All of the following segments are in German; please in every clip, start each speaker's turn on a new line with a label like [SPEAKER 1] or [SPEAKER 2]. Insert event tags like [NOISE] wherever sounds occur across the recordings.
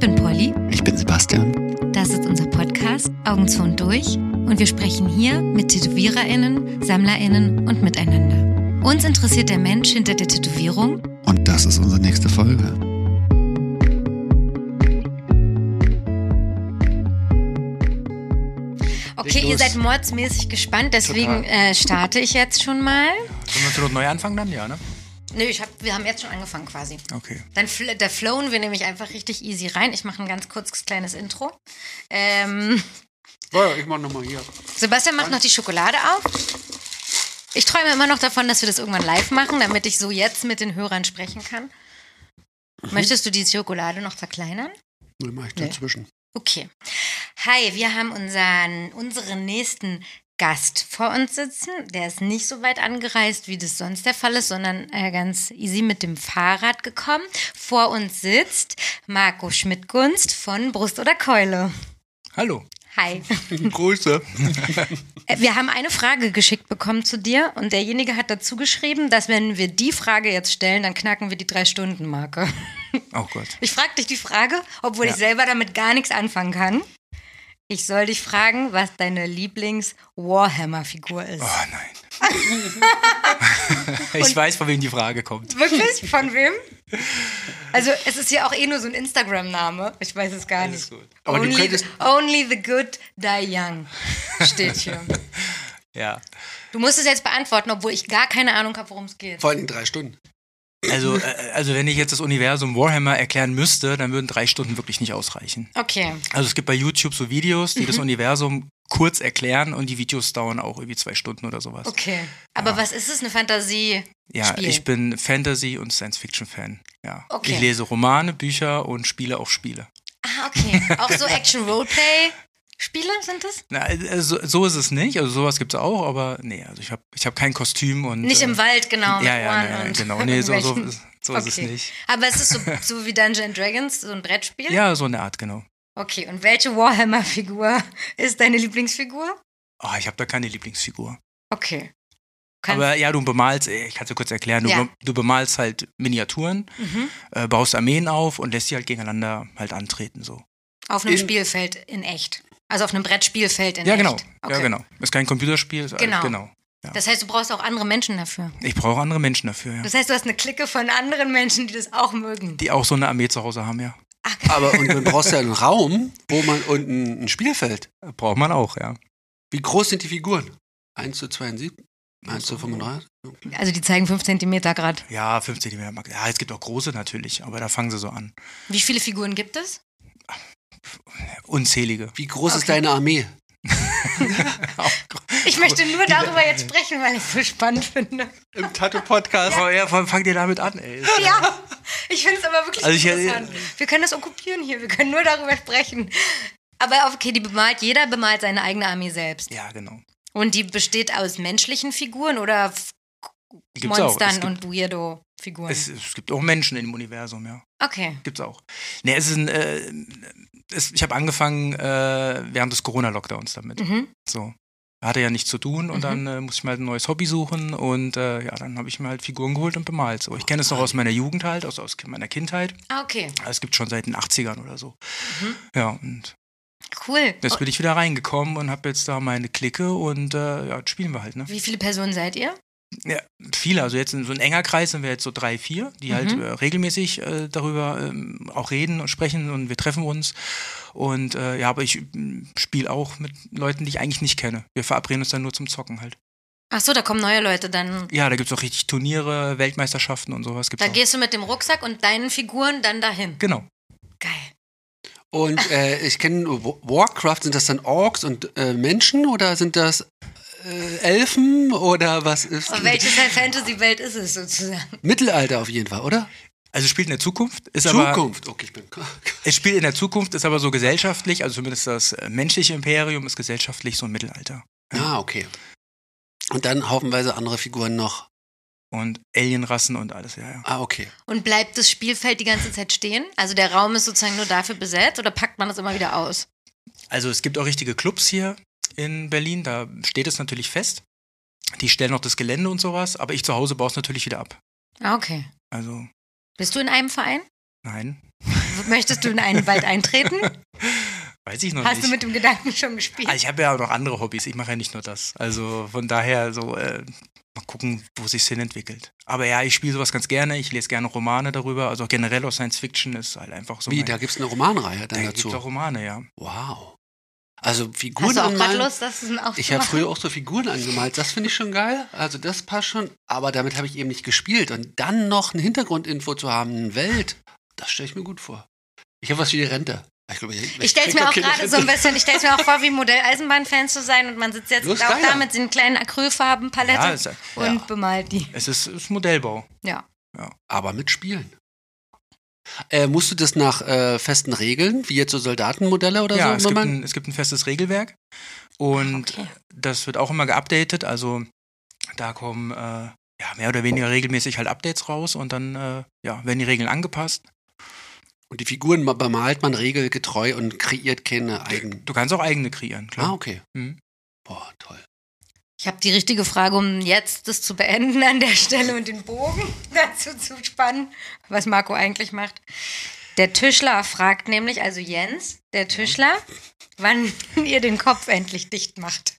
[SPEAKER 1] bin Polly.
[SPEAKER 2] Ich bin Sebastian.
[SPEAKER 1] Das ist unser Podcast Augen zu und durch und wir sprechen hier mit TätowiererInnen, SammlerInnen und miteinander. Uns interessiert der Mensch hinter der Tätowierung
[SPEAKER 2] Und das ist unsere nächste Folge.
[SPEAKER 1] Okay,
[SPEAKER 3] Leg
[SPEAKER 1] ihr
[SPEAKER 3] los.
[SPEAKER 1] seid mordsmäßig gespannt, deswegen äh, starte ich jetzt schon mal.
[SPEAKER 3] Sollen wir zur Not neu anfangen dann? Ja, ne?
[SPEAKER 1] Nö, ich hab, wir haben jetzt schon angefangen quasi.
[SPEAKER 3] Okay.
[SPEAKER 1] Dann fl da flown wir nämlich einfach richtig easy rein. Ich mache ein ganz kurzes kleines Intro. Ähm,
[SPEAKER 4] Ja, ja, ich mach nochmal hier.
[SPEAKER 1] Sebastian macht noch die Schokolade auf. Ich träume immer noch davon, dass wir das irgendwann live machen, damit ich so jetzt mit den Hörern sprechen kann. Möchtest du die Schokolade noch verkleinern?
[SPEAKER 4] Dann mach ich
[SPEAKER 1] Nee.
[SPEAKER 4] dazwischen.
[SPEAKER 1] Okay. Hi, wir haben unseren, unseren nächsten Gast vor uns sitzen. Der ist nicht so weit angereist, wie das sonst der Fall ist, sondern äh, ganz easy mit dem Fahrrad gekommen. Vor uns sitzt Marco Schmidtgunst von Brust oder Keule. [LAUGHS]
[SPEAKER 3] Hallo.
[SPEAKER 1] Hi.
[SPEAKER 3] Grüße.
[SPEAKER 1] Äh, Wir haben eine Frage geschickt bekommen zu dir und derjenige hat dazu geschrieben, dass wenn wir die Frage jetzt stellen, dann knacken wir die Drei-Stunden-Marke. [LAUGHS]
[SPEAKER 3] Oh Gott.
[SPEAKER 1] Ich frage dich die Frage, obwohl
[SPEAKER 3] Ja.
[SPEAKER 1] ich selber damit gar nichts anfangen kann. Ich soll dich fragen, was deine Lieblings-Warhammer-Figur ist.
[SPEAKER 3] Oh
[SPEAKER 1] [LAUGHS]
[SPEAKER 3] nein. ich weiß, von wem die Frage kommt.
[SPEAKER 1] Wirklich? Von wem? Also, es ist ja auch eh nur so ein Instagram-Name. Ich weiß es gar nicht.
[SPEAKER 3] Alles gut.
[SPEAKER 4] Aber du
[SPEAKER 1] only,
[SPEAKER 4] könntest-
[SPEAKER 1] only the good die young steht hier.
[SPEAKER 3] Ja.
[SPEAKER 1] Du musst es jetzt beantworten, obwohl ich gar keine Ahnung habe, worum es geht.
[SPEAKER 4] Vor allen Dingen drei Stunden.
[SPEAKER 3] Also, äh, also wenn ich jetzt das Universum Warhammer erklären müsste, dann würden drei Stunden wirklich nicht ausreichen.
[SPEAKER 1] Okay.
[SPEAKER 3] Also es gibt bei YouTube so Videos, die das
[SPEAKER 1] Mhm.
[SPEAKER 3] Universum kurz erklären und die Videos dauern auch irgendwie zwei Stunden oder sowas.
[SPEAKER 1] Okay. Aber was ist es? Eine Fantasie?
[SPEAKER 3] Ja,
[SPEAKER 1] Spiel.
[SPEAKER 3] ich bin Fantasy- und Science-Fiction-Fan. Ja.
[SPEAKER 1] Okay.
[SPEAKER 3] Ich lese Romane, Bücher und spiele auch Spiele.
[SPEAKER 1] Ah, okay. Auch so Action-Roleplay-Spiele sind das?
[SPEAKER 3] Na, äh, so, so ist es nicht. Also sowas gibt es auch, aber nee, also ich habe ich hab kein Kostüm und.
[SPEAKER 1] Nicht im Wald, genau.
[SPEAKER 3] Äh, Ja,
[SPEAKER 1] mit
[SPEAKER 3] ja,
[SPEAKER 1] Ohren
[SPEAKER 3] ja,
[SPEAKER 1] und
[SPEAKER 3] genau. Nee, so, so,
[SPEAKER 1] irgendwelchen-
[SPEAKER 3] so ist es
[SPEAKER 1] Okay.
[SPEAKER 3] nicht.
[SPEAKER 1] Aber es ist so, so wie Dungeon Dragons, so ein Brettspiel?
[SPEAKER 3] Ja, so eine Art, genau.
[SPEAKER 1] Okay, und welche Warhammer-Figur ist deine Lieblingsfigur?
[SPEAKER 3] Oh, ich habe da keine Lieblingsfigur.
[SPEAKER 1] Okay. Kannst-
[SPEAKER 3] Aber ja, du bemalst, äh, ich kann es dir kurz erklären, du,
[SPEAKER 1] Ja. Mhm.
[SPEAKER 3] be- du bemalst halt Miniaturen, äh, baust Armeen auf und lässt die halt gegeneinander halt antreten. so.
[SPEAKER 1] Auf einem
[SPEAKER 4] In-
[SPEAKER 1] Spielfeld in echt. Also auf einem Brettspielfeld in
[SPEAKER 3] ja,
[SPEAKER 1] echt.
[SPEAKER 3] genau.
[SPEAKER 1] Okay.
[SPEAKER 3] Ja, genau. Ist kein Computerspiel, ist
[SPEAKER 1] Genau.
[SPEAKER 3] Halt, genau. Ja.
[SPEAKER 1] Das heißt, du brauchst auch andere Menschen dafür.
[SPEAKER 3] Ich brauche andere Menschen dafür, ja.
[SPEAKER 1] Das heißt, du hast eine Clique von anderen Menschen, die das auch mögen.
[SPEAKER 3] Die auch so eine Armee zu Hause haben, ja.
[SPEAKER 4] Aber und dann brauchst du ja einen Raum, wo man und ein, ein Spielfeld.
[SPEAKER 3] Braucht man auch, ja.
[SPEAKER 4] Wie groß sind die Figuren? 1 zu 72? 1 zu 35?
[SPEAKER 1] Also die zeigen 5 cm Grad.
[SPEAKER 3] Ja, 15 cm. Ja, es gibt auch große natürlich, aber da fangen sie so an.
[SPEAKER 1] Wie viele Figuren gibt es?
[SPEAKER 3] Unzählige.
[SPEAKER 4] Wie groß ist
[SPEAKER 1] Okay.
[SPEAKER 4] deine Armee?
[SPEAKER 1] Ich möchte nur darüber jetzt sprechen, weil ich es so spannend finde.
[SPEAKER 4] Im Tattoo-Podcast.
[SPEAKER 3] Oh, ja, vor allem fangt ihr damit an, ey.
[SPEAKER 1] Ja, ich finde es aber wirklich
[SPEAKER 3] Also ich-
[SPEAKER 1] interessant. wir können das okkupieren hier, wir können nur darüber sprechen. Aber okay, die bemalt, jeder bemalt seine eigene Armee selbst.
[SPEAKER 3] Ja, genau.
[SPEAKER 1] Und die besteht aus menschlichen Figuren oder f-
[SPEAKER 3] Gibt's auch. Es
[SPEAKER 1] Monstern
[SPEAKER 3] gibt,
[SPEAKER 1] und Weirdo-Figuren?
[SPEAKER 3] es, es gibt auch Menschen im Universum, ja.
[SPEAKER 1] Okay.
[SPEAKER 3] Gibt's auch. Nee, es ist ein, äh, es, ich habe angefangen äh, während des Corona-Lockdowns damit.
[SPEAKER 1] Mhm.
[SPEAKER 3] So. Hatte ja nichts zu tun und
[SPEAKER 1] Mhm.
[SPEAKER 3] dann äh, musste ich mir halt ein neues Hobby suchen und äh, ja, dann habe ich mir halt Figuren geholt und bemalt. So, ich kenne es noch aus meiner Jugend halt, aus, aus meiner Kindheit.
[SPEAKER 1] Ah, okay.
[SPEAKER 3] Aber Es gibt schon seit den 80ern oder so. Ja, und
[SPEAKER 1] Cool.
[SPEAKER 3] jetzt
[SPEAKER 1] Mhm. Oh,
[SPEAKER 3] bin ich wieder reingekommen und habe jetzt da meine Clique und äh, ja, jetzt spielen wir halt, ne?
[SPEAKER 1] Wie viele Personen seid ihr?
[SPEAKER 3] Ja, viele. Also jetzt in so ein enger Kreis sind wir jetzt so drei, vier, die halt äh, regelmäßig äh, darüber ähm, auch reden und sprechen und wir treffen uns. Und äh, ja, aber ich spiele auch mit Leuten, die ich eigentlich nicht kenne. Wir verabreden uns dann nur zum Zocken halt.
[SPEAKER 1] Ach so, da kommen neue Leute dann.
[SPEAKER 3] Ja, da gibt's auch richtig Turniere, Weltmeisterschaften und sowas. Gibt's
[SPEAKER 1] Da
[SPEAKER 3] auch.
[SPEAKER 1] gehst du mit dem Rucksack und deinen Figuren dann dahin.
[SPEAKER 3] Genau.
[SPEAKER 1] Geil.
[SPEAKER 4] Und äh, ich kenne Warcraft, sind das dann Orks und äh, Menschen oder sind das äh, Elfen oder was ist?
[SPEAKER 1] Und welche Fantasy-Welt ist es sozusagen?
[SPEAKER 4] Mittelalter auf jeden Fall, oder?
[SPEAKER 3] Also spielt in der Zukunft, ist aber
[SPEAKER 4] Zukunft. Okay, ich bin.
[SPEAKER 3] es spielt in der Zukunft, ist aber so gesellschaftlich, also zumindest das äh, menschliche Imperium ist gesellschaftlich so ein Mittelalter.
[SPEAKER 4] Ah, okay. Und dann haufenweise andere Figuren noch.
[SPEAKER 3] Und Alienrassen und alles, ja, ja.
[SPEAKER 4] Ah, okay.
[SPEAKER 1] Und bleibt das Spielfeld die ganze Zeit stehen? Also der Raum ist sozusagen nur dafür besetzt oder packt man das immer wieder aus?
[SPEAKER 3] Also es gibt auch richtige Clubs hier in Berlin, da steht es natürlich fest. Die stellen auch das Gelände und sowas, aber ich zu Hause baue es natürlich wieder ab.
[SPEAKER 1] Ah, okay.
[SPEAKER 3] Also
[SPEAKER 1] Bist du in einem Verein?
[SPEAKER 3] Nein, [LAUGHS]
[SPEAKER 1] Möchtest du in einen Wald [LAUGHS] eintreten?
[SPEAKER 3] weiß ich noch
[SPEAKER 1] Hast
[SPEAKER 3] nicht.
[SPEAKER 1] du mit dem Gedanken schon gespielt?
[SPEAKER 3] Also ich habe ja auch noch andere Hobbys, ich mache ja nicht nur das. Also von daher so, äh, mal gucken, wo sich's hin entwickelt. Aber ja, ich spiele sowas ganz gerne, ich lese gerne Romane darüber, also generell auch Science Fiction ist halt einfach so.
[SPEAKER 4] Wie,
[SPEAKER 3] mein-
[SPEAKER 4] da gibt es eine Romanreihe
[SPEAKER 3] da
[SPEAKER 4] dann
[SPEAKER 3] gibt's
[SPEAKER 4] dazu.
[SPEAKER 3] auch Romane, ja.
[SPEAKER 4] Wow. Also Figuren
[SPEAKER 1] Hast du auch gerade
[SPEAKER 4] anmalen.
[SPEAKER 1] Lust, das aufzumachen?
[SPEAKER 4] Ich habe früher auch so Figuren angemalt. Das finde ich schon geil. Also das passt schon. Aber damit habe ich eben nicht gespielt. Und dann noch eine Hintergrundinfo zu haben, eine Welt, das stelle ich mir gut vor. Ich habe was für die Rente. Ich, glaub,
[SPEAKER 1] Ich stelle es
[SPEAKER 4] krieg
[SPEAKER 1] mir
[SPEAKER 4] doch
[SPEAKER 1] auch
[SPEAKER 4] keine
[SPEAKER 1] gerade so ein
[SPEAKER 4] Rente.
[SPEAKER 1] bisschen, ich stelle mir auch vor, wie Modell-Eisenbahn-Fan zu sein und man sitzt jetzt
[SPEAKER 4] Los,
[SPEAKER 1] auch da
[SPEAKER 4] Geier.
[SPEAKER 1] mit den kleinen Acrylfarbenpalette
[SPEAKER 3] Ja, es,
[SPEAKER 1] und
[SPEAKER 4] ja.
[SPEAKER 1] bemalt die.
[SPEAKER 3] es ist, ist Modellbau.
[SPEAKER 1] Ja.
[SPEAKER 4] Aber mit Spielen. Äh, musst du das nach äh, festen Regeln, wie jetzt so Soldatenmodelle oder
[SPEAKER 3] ja,
[SPEAKER 4] so?
[SPEAKER 3] es gibt, ein, es gibt ein festes Regelwerk und
[SPEAKER 1] Okay.
[SPEAKER 3] das wird auch immer geupdatet, also da kommen äh, ja, mehr oder weniger regelmäßig halt Updates raus und dann äh, ja, werden die Regeln angepasst.
[SPEAKER 4] und die Figuren ma- bemalt man regelgetreu und kreiert keine eigenen.
[SPEAKER 3] Du kannst auch eigene kreieren, klar.
[SPEAKER 4] Ah, okay.
[SPEAKER 3] Mhm.
[SPEAKER 4] Boah, toll.
[SPEAKER 1] Ich habe die richtige Frage, um jetzt das zu beenden an der Stelle und den Bogen [LAUGHS] dazu zu spannen, was Marco eigentlich macht. Der Tischler fragt nämlich, also Jens, der Tischler, wann [LAUGHS] ihr den Kopf endlich dicht macht.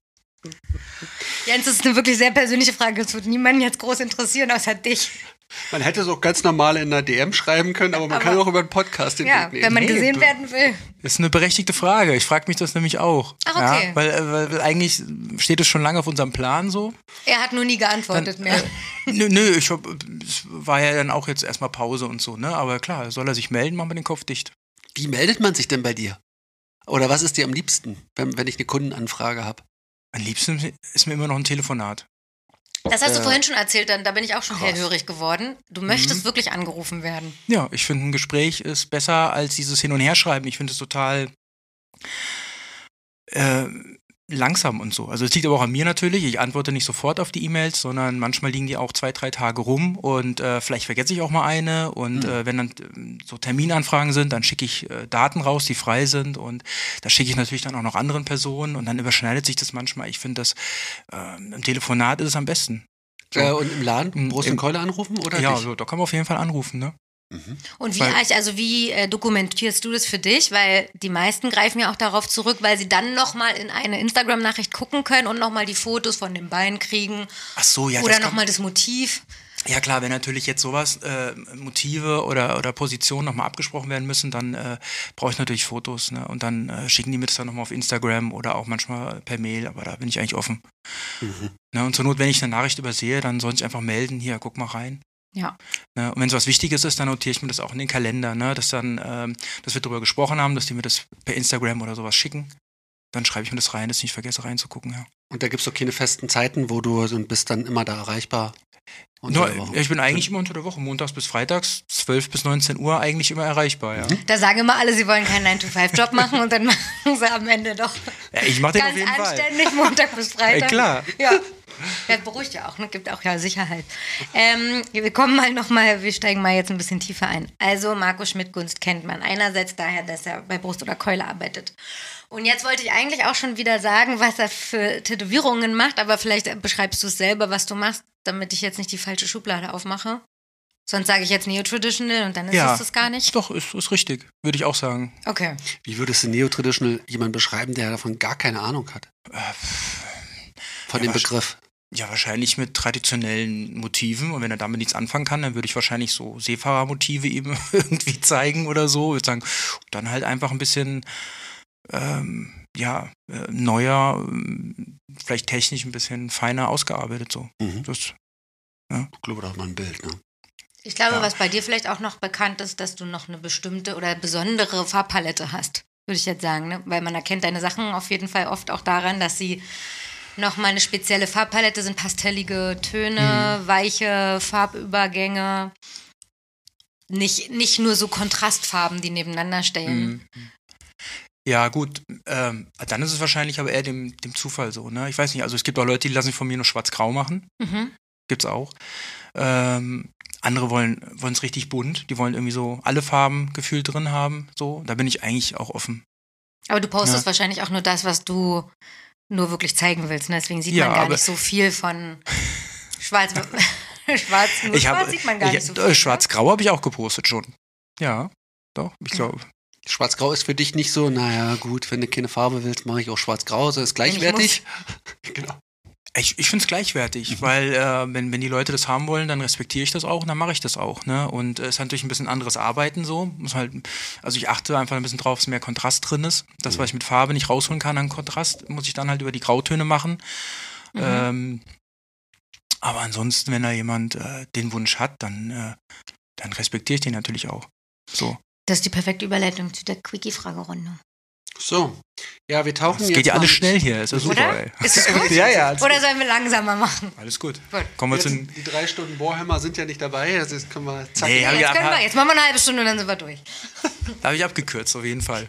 [SPEAKER 1] Jens, das ist eine wirklich sehr persönliche Frage. Es wird niemanden jetzt groß interessieren, außer dich.
[SPEAKER 4] Man hätte es auch ganz normal in einer DM schreiben können, aber man kann auch über einen Podcast den
[SPEAKER 1] Ja,
[SPEAKER 4] Weg nehmen.
[SPEAKER 1] wenn man
[SPEAKER 3] nee,
[SPEAKER 1] gesehen
[SPEAKER 3] du-
[SPEAKER 1] werden will.
[SPEAKER 3] Ist eine berechtigte Frage. Ich frage mich das nämlich auch.
[SPEAKER 1] Ach, okay.
[SPEAKER 3] Ja, weil, äh, weil, weil eigentlich steht es schon lange auf unserem Plan so.
[SPEAKER 1] Er hat nur nie geantwortet mehr.
[SPEAKER 3] [LAUGHS] äh, Nö, nö, ich hab, es war ja dann auch jetzt erstmal Pause und so, ne? Aber klar, soll er sich melden, machen wir den Kopf dicht.
[SPEAKER 4] Wie meldet man sich denn bei dir? Oder was ist dir am liebsten, wenn, wenn ich eine Kundenanfrage habe?
[SPEAKER 3] Am liebsten ist mir immer noch ein Telefonat.
[SPEAKER 1] Das hast du
[SPEAKER 4] Äh,
[SPEAKER 1] vorhin schon erzählt, dann da bin ich auch schon
[SPEAKER 4] krass.
[SPEAKER 1] hellhörig geworden. Du möchtest
[SPEAKER 3] Mhm.
[SPEAKER 1] wirklich angerufen werden.
[SPEAKER 3] Ja, ich finde, ein Gespräch ist besser als dieses Hin- und Herschreiben. Ich finde es total äh, langsam und so. Also es liegt aber auch an mir natürlich. Ich antworte nicht sofort auf die E-Mails, sondern manchmal liegen die auch zwei, drei Tage rum und äh, vielleicht vergesse ich auch mal eine. Und äh, wenn dann ähm, so Terminanfragen sind, dann schicke ich äh, Daten raus, die frei sind und das schicke ich natürlich dann auch noch anderen Personen und dann überschneidet sich das manchmal. Ich finde, das äh, im Telefonat ist es am besten. So.
[SPEAKER 4] Äh, und im Laden
[SPEAKER 3] Im-
[SPEAKER 4] Brust
[SPEAKER 3] im-
[SPEAKER 4] und Keule anrufen oder
[SPEAKER 3] ja,
[SPEAKER 4] dich?
[SPEAKER 3] so, da kann man auf jeden Fall anrufen, ne?
[SPEAKER 1] Und wie,
[SPEAKER 3] Weil-
[SPEAKER 1] arch- also wie äh, dokumentierst du das für dich? Weil die meisten greifen ja auch darauf zurück, weil sie dann nochmal in eine Instagram-Nachricht gucken können und nochmal die Fotos von den Beinen kriegen
[SPEAKER 3] Ach so, ja,
[SPEAKER 1] oder
[SPEAKER 3] das kann,
[SPEAKER 1] nochmal das Motiv.
[SPEAKER 3] Ja klar, wenn natürlich jetzt sowas, äh, Motive oder, oder Positionen nochmal abgesprochen werden müssen, dann äh, brauche ich natürlich Fotos. Ne? Und dann äh, schicken die mir das dann nochmal auf Instagram oder auch manchmal per Mail, aber da bin ich eigentlich offen.
[SPEAKER 4] Mhm.
[SPEAKER 3] Ne? Und zur Not, wenn ich eine Nachricht übersehe, dann soll ich einfach melden, hier, guck mal rein.
[SPEAKER 1] Ja.
[SPEAKER 3] Ne? Und wenn es was Wichtiges ist, dann notiere ich mir das auch in den Kalender, ne? dass, dann, ähm, dass wir darüber gesprochen haben, dass die mir das per Instagram oder sowas schicken. Dann schreibe ich mir das rein, dass ich nicht vergesse reinzugucken. Ja.
[SPEAKER 4] Und da gibt es doch keine festen Zeiten, wo du so- und bist dann immer da erreichbar. Und
[SPEAKER 3] Ja,
[SPEAKER 4] so, warum?
[SPEAKER 3] ich bin eigentlich immer unter der Woche, montags bis freitags, 12 bis 19 Uhr eigentlich immer erreichbar, ja.
[SPEAKER 1] Da sagen immer alle, sie wollen keinen 9-to-5-Job machen und dann [LAUGHS] machen sie am Ende doch
[SPEAKER 3] Ja, ich mache den auf
[SPEAKER 1] ganz
[SPEAKER 3] jeden Fall.
[SPEAKER 1] anständig Montag bis Freitag.
[SPEAKER 3] Ey, klar.
[SPEAKER 1] Ja. Ja, beruhigt ja auch, ne? gibt auch ja Sicherheit. Ähm, wir kommen mal nochmal, wir steigen mal jetzt ein bisschen tiefer ein. Also Marco Schmidt-Gunst kennt man einerseits daher, dass er bei Brust oder Keule arbeitet. Und jetzt wollte ich eigentlich auch schon wieder sagen, was er für Tätowierungen macht, aber vielleicht beschreibst du es selber, was du machst, damit ich jetzt nicht die falsche Schublade aufmache. Sonst sage ich jetzt Neo-Traditional und dann ist
[SPEAKER 3] Ja.
[SPEAKER 1] es das gar nicht.
[SPEAKER 3] Doch, ist, ist richtig, würde ich auch sagen.
[SPEAKER 1] Okay.
[SPEAKER 4] Wie würdest du Neo-Traditional jemanden beschreiben, der davon gar keine Ahnung hat? Von
[SPEAKER 3] ja,
[SPEAKER 4] dem
[SPEAKER 3] wasch-
[SPEAKER 4] Begriff.
[SPEAKER 3] Ja, wahrscheinlich mit traditionellen Motiven. Und wenn er damit nichts anfangen kann, dann würde ich wahrscheinlich so Seefahrermotive eben [LAUGHS] irgendwie zeigen oder so. Würde sagen, dann halt einfach ein bisschen, ähm, ja, äh, neuer, ähm, vielleicht technisch ein bisschen feiner ausgearbeitet so.
[SPEAKER 4] Mhm.
[SPEAKER 3] Das,
[SPEAKER 4] Ich glaube, da hat man ein Bild. Ne?
[SPEAKER 1] Ich glaube,
[SPEAKER 3] Ja.
[SPEAKER 1] was bei dir vielleicht auch noch bekannt ist, dass du noch eine bestimmte oder besondere Farbpalette hast, würde ich jetzt sagen, ne? weil man erkennt deine Sachen auf jeden Fall oft auch daran, dass sie noch mal eine spezielle Farbpalette sind, pastellige Töne,
[SPEAKER 3] Mhm.
[SPEAKER 1] weiche Farbübergänge, nicht, nicht nur so Kontrastfarben, die nebeneinander stehen.
[SPEAKER 3] Mhm. Ja, gut. Ähm, dann ist es wahrscheinlich aber eher dem, dem Zufall so, ne? Ich weiß nicht, also es gibt auch Leute, die lassen sich von mir nur schwarz-grau machen.
[SPEAKER 1] Mhm.
[SPEAKER 3] Gibt's auch. Ähm, andere wollen es richtig bunt. Die wollen irgendwie so alle Farben gefühlt drin haben. So, da bin ich eigentlich auch offen.
[SPEAKER 1] Aber du postest
[SPEAKER 3] Ja.
[SPEAKER 1] wahrscheinlich auch nur das, was du nur wirklich zeigen willst. Ne? Deswegen sieht
[SPEAKER 3] Ja,
[SPEAKER 1] man gar
[SPEAKER 3] aber-
[SPEAKER 1] nicht so viel
[SPEAKER 3] [LAUGHS]
[SPEAKER 1] von Schwarz. [LAUGHS] Schwarz, nur
[SPEAKER 3] ich hab-
[SPEAKER 1] Schwarz sieht man gar
[SPEAKER 3] ich,
[SPEAKER 1] nicht so viel.
[SPEAKER 3] äh,
[SPEAKER 1] ne?
[SPEAKER 3] Schwarz-grau habe ich auch gepostet schon. Ja, doch, ich glaube.
[SPEAKER 4] Schwarz-Grau ist für dich nicht so, naja, gut, wenn du keine Farbe willst, mache ich auch Schwarz-Grau, so ist gleichwertig. genau.
[SPEAKER 3] Ich, ich finde es gleichwertig, weil äh, wenn, wenn die Leute das haben wollen, dann respektiere ich das auch und dann mache ich das auch. Ne? Und äh, es ist natürlich ein bisschen anderes Arbeiten so. Muss halt, also ich achte einfach ein bisschen drauf, dass mehr Kontrast drin ist. Das, was ich mit Farbe nicht rausholen kann an Kontrast, muss ich dann halt über die Grautöne machen. Ähm, aber ansonsten, wenn da jemand äh, den Wunsch hat, dann, äh, dann respektiere ich den natürlich auch. So.
[SPEAKER 1] Das ist die perfekte Überleitung zu der Quickie-Fragerunde.
[SPEAKER 4] So. Ja, wir tauchen
[SPEAKER 3] Es
[SPEAKER 4] jetzt.
[SPEAKER 3] geht ja
[SPEAKER 4] mal
[SPEAKER 3] alles
[SPEAKER 4] mit- [LAUGHS]
[SPEAKER 3] schnell hier, ist ja super.
[SPEAKER 1] Oder?
[SPEAKER 3] Ey.
[SPEAKER 1] Ist es gut?
[SPEAKER 3] Ja, ja, alles
[SPEAKER 1] Oder sollen wir langsamer machen?
[SPEAKER 3] Alles gut.
[SPEAKER 1] Gut.
[SPEAKER 3] Kommen wir
[SPEAKER 4] Jetzt,
[SPEAKER 3] zu den.
[SPEAKER 4] die drei Stunden Warhammer sind ja nicht dabei, also jetzt können wir zack.
[SPEAKER 3] Nee, hab ich,
[SPEAKER 1] Jetzt, können wir,
[SPEAKER 3] ab,
[SPEAKER 1] jetzt machen wir eine halbe Stunde und dann sind wir durch.
[SPEAKER 3] hab ich abgekürzt, auf jeden Fall.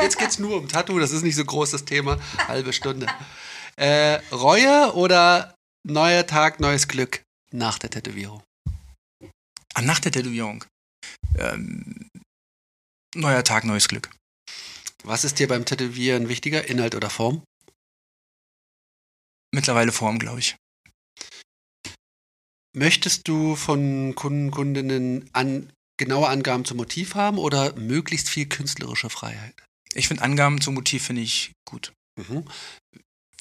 [SPEAKER 4] Jetzt geht's nur um Tattoo, das ist nicht so groß das Thema. Halbe Stunde. Äh, Reue oder neuer Tag, neues Glück nach der Tätowierung?
[SPEAKER 3] Ah, nach der Tätowierung. Ähm, neuer Tag, neues Glück.
[SPEAKER 4] Was ist dir beim Tätowieren wichtiger, Inhalt oder Form?
[SPEAKER 3] Mittlerweile Form, glaube ich.
[SPEAKER 4] Möchtest du von Kunden, Kundinnen an, genaue Angaben zum Motiv haben oder möglichst viel künstlerische Freiheit?
[SPEAKER 3] Ich finde Angaben zum Motiv finde ich gut,
[SPEAKER 4] Mhm.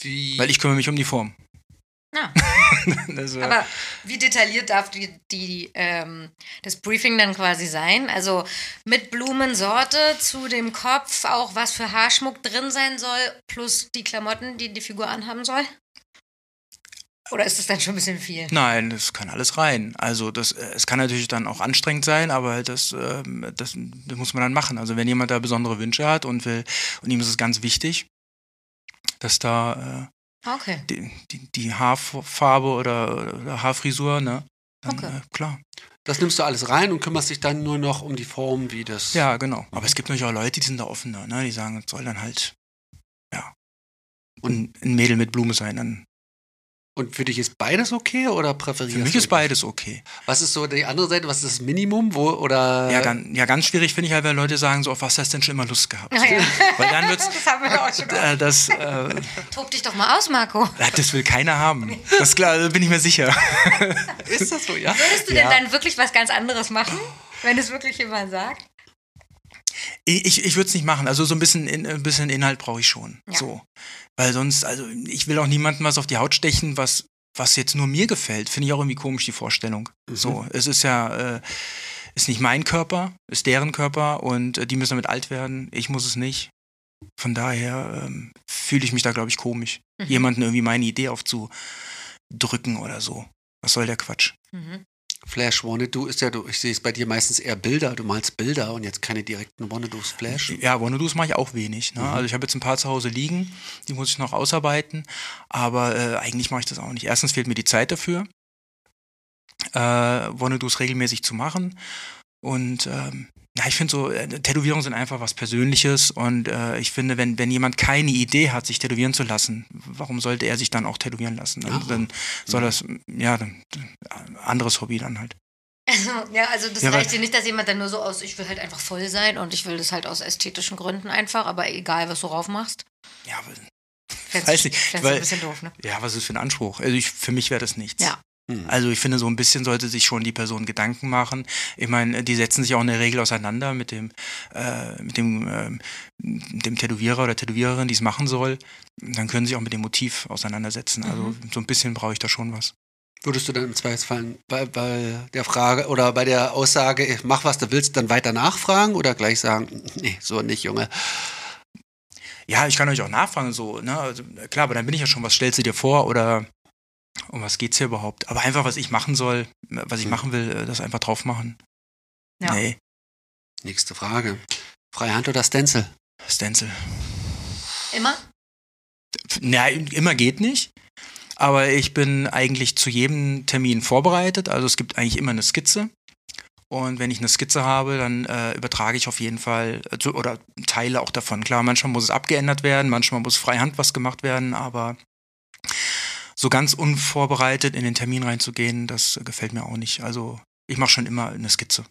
[SPEAKER 4] Wie,
[SPEAKER 3] weil ich kümmere mich um die Form. [LAUGHS]
[SPEAKER 1] Ja.
[SPEAKER 3] also,
[SPEAKER 1] Ah. Aber wie detailliert darf die, die, ähm, das Briefing dann quasi sein? Also mit Blumensorte zu dem Kopf, auch was für Haarschmuck drin sein soll, plus die Klamotten, die die Figur anhaben soll? Oder ist das dann schon ein bisschen viel?
[SPEAKER 3] nein, das kann alles rein. Also das, äh, es kann natürlich dann auch anstrengend sein, aber das, ähm, das, das muss man dann machen. Also wenn jemand da besondere Wünsche hat und will und ihm ist es ganz wichtig, dass da
[SPEAKER 1] Okay.
[SPEAKER 3] äh, die, die, die Haarfarbe oder, oder Haarfrisur, ne? Dann,
[SPEAKER 1] Okay.
[SPEAKER 3] äh, klar.
[SPEAKER 4] das nimmst du alles rein und kümmerst dich dann nur noch um die Form, wie das.
[SPEAKER 3] Ja, genau. Aber es gibt natürlich auch Leute, die sind da offener, ne? Die sagen, es soll dann halt, ja, und ein Mädel mit Blume sein. Dann.
[SPEAKER 4] Und für dich ist beides okay oder präferierst
[SPEAKER 3] Für mich
[SPEAKER 4] du
[SPEAKER 3] ist beides okay.
[SPEAKER 4] Was ist so die andere Seite? Was ist das Minimum? Wo, oder
[SPEAKER 3] Ja, ganz, ja, ganz schwierig finde ich halt, wenn Leute sagen, so auf was hast du denn schon immer Lust gehabt?
[SPEAKER 1] Naja,
[SPEAKER 3] [LAUGHS] Weil [LAUGHS] dann wird's,
[SPEAKER 1] das haben wir auch schon.
[SPEAKER 3] äh, das, äh,
[SPEAKER 1] Tob dich doch mal aus, Marco.
[SPEAKER 3] das will keiner haben. Das ist klar, da bin ich mir sicher.
[SPEAKER 4] ist das so, ja?
[SPEAKER 1] Würdest du denn dann wirklich was ganz anderes machen, wenn es wirklich jemand sagt?
[SPEAKER 3] Ich, ich, ich würde es nicht machen. Also so ein bisschen, in, ein bisschen Inhalt brauche ich schon.
[SPEAKER 1] Ja.
[SPEAKER 3] So. Weil sonst, also ich will auch niemandem was auf die Haut stechen, was, was jetzt nur mir gefällt. Finde ich auch irgendwie komisch, die Vorstellung. [LAUGHS]
[SPEAKER 4] Mhm.
[SPEAKER 3] So, es ist ja, äh, ist nicht mein Körper, ist deren Körper und äh, die müssen damit alt werden. Ich muss es nicht. Von daher ähm, fühle ich mich da, glaube ich, komisch.
[SPEAKER 1] Mhm.
[SPEAKER 3] Jemanden irgendwie meine Idee aufzudrücken oder so. Was soll der Quatsch?
[SPEAKER 1] Mhm.
[SPEAKER 4] Flash Wanted Du ist ja, du, ich sehe es bei dir meistens eher Bilder. Du malst Bilder und jetzt keine direkten Wanted Do's Flash.
[SPEAKER 3] Ja, Wannadoos mache ich auch wenig. Ne?
[SPEAKER 4] Mhm.
[SPEAKER 3] Also ich habe jetzt ein paar zu Hause liegen, die muss ich noch ausarbeiten, aber äh, eigentlich mache ich das auch nicht. Erstens fehlt mir die Zeit dafür, äh, Wannadoos regelmäßig zu machen. Und ähm, ja, ich finde so, äh, Tätowierungen sind einfach was Persönliches und äh, ich finde, wenn, wenn jemand keine Idee hat, sich tätowieren zu lassen, warum sollte er sich dann auch tätowieren lassen? Dann,
[SPEAKER 4] Aha.
[SPEAKER 3] dann soll das, ja, dann, äh, anderes Hobby dann halt.
[SPEAKER 1] Also, [LAUGHS] ja, also das
[SPEAKER 3] Ja, weil-
[SPEAKER 1] reicht dir nicht, dass jemand dann nur so aus, ich will halt einfach voll sein und ich will das halt aus ästhetischen Gründen einfach, aber egal, was du drauf machst.
[SPEAKER 3] Ja, aber
[SPEAKER 1] Fänd's,
[SPEAKER 3] Weiß nicht,
[SPEAKER 1] fänd's
[SPEAKER 3] weil-
[SPEAKER 1] ein bisschen doof, ne?
[SPEAKER 3] Ja, was ist für ein Anspruch? Also ich, für mich wäre das nichts.
[SPEAKER 1] Ja.
[SPEAKER 4] Hm.
[SPEAKER 3] Also ich finde, so ein bisschen sollte sich schon die Person Gedanken machen. Ich meine, die setzen sich auch in der Regel auseinander mit dem, äh, mit dem, ähm, dem Tätowierer oder Tätowiererin, die es machen soll. Dann können sie sich auch mit dem Motiv auseinandersetzen.
[SPEAKER 1] Mhm.
[SPEAKER 3] Also so ein bisschen brauche ich da schon was.
[SPEAKER 4] Würdest du dann im Zweifelsfall bei, bei der Frage oder bei der Aussage, ich mach was du willst, dann weiter nachfragen oder gleich sagen, [LAUGHS] nee, so nicht, Junge.
[SPEAKER 3] Ja, ich kann euch auch nachfragen, so, ne? Also, klar, aber dann bin ich ja schon, was stellst du dir vor oder um was geht's hier überhaupt? Aber einfach, was ich machen soll, was ich machen will, äh, das einfach drauf machen.
[SPEAKER 1] Ja.
[SPEAKER 3] Nee,
[SPEAKER 4] Nächste Frage. Freie Hand oder Stencil?
[SPEAKER 3] Stencil.
[SPEAKER 1] Immer?
[SPEAKER 3] Na, immer geht nicht. Aber ich bin eigentlich zu jedem Termin vorbereitet. Also es gibt eigentlich immer eine Skizze. Und wenn ich eine Skizze habe, dann äh, übertrage ich auf jeden Fall äh, zu- oder Teile auch davon. Klar, manchmal muss es abgeändert werden, manchmal muss freihand was gemacht werden, aber so ganz unvorbereitet in den Termin reinzugehen, das äh, gefällt mir auch nicht. Also ich mache schon immer eine Skizze.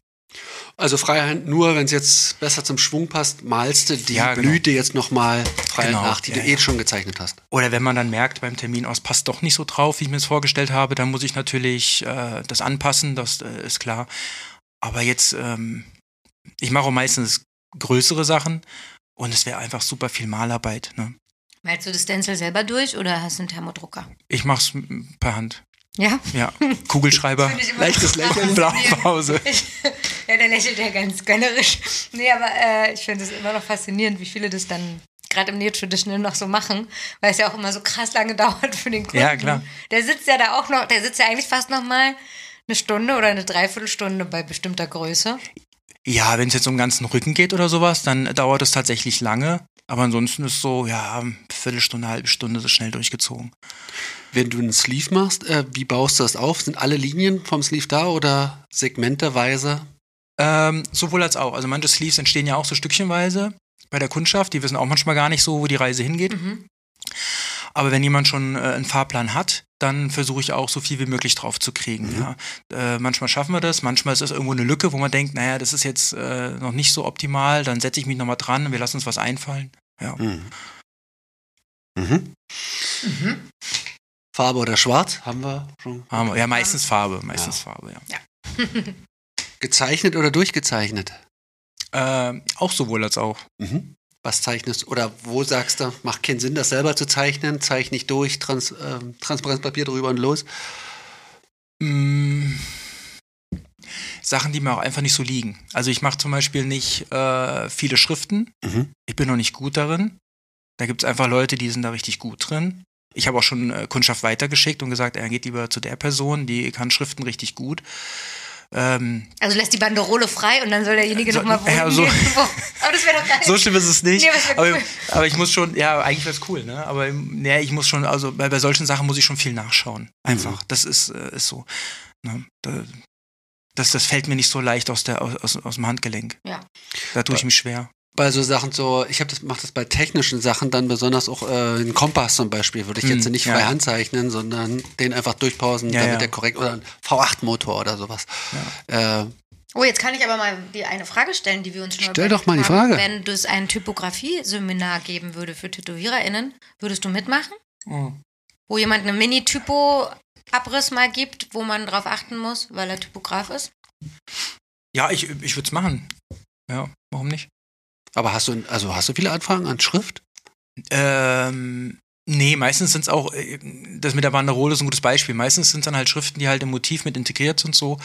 [SPEAKER 4] Also freie Hand nur, wenn es jetzt besser zum Schwung passt, malst du die
[SPEAKER 3] Ja, genau.
[SPEAKER 4] Blüte jetzt nochmal frei
[SPEAKER 3] Genau,
[SPEAKER 4] nach, die
[SPEAKER 3] ja,
[SPEAKER 4] du
[SPEAKER 3] ja.
[SPEAKER 4] eh schon gezeichnet hast.
[SPEAKER 3] Oder wenn man dann merkt beim Termin, oh, es passt doch nicht so drauf, wie ich mir es vorgestellt habe, dann muss ich natürlich äh, das anpassen, das äh, ist klar. Aber jetzt ähm, ich mache auch meistens größere Sachen und es wäre einfach super viel Malarbeit. Ne?
[SPEAKER 1] Malst du das Stencil selber durch oder hast du einen Thermodrucker?
[SPEAKER 3] Ich mache es per Hand.
[SPEAKER 1] Ja.
[SPEAKER 3] Ja, Kugelschreiber,
[SPEAKER 1] Finde ich immer
[SPEAKER 4] Leichtes Lächeln.
[SPEAKER 3] Blaupause.
[SPEAKER 1] [LAUGHS] ja, der lächelt ja ganz gönnerisch. Nee, aber äh, ich finde es immer noch faszinierend, wie viele das dann gerade im Neo-Traditional noch so machen, weil es ja auch immer so krass lange [LAUGHS] dauert für den Kunden.
[SPEAKER 3] Ja, klar.
[SPEAKER 1] Der sitzt ja da auch noch, der sitzt ja eigentlich fast noch mal eine Stunde oder eine Dreiviertelstunde bei bestimmter Größe.
[SPEAKER 3] Ja, wenn es jetzt um den ganzen Rücken geht oder sowas, dann dauert es tatsächlich lange. Aber ansonsten ist so, ja, Viertelstunde, halbe Stunde so schnell durchgezogen.
[SPEAKER 4] Wenn du einen Sleeve machst, äh, wie baust du das auf? Sind alle Linien vom Sleeve da oder segmenteweise?
[SPEAKER 3] Ähm, sowohl als auch. Also manche Sleeves entstehen ja auch so stückchenweise bei der Kundschaft. Die wissen auch manchmal gar nicht so, wo die Reise hingeht. Aber wenn jemand schon äh, einen Fahrplan hat, dann versuche ich auch so viel wie möglich drauf zu kriegen. Ja. Äh, manchmal schaffen wir das, manchmal ist das irgendwo eine Lücke, wo man denkt, naja, das ist jetzt äh, noch nicht so optimal, dann setze ich mich nochmal dran, wir lassen uns was einfallen. Ja.
[SPEAKER 4] Mhm. Mhm.
[SPEAKER 3] Mhm.
[SPEAKER 4] Farbe oder schwarz? Haben wir schon.
[SPEAKER 3] Haben wir- Ja, meistens Farbe, meistens Farbe, ja.
[SPEAKER 4] Gezeichnet oder durchgezeichnet?
[SPEAKER 3] Ähm, auch sowohl als auch.
[SPEAKER 4] Mhm. Was zeichnest oder wo sagst du, macht keinen Sinn, das selber zu zeichnen, zeichne ich durch, trans, ähm, Transparenzpapier drüber und los.
[SPEAKER 3] Mm, Sachen, die mir auch einfach nicht so liegen. Also ich mache zum Beispiel nicht äh, viele Schriften.
[SPEAKER 4] Mhm.
[SPEAKER 3] Ich bin noch nicht gut darin. Da gibt es einfach Leute, die sind da richtig gut drin. Ich habe auch schon äh, Kundschaft weitergeschickt und gesagt, er geht lieber zu der Person, die kann Schriften richtig gut. Ähm,
[SPEAKER 1] Also lässt die Banderole frei und dann soll derjenige
[SPEAKER 3] So-
[SPEAKER 1] nochmal wohnen
[SPEAKER 3] ja, so-
[SPEAKER 1] gehen. Oh, Aber das wäre doch geil.
[SPEAKER 3] so schlimm ist es nicht.
[SPEAKER 1] Nee, aber es wär
[SPEAKER 3] aber,
[SPEAKER 1] cool.
[SPEAKER 3] aber ich muss schon, ja, eigentlich wäre es cool, ne? Aber ne, ich muss schon, also bei, bei solchen Sachen muss ich schon viel nachschauen. Einfach. Das ist, äh, ist so. Ne? Da, das, das fällt mir nicht so leicht aus, der, aus, aus, aus dem Handgelenk.
[SPEAKER 1] Ja.
[SPEAKER 3] Da tue ich mich schwer.
[SPEAKER 4] Bei so Sachen so, ich habe das mache das bei technischen Sachen dann besonders auch äh, den Kompass zum Beispiel würde ich jetzt
[SPEAKER 3] Mhm,
[SPEAKER 4] nicht
[SPEAKER 3] ja.
[SPEAKER 4] frei Hand zeichnen, sondern den einfach durchpausen,
[SPEAKER 3] Ja,
[SPEAKER 4] damit
[SPEAKER 3] ja.
[SPEAKER 4] der korrekt oder ein V8 Motor oder sowas. Äh,
[SPEAKER 1] Oh, jetzt kann ich aber mal die eine Frage stellen, die wir uns schon
[SPEAKER 4] Stell
[SPEAKER 1] überlegt
[SPEAKER 4] doch mal die
[SPEAKER 1] haben.
[SPEAKER 4] Frage.
[SPEAKER 1] Wenn es ein Typografie-Seminar geben würde für TätowiererInnen, würdest du mitmachen? Wo jemand eine Mini-Typo-Abriss mal gibt, wo man drauf achten muss, weil er Typograf ist?
[SPEAKER 3] Ja, ich, ich würde es machen. Ja, warum nicht?
[SPEAKER 4] aber hast du also hast du viele Anfragen an Schrift?
[SPEAKER 3] Ähm, nee, meistens sind es auch, äh, das mit der Banderole ist ein gutes Beispiel. Meistens sind dann halt Schriften, die halt im Motiv mit integriert sind so.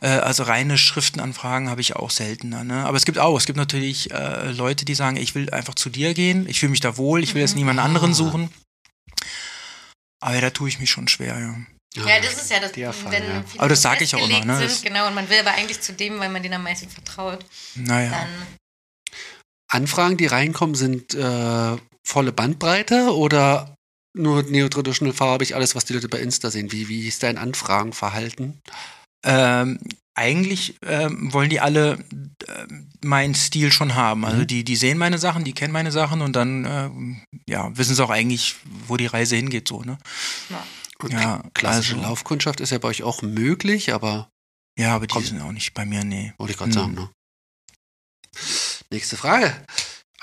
[SPEAKER 3] Äh, also reine Schriftenanfragen habe ich auch seltener. Ne? Aber es gibt auch, es gibt natürlich äh, Leute, die sagen, ich will einfach zu dir gehen, ich fühle mich da wohl, ich will jetzt niemand anderen suchen. Aber da tue ich mich schon schwer, ja.
[SPEAKER 1] Ja, das ist ja das.
[SPEAKER 4] die Erfahrung,
[SPEAKER 1] wenn
[SPEAKER 4] ja.
[SPEAKER 1] viele
[SPEAKER 3] Aber das
[SPEAKER 1] so
[SPEAKER 3] sag ich auch immer,
[SPEAKER 1] festgelegt
[SPEAKER 3] ne? Das-
[SPEAKER 1] Sind, genau, und man will aber eigentlich zu dem, weil man den am meisten vertraut,
[SPEAKER 3] Naja.
[SPEAKER 1] dann
[SPEAKER 4] Anfragen, die reinkommen, sind äh, volle Bandbreite oder nur neotraditional farbig, alles, was die Leute bei Insta sehen. Wie, wie ist dein Anfragenverhalten?
[SPEAKER 3] Ähm, eigentlich ähm, wollen die alle ähm, meinen Stil schon haben.
[SPEAKER 4] Mhm.
[SPEAKER 3] Also die, die sehen meine Sachen, die kennen meine Sachen und dann ähm, ja, wissen sie auch eigentlich, wo die Reise hingeht. So, ne?
[SPEAKER 4] Und
[SPEAKER 3] Ja,
[SPEAKER 4] klassische
[SPEAKER 3] also-
[SPEAKER 4] Laufkundschaft ist ja bei euch auch möglich, aber
[SPEAKER 3] Ja, aber die
[SPEAKER 4] Komm.
[SPEAKER 3] sind auch nicht bei mir, nee.
[SPEAKER 4] wollte ich gerade
[SPEAKER 3] Mhm.
[SPEAKER 4] sagen. Ne? Nächste Frage.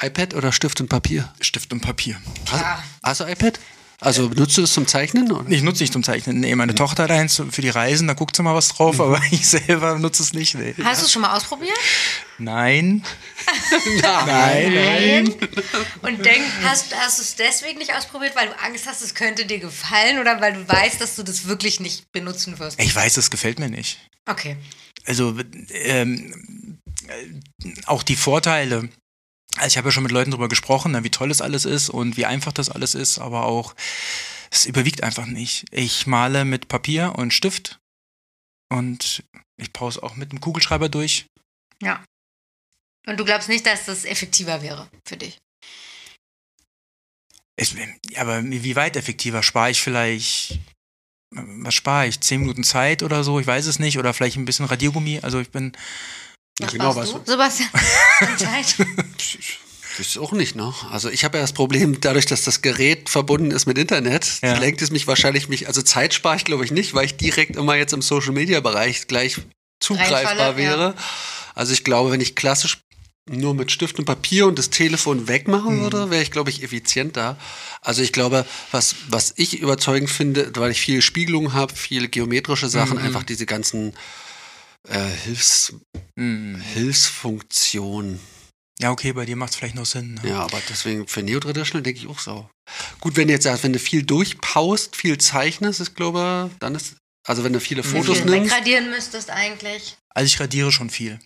[SPEAKER 4] iPad oder Stift und Papier?
[SPEAKER 3] Stift und Papier.
[SPEAKER 4] Hast, hast du iPad? Also nutzt du das zum Zeichnen? Oder?
[SPEAKER 3] Ich nutze nicht zum Zeichnen. Nee,
[SPEAKER 4] Mhm.
[SPEAKER 3] meine Tochter hat eins für die Reisen, da guckt sie mal was drauf, aber [LAUGHS] ich selber nutze es nicht. Nee.
[SPEAKER 1] Hast du es schon mal ausprobiert?
[SPEAKER 3] Nein.
[SPEAKER 4] Nein.
[SPEAKER 1] Und denk, hast, hast du es deswegen nicht ausprobiert, weil du Angst hast, es könnte dir gefallen oder weil du weißt, dass du das wirklich nicht benutzen wirst?
[SPEAKER 3] Ich weiß, das gefällt mir nicht.
[SPEAKER 1] Okay.
[SPEAKER 3] also ähm, äh, auch die Vorteile. Also ich habe ja schon mit Leuten darüber gesprochen, ne, wie toll das alles ist und wie einfach das alles ist, aber auch es überwiegt einfach nicht. Ich male mit Papier und Stift und ich pause auch mit dem Kugelschreiber durch.
[SPEAKER 1] Ja. Und du glaubst nicht, dass das effektiver wäre für dich?
[SPEAKER 3] Es, aber wie weit effektiver? Spare ich vielleicht, was spare ich? Zehn Minuten Zeit oder so? Ich weiß es nicht. Oder vielleicht ein bisschen Radiergummi. Also ich bin,
[SPEAKER 4] Ja, genau, weißt du. [LAUGHS]
[SPEAKER 1] Sebastian, Zeit.
[SPEAKER 4] Das ist auch nicht, ne? Also ich habe ja das Problem, dadurch, dass das Gerät verbunden ist mit Internet,
[SPEAKER 3] Ja.
[SPEAKER 4] lenkt es mich wahrscheinlich mich, also Zeit spare ich glaube ich nicht, weil ich direkt immer jetzt im Social Media Bereich gleich zugreifbar
[SPEAKER 1] Reinfalle,
[SPEAKER 4] wäre. Also ich glaube, wenn ich klassisch nur mit Stift und Papier und das Telefon wegmachen würde, wäre ich, glaube ich, effizienter. Also ich glaube, was, was ich überzeugend finde, weil ich viele Spiegelungen habe, viele geometrische Sachen, einfach diese ganzen äh, Hilfs,
[SPEAKER 3] Mhm.
[SPEAKER 4] Hilfsfunktion.
[SPEAKER 3] Ja, okay, bei dir macht es vielleicht noch Sinn. Ne?
[SPEAKER 4] Ja, aber deswegen für Neotraditional denke ich auch so. Gut, wenn du jetzt sagst, wenn du viel durchpaust, viel zeichnest, ist glaube dann ist, also wenn du viele Fotos
[SPEAKER 1] Wenn du
[SPEAKER 4] nimmst,
[SPEAKER 1] wegradieren müsstest eigentlich.
[SPEAKER 3] Also ich radiere schon viel.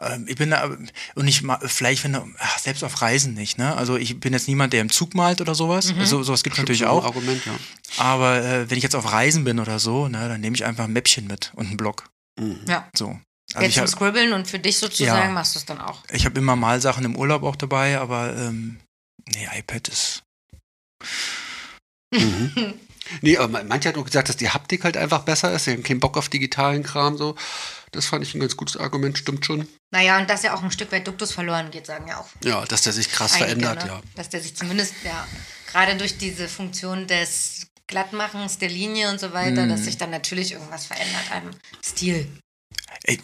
[SPEAKER 3] Ähm, Ich bin da, und ich ma- vielleicht, wenn du, ach, selbst auf Reisen nicht, ne? Also ich bin jetzt niemand, der im Zug malt oder sowas. So, sowas gibt es natürlich
[SPEAKER 4] Schon ein
[SPEAKER 3] auch.
[SPEAKER 4] Argument, ja.
[SPEAKER 3] Aber äh, wenn ich jetzt auf Reisen bin oder so, ne, dann nehme ich einfach ein Mäppchen mit und einen Block.
[SPEAKER 4] Mhm.
[SPEAKER 1] Ja.
[SPEAKER 3] So. Also
[SPEAKER 4] Also
[SPEAKER 1] Jetzt
[SPEAKER 3] ich
[SPEAKER 1] zum
[SPEAKER 3] hab-
[SPEAKER 1] Scribbeln und für dich sozusagen
[SPEAKER 3] Ja.
[SPEAKER 1] machst du es dann auch.
[SPEAKER 3] Ich habe immer Malsachen im Urlaub auch dabei, aber ähm, nee, iPad ist.
[SPEAKER 4] Mhm. Nee, aber man- manche hat auch gesagt, dass die Haptik halt einfach besser ist. Sie haben keinen Bock auf digitalen Kram so. Das fand ich ein ganz gutes Argument, stimmt schon.
[SPEAKER 1] Naja, und dass ja auch ein Stück weit Duktus verloren geht, sagen ja auch.
[SPEAKER 4] Ja, dass der sich krass
[SPEAKER 1] einige,
[SPEAKER 4] verändert,
[SPEAKER 1] ne?
[SPEAKER 4] ja.
[SPEAKER 1] Dass der sich zumindest, ja, gerade durch diese Funktion des Glattmachens der Linie und so weiter,
[SPEAKER 3] Mhm.
[SPEAKER 1] dass sich dann natürlich irgendwas verändert am Stil.
[SPEAKER 3] Ey,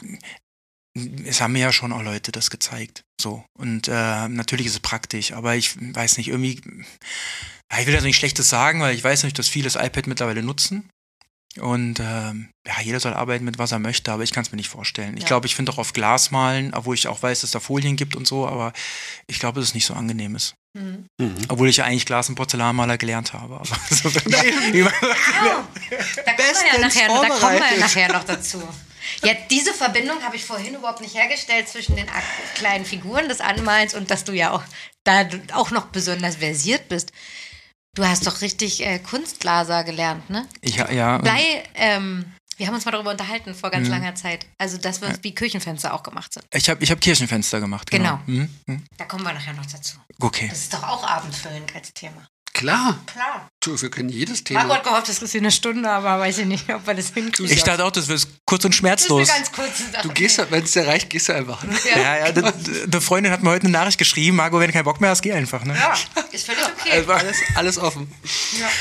[SPEAKER 3] es haben mir ja schon auch Leute das gezeigt. So. Und äh, natürlich ist es praktisch, aber ich weiß nicht, irgendwie. Ja, ich will das nicht Schlechtes sagen, weil ich weiß nicht, dass viele das iPad mittlerweile nutzen. Und ähm, ja, jeder soll arbeiten mit, was er möchte, aber ich kann es mir nicht vorstellen. Ich
[SPEAKER 1] Ja.
[SPEAKER 3] glaube, ich finde auch auf Glas malen, obwohl ich auch weiß, dass da Folien gibt und so, aber ich glaube, dass es nicht so angenehm ist.
[SPEAKER 1] Mhm.
[SPEAKER 4] Mhm.
[SPEAKER 3] Obwohl ich ja eigentlich Glas- und Porzellanmaler gelernt habe. Aber
[SPEAKER 1] [LAUGHS]
[SPEAKER 3] [LAUGHS] so, wenn man-
[SPEAKER 1] Da kommen, wir ja
[SPEAKER 4] Bestens
[SPEAKER 1] nachher, da kommen wir ja
[SPEAKER 4] vorbereitet.
[SPEAKER 1] nachher
[SPEAKER 4] [LAUGHS]
[SPEAKER 1] noch dazu. Ja, diese Verbindung habe ich vorhin überhaupt nicht hergestellt zwischen den ak- kleinen Figuren des Anmalens und dass du ja auch da du auch noch besonders versiert bist. Du hast doch richtig äh, Kunstglaser gelernt,
[SPEAKER 4] Mhm.
[SPEAKER 1] ne?
[SPEAKER 3] [LAUGHS] ich, ja, und-
[SPEAKER 1] Blei, ähm, wir haben uns mal darüber unterhalten vor
[SPEAKER 4] Mhm.
[SPEAKER 1] ganz langer Zeit. Also, dass wir uns wie Küchenfenster auch gemacht sind.
[SPEAKER 3] ich habe ich hab Kirchenfenster gemacht.
[SPEAKER 1] Genau.
[SPEAKER 3] Mhm, mhm.
[SPEAKER 1] Da kommen wir nachher noch dazu.
[SPEAKER 3] Okay.
[SPEAKER 1] Das ist doch auch abendfüllend als Thema.
[SPEAKER 4] Klar,
[SPEAKER 1] Klar.
[SPEAKER 4] du, wir können jedes Thema.
[SPEAKER 1] Marco hat gehofft, das ist hier eine Stunde, aber weiß ich nicht, ob wir das hinkriegen.
[SPEAKER 3] Ich dachte auch, das wird
[SPEAKER 1] das ist
[SPEAKER 3] kurz und
[SPEAKER 1] eine
[SPEAKER 3] schmerzlos.
[SPEAKER 1] ganz kurze Sache.
[SPEAKER 4] Du gehst, wenn es dir reicht, gehst du einfach. Ne?
[SPEAKER 1] [LAUGHS] ja.
[SPEAKER 3] Ja, ja, eine Freundin hat mir heute eine Nachricht geschrieben, Marco, wenn du keinen Bock mehr hast, geh einfach, ne?
[SPEAKER 1] Ja, ist völlig okay.
[SPEAKER 4] Also alles, alles offen.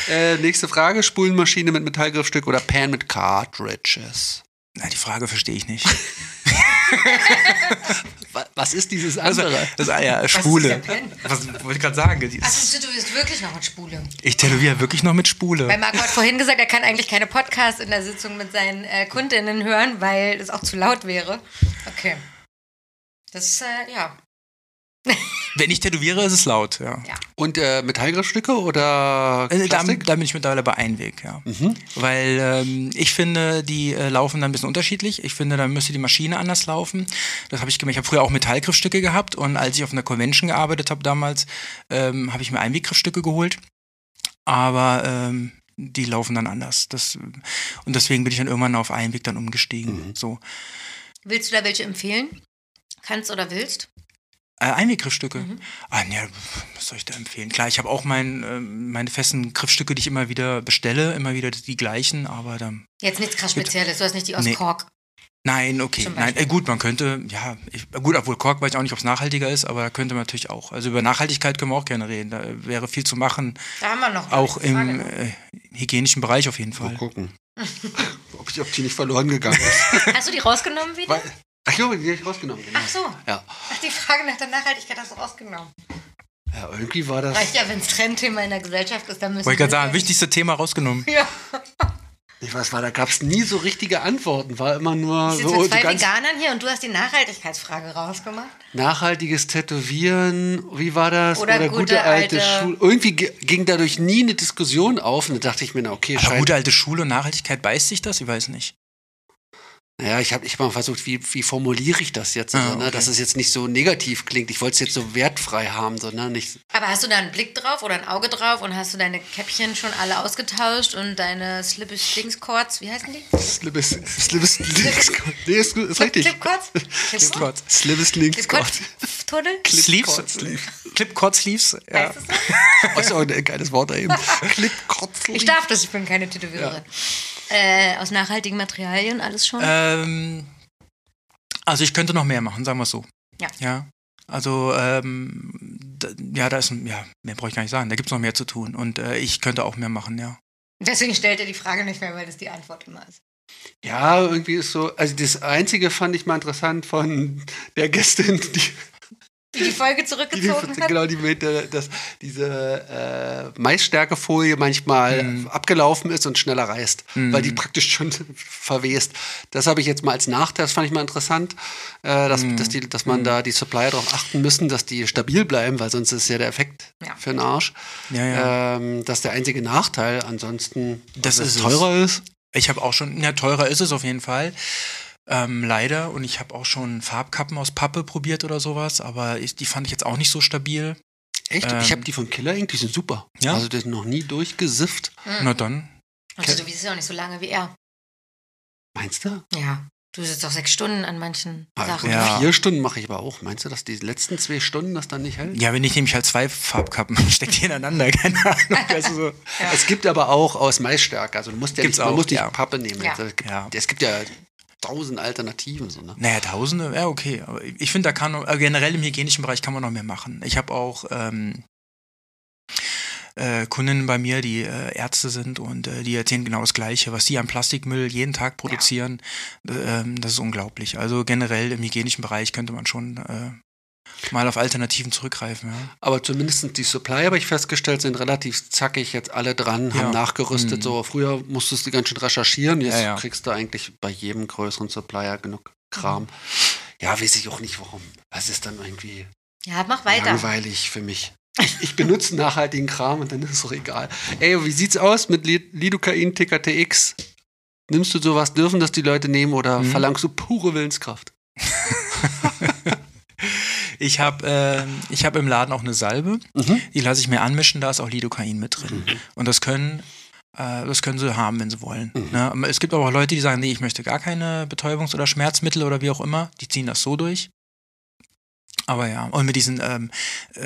[SPEAKER 4] Äh, nächste Frage: Spulenmaschine mit Metallgriffstück oder Pan mit Cartridges?
[SPEAKER 3] Na, die Frage verstehe ich nicht.
[SPEAKER 4] Wa- Was ist dieses
[SPEAKER 3] Also,
[SPEAKER 4] andere?
[SPEAKER 3] das ah, ja, Spule.
[SPEAKER 1] ist der Pen?
[SPEAKER 3] Was wollte ich gerade sagen? Die ist-
[SPEAKER 1] Also, du bist wirklich noch mit Spule.
[SPEAKER 3] Ich tätowiere wirklich noch mit
[SPEAKER 1] Weil
[SPEAKER 3] Spule.
[SPEAKER 1] Marco hat vorhin gesagt, er kann eigentlich keine Podcasts in der Sitzung mit seinen äh, KundInnen hören, weil das auch zu laut wäre. Okay. Das, äh, ja.
[SPEAKER 3] Wenn ich tätowiere, ist es laut, ja.
[SPEAKER 4] Und äh, Metallgriffstücke oder
[SPEAKER 3] Äh, Da, da
[SPEAKER 4] Plastik?
[SPEAKER 3] bin ich mittlerweile bei Einweg, ja.
[SPEAKER 4] Mhm.
[SPEAKER 3] Weil ähm, ich finde, die äh, laufen dann ein bisschen unterschiedlich. Ich finde, dann müsste die Maschine anders laufen. Das habe ich gemerkt. Ich habe früher auch Metallgriffstücke gehabt und als ich auf einer Convention gearbeitet habe damals, ähm, habe ich mir Einweggriffstücke geholt. Aber ähm, die laufen dann anders. Das, und deswegen bin ich dann irgendwann auf Einweg dann umgestiegen.
[SPEAKER 4] Mhm.
[SPEAKER 3] So.
[SPEAKER 1] Willst du da welche empfehlen? Kannst oder willst?
[SPEAKER 3] Äh, Einweggriffstücke. Ah, ne, was soll ich da empfehlen? Klar, ich habe auch mein, ähm, meine festen Griffstücke, die ich immer wieder bestelle, immer wieder die gleichen, aber dann
[SPEAKER 1] Jetzt nichts krass Spezielles, du hast nicht die aus
[SPEAKER 3] Nee.
[SPEAKER 1] Kork.
[SPEAKER 3] Nein, okay.
[SPEAKER 1] Zum
[SPEAKER 3] Nein,
[SPEAKER 1] Beispiel.
[SPEAKER 3] äh, gut, man könnte, ja, ich, gut, obwohl Kork weiß ich auch nicht, ob es nachhaltiger ist, aber da könnte man natürlich auch. Also über Nachhaltigkeit können wir auch gerne reden. Da äh, wäre viel zu machen,
[SPEAKER 1] Da haben wir noch eine
[SPEAKER 3] auch
[SPEAKER 1] Frage,
[SPEAKER 3] im
[SPEAKER 1] ne?
[SPEAKER 3] äh, hygienischen Bereich auf jeden
[SPEAKER 4] Mal
[SPEAKER 3] Fall. [LAUGHS]
[SPEAKER 4] gucken. ob, ich, ob die nicht verloren gegangen ist.
[SPEAKER 1] Hast du die rausgenommen wieder?
[SPEAKER 4] Weil, ach, ich glaube, die habe ich rausgenommen. Genau.
[SPEAKER 1] Ach so.
[SPEAKER 4] Ja.
[SPEAKER 1] Ach, die Frage nach der Nachhaltigkeit hast du rausgenommen.
[SPEAKER 4] ja, irgendwie war das.
[SPEAKER 1] Reicht ja, wenn es Trendthema in der Gesellschaft ist, dann müssen
[SPEAKER 3] Wollte ich gerade
[SPEAKER 1] wir-
[SPEAKER 3] sagen, wichtigste Thema rausgenommen.
[SPEAKER 1] [LAUGHS] Ja.
[SPEAKER 4] Ich weiß, war, da gab es nie so richtige Antworten. War immer
[SPEAKER 1] Ich
[SPEAKER 4] nur
[SPEAKER 3] Also,
[SPEAKER 1] sitze
[SPEAKER 4] so,
[SPEAKER 1] mit
[SPEAKER 4] so
[SPEAKER 1] zwei
[SPEAKER 4] ganz
[SPEAKER 1] Veganern hier und du hast die Nachhaltigkeitsfrage rausgemacht.
[SPEAKER 4] nachhaltiges Tätowieren. Wie war das?
[SPEAKER 1] Oder gute alte-
[SPEAKER 4] Schule. Irgendwie ge- ging dadurch nie eine Diskussion auf. Und da dachte ich mir, na okay,
[SPEAKER 3] Aber
[SPEAKER 4] scheint.
[SPEAKER 3] gute alte Schule und Nachhaltigkeit beißt sich das? Ich weiß nicht.
[SPEAKER 4] Ja, ich habe ich hab mal versucht, wie, wie formuliere ich das jetzt, so,
[SPEAKER 3] Ah,
[SPEAKER 4] ne?
[SPEAKER 3] okay.
[SPEAKER 4] dass es jetzt nicht so negativ klingt. Ich wollte es jetzt so wertfrei haben, sondern nicht.
[SPEAKER 1] Aber hast du da einen Blick drauf oder ein Auge drauf und hast du deine Käppchen schon alle ausgetauscht und deine Slippish Dings Cords, wie heißen die?
[SPEAKER 4] Slippes, slippes links. Nee, ist, gut, ist richtig.
[SPEAKER 1] Clip
[SPEAKER 3] [LAUGHS]
[SPEAKER 1] Cords? Clip Cords?
[SPEAKER 4] Slippes links.
[SPEAKER 1] Clip Cords? Tunnel?
[SPEAKER 3] Sleeves?
[SPEAKER 4] Clip-Cord Sleeve.
[SPEAKER 3] Clip Cord Sleeves? Ja.
[SPEAKER 1] Heißt es so?
[SPEAKER 4] Oh, ist auch ein geiles Wort da eben. Clip-Kotzen.
[SPEAKER 1] Ich darf das, ich bin keine Tätowiererin. Äh, aus nachhaltigen Materialien alles schon.
[SPEAKER 3] Ähm, also ich könnte noch mehr machen, sagen wir es so.
[SPEAKER 1] Ja.
[SPEAKER 3] Ja. Also, ähm, da, ja, da ist, ein- ja, mehr brauche ich gar nicht sagen. Da gibt es noch mehr zu tun. Und äh, ich könnte auch mehr machen, ja.
[SPEAKER 1] Deswegen stellt er die Frage nicht mehr, weil das die Antwort immer ist.
[SPEAKER 4] Ja, irgendwie ist so. Also, das Einzige fand ich mal interessant von der Gästin, die.
[SPEAKER 1] Die die die Folge
[SPEAKER 4] Die, die,
[SPEAKER 1] zurückgezogen hat.
[SPEAKER 4] genau, die mit der, dass diese äh, Maisstärkefolie manchmal
[SPEAKER 3] Mhm.
[SPEAKER 4] abgelaufen ist und schneller reißt, weil die praktisch schon [LAUGHS] verwest. Das habe ich jetzt mal als Nachteil, das fand ich mal interessant, äh, dass,
[SPEAKER 3] Mhm.
[SPEAKER 4] dass, die, dass man da die Supplier darauf achten müssen, dass die stabil bleiben, weil sonst ist ja der Effekt
[SPEAKER 1] Ja.
[SPEAKER 4] für den Arsch.
[SPEAKER 3] Ja, ja.
[SPEAKER 4] Ähm, das ist der einzige Nachteil. Ansonsten,
[SPEAKER 3] Das
[SPEAKER 4] dass
[SPEAKER 3] ist es.
[SPEAKER 4] teurer ist.
[SPEAKER 3] Ich habe auch schon, ja, teurer ist es auf jeden Fall. Ähm, leider. Und ich habe auch schon Farbkappen aus Pappe probiert oder sowas, aber ich, die fand ich jetzt auch nicht so stabil.
[SPEAKER 4] Echt?
[SPEAKER 3] Ähm.
[SPEAKER 4] ich habe die von Killer Inc., die sind super.
[SPEAKER 3] Ja?
[SPEAKER 4] Also die sind noch nie durchgesifft.
[SPEAKER 1] Hm.
[SPEAKER 3] Na dann.
[SPEAKER 1] Also du bist ja auch nicht so lange wie er.
[SPEAKER 4] Meinst du?
[SPEAKER 1] Ja. Du sitzt auch sechs Stunden an manchen Sachen.
[SPEAKER 4] Und
[SPEAKER 3] Ah, Ja.
[SPEAKER 4] Vier Stunden mache ich aber auch. Meinst du, dass die letzten zwei Stunden das dann nicht hält?
[SPEAKER 3] Ja, wenn ich nämlich halt zwei Farbkappen [LAUGHS] steckt die ineinander, keine Ahnung. Weißt du, so.
[SPEAKER 4] Es gibt aber auch aus Maisstärke. Also du musst ja
[SPEAKER 3] Gibt's
[SPEAKER 4] nicht, man
[SPEAKER 3] auch,
[SPEAKER 4] muss nicht
[SPEAKER 3] ja.
[SPEAKER 4] Pappe nehmen.
[SPEAKER 1] Ja.
[SPEAKER 4] Also Es, gibt,
[SPEAKER 3] Ja.
[SPEAKER 4] es gibt ja tausend Alternativen. So, ne?
[SPEAKER 3] Naja, Tausende, ja, okay. Aber ich ich finde, da kann, äh, generell im hygienischen Bereich kann man noch mehr machen. Ich habe auch ähm, äh, Kundinnen bei mir, die äh, Ärzte sind und äh, die erzählen genau das Gleiche, was die an Plastikmüll jeden Tag produzieren. Äh, ähm, das ist unglaublich. Also generell im hygienischen Bereich könnte man schon äh, mal auf Alternativen zurückgreifen. Ja.
[SPEAKER 4] Aber zumindest die Supply, habe ich festgestellt, sind relativ zackig jetzt alle dran, haben
[SPEAKER 3] Ja.
[SPEAKER 4] nachgerüstet.
[SPEAKER 3] Mhm.
[SPEAKER 4] So Früher musstest du ganz schön recherchieren. Jetzt
[SPEAKER 3] Ja, ja.
[SPEAKER 4] kriegst du eigentlich bei jedem größeren Supplier genug
[SPEAKER 1] Mhm.
[SPEAKER 4] Kram. Ja, weiß ich auch nicht warum. Das ist dann irgendwie
[SPEAKER 1] Ja, mach weiter.
[SPEAKER 4] langweilig für mich. Ich, ich benutze nachhaltigen Kram und dann ist es auch egal. Ey, wie sieht's aus mit Li- Lidocain TKTX? Nimmst du sowas, dürfen das die Leute nehmen oder
[SPEAKER 3] Mhm.
[SPEAKER 4] verlangst du pure Willenskraft?
[SPEAKER 3] Ich habe ähm, ich hab im Laden auch eine Salbe, die lasse ich mir anmischen, da ist auch Lidocain mit drin. Und das können, äh, das können sie haben, wenn sie wollen. Ne? Es gibt aber auch Leute, die sagen, nee, ich möchte gar keine Betäubungs- oder Schmerzmittel oder wie auch immer. Die ziehen das so durch. Aber ja, und mit diesen ähm, äh,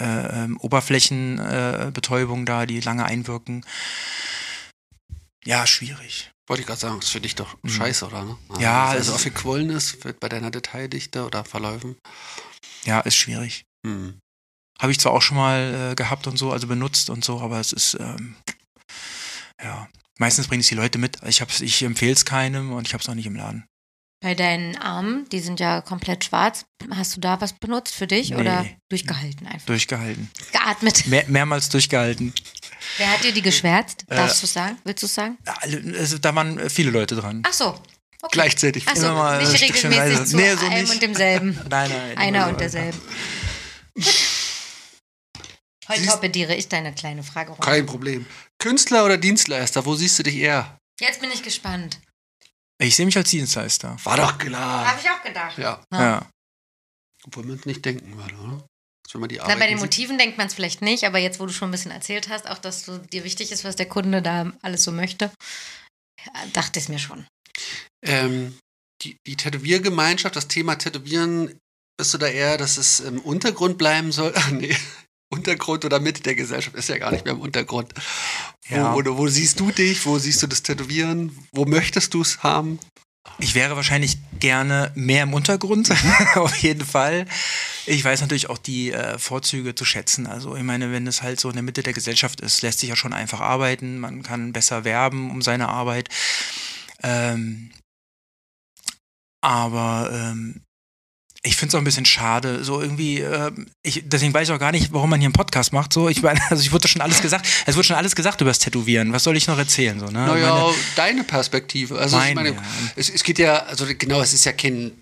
[SPEAKER 3] ähm, Oberflächenbetäubungen äh, Betäubungen da, die lange einwirken. Ja, schwierig.
[SPEAKER 4] Wollte ich gerade sagen, ist für dich doch
[SPEAKER 3] Mhm.
[SPEAKER 4] scheiße, oder? Ne?
[SPEAKER 3] Ja,
[SPEAKER 4] also,
[SPEAKER 3] es
[SPEAKER 4] also
[SPEAKER 3] ist-
[SPEAKER 4] aufgequollen ist, wird bei deiner Detaildichte oder Verläufen.
[SPEAKER 3] Ja, ist schwierig.
[SPEAKER 4] Hm.
[SPEAKER 3] Habe ich zwar auch schon mal äh, gehabt und so, also benutzt und so, aber es ist, ähm, ja, meistens bringen es die Leute mit. Ich, hab's- ich empfehle es keinem und ich habe es noch nicht im Laden.
[SPEAKER 1] Bei deinen Armen, die sind ja komplett schwarz. Hast du da was benutzt für dich
[SPEAKER 3] Nee.
[SPEAKER 1] oder durchgehalten einfach?
[SPEAKER 3] Durchgehalten.
[SPEAKER 1] Geatmet.
[SPEAKER 3] Mehr, mehrmals durchgehalten.
[SPEAKER 1] Wer hat dir die geschwärzt?
[SPEAKER 3] Äh.
[SPEAKER 1] Darfst du sagen? Willst du sagen?
[SPEAKER 3] Alle- Also, da waren äh, viele Leute dran.
[SPEAKER 1] Ach so. Okay.
[SPEAKER 4] Gleichzeitig.
[SPEAKER 1] Ach so,
[SPEAKER 3] Immer mal ein
[SPEAKER 1] nicht
[SPEAKER 3] Stückchen
[SPEAKER 1] regelmäßig
[SPEAKER 3] weise.
[SPEAKER 1] zu
[SPEAKER 3] Nee, so
[SPEAKER 1] einem
[SPEAKER 3] nicht.
[SPEAKER 1] und demselben.
[SPEAKER 3] [LAUGHS] Nein, nein.
[SPEAKER 1] Einer
[SPEAKER 3] immer
[SPEAKER 1] und
[SPEAKER 3] so.
[SPEAKER 1] derselben. Heute torpediere ich deine kleine Frage.
[SPEAKER 4] Kein Problem. Künstler oder Dienstleister, wo siehst du dich eher?
[SPEAKER 1] Jetzt bin ich gespannt.
[SPEAKER 3] Ich sehe mich als Dienstleister.
[SPEAKER 4] War doch klar.
[SPEAKER 3] Ah.
[SPEAKER 1] Habe ich auch gedacht.
[SPEAKER 4] Ja,
[SPEAKER 1] Ja.
[SPEAKER 3] Ja.
[SPEAKER 4] obwohl man es nicht denken würde, oder? Wenn man die
[SPEAKER 1] Na,
[SPEAKER 4] Arbeit
[SPEAKER 1] bei den
[SPEAKER 4] sieht.
[SPEAKER 1] Motiven denkt man es vielleicht nicht, aber jetzt, wo du schon ein bisschen erzählt hast, auch dass du, dir wichtig ist, was der Kunde da alles so möchte, dachte ich mir schon.
[SPEAKER 4] Ähm, die, die Tätowiergemeinschaft, das Thema Tätowieren, bist du da eher, dass es im Untergrund bleiben soll? [LAUGHS] Ach, nee, Untergrund oder Mitte der Gesellschaft ist ja gar nicht mehr im Untergrund. Wo,
[SPEAKER 3] Ja.
[SPEAKER 4] oder wo siehst du dich? Wo siehst du das Tätowieren? Wo möchtest du es haben?
[SPEAKER 3] Ich wäre wahrscheinlich gerne mehr im Untergrund, [LAUGHS] auf jeden Fall. Ich weiß natürlich auch die äh, Vorzüge zu schätzen. Also ich meine, wenn es halt so in der Mitte der Gesellschaft ist, lässt sich ja schon einfach arbeiten, man kann besser werben um seine Arbeit. Ähm, aber ähm, ich finde es auch ein bisschen schade. So irgendwie, ähm, ich, deswegen weiß ich auch gar nicht, warum man hier einen Podcast macht. So, ich meine, [LAUGHS] also ich wurde schon alles gesagt, es wurde schon alles gesagt über das Tätowieren. Was soll ich noch erzählen? So, ne?
[SPEAKER 4] naja,
[SPEAKER 3] Meine-
[SPEAKER 4] deine Perspektive. Also
[SPEAKER 3] Meine,
[SPEAKER 4] ich meine,
[SPEAKER 3] ja.
[SPEAKER 4] es, es geht ja, also genau, es ist ja kein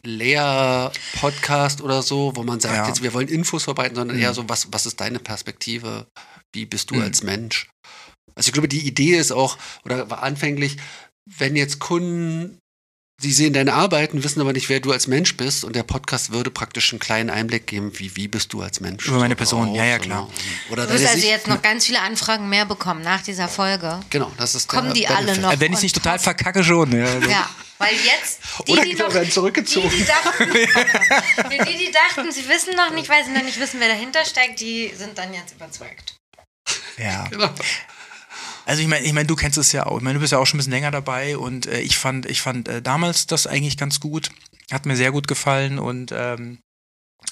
[SPEAKER 4] Lehr-Podcast oder so, wo man sagt,
[SPEAKER 3] Ja.
[SPEAKER 4] jetzt wir wollen Infos verbreiten, sondern
[SPEAKER 3] Mhm.
[SPEAKER 4] eher so, was, was ist deine Perspektive? Wie bist du
[SPEAKER 3] Mhm.
[SPEAKER 4] als Mensch? Also ich glaube, die Idee ist auch, oder war anfänglich, wenn jetzt Kunden, sie sehen deine Arbeiten, wissen aber nicht, wer du als Mensch bist und der Podcast würde praktisch einen kleinen Einblick geben, wie, wie bist du als Mensch?
[SPEAKER 3] Über meine
[SPEAKER 4] so
[SPEAKER 3] Person,
[SPEAKER 4] drauf,
[SPEAKER 3] ja, ja,
[SPEAKER 4] so,
[SPEAKER 3] klar.
[SPEAKER 4] ne? Oder
[SPEAKER 1] Du wirst
[SPEAKER 4] deine
[SPEAKER 1] also
[SPEAKER 4] Sicht-
[SPEAKER 1] jetzt noch ganz viele Anfragen mehr bekommen nach dieser Folge.
[SPEAKER 4] Genau, das ist
[SPEAKER 1] Kommen
[SPEAKER 4] der
[SPEAKER 1] die alle
[SPEAKER 4] Benefit.
[SPEAKER 1] noch?
[SPEAKER 3] wenn ich nicht total verkacke, schon.
[SPEAKER 1] [LAUGHS]
[SPEAKER 3] Ja, also.
[SPEAKER 1] Ja, weil
[SPEAKER 4] [LAUGHS]
[SPEAKER 1] jetzt die,
[SPEAKER 4] Oder
[SPEAKER 1] die
[SPEAKER 4] genau,
[SPEAKER 1] noch,
[SPEAKER 4] werden zurückgezogen.
[SPEAKER 1] Die, die,
[SPEAKER 4] [LAUGHS]
[SPEAKER 1] dachten, Nee, die, die dachten, sie wissen noch nicht, weil sie noch nicht wissen, wer dahinter steckt, die sind dann jetzt überzeugt.
[SPEAKER 3] Ja.
[SPEAKER 4] [LAUGHS] Genau.
[SPEAKER 3] Also ich meine, ich mein, du kennst es ja auch. Ich meine, du bist ja auch schon ein bisschen länger dabei und äh, ich fand, ich fand äh, damals das eigentlich ganz gut. Hat mir sehr gut gefallen und ähm,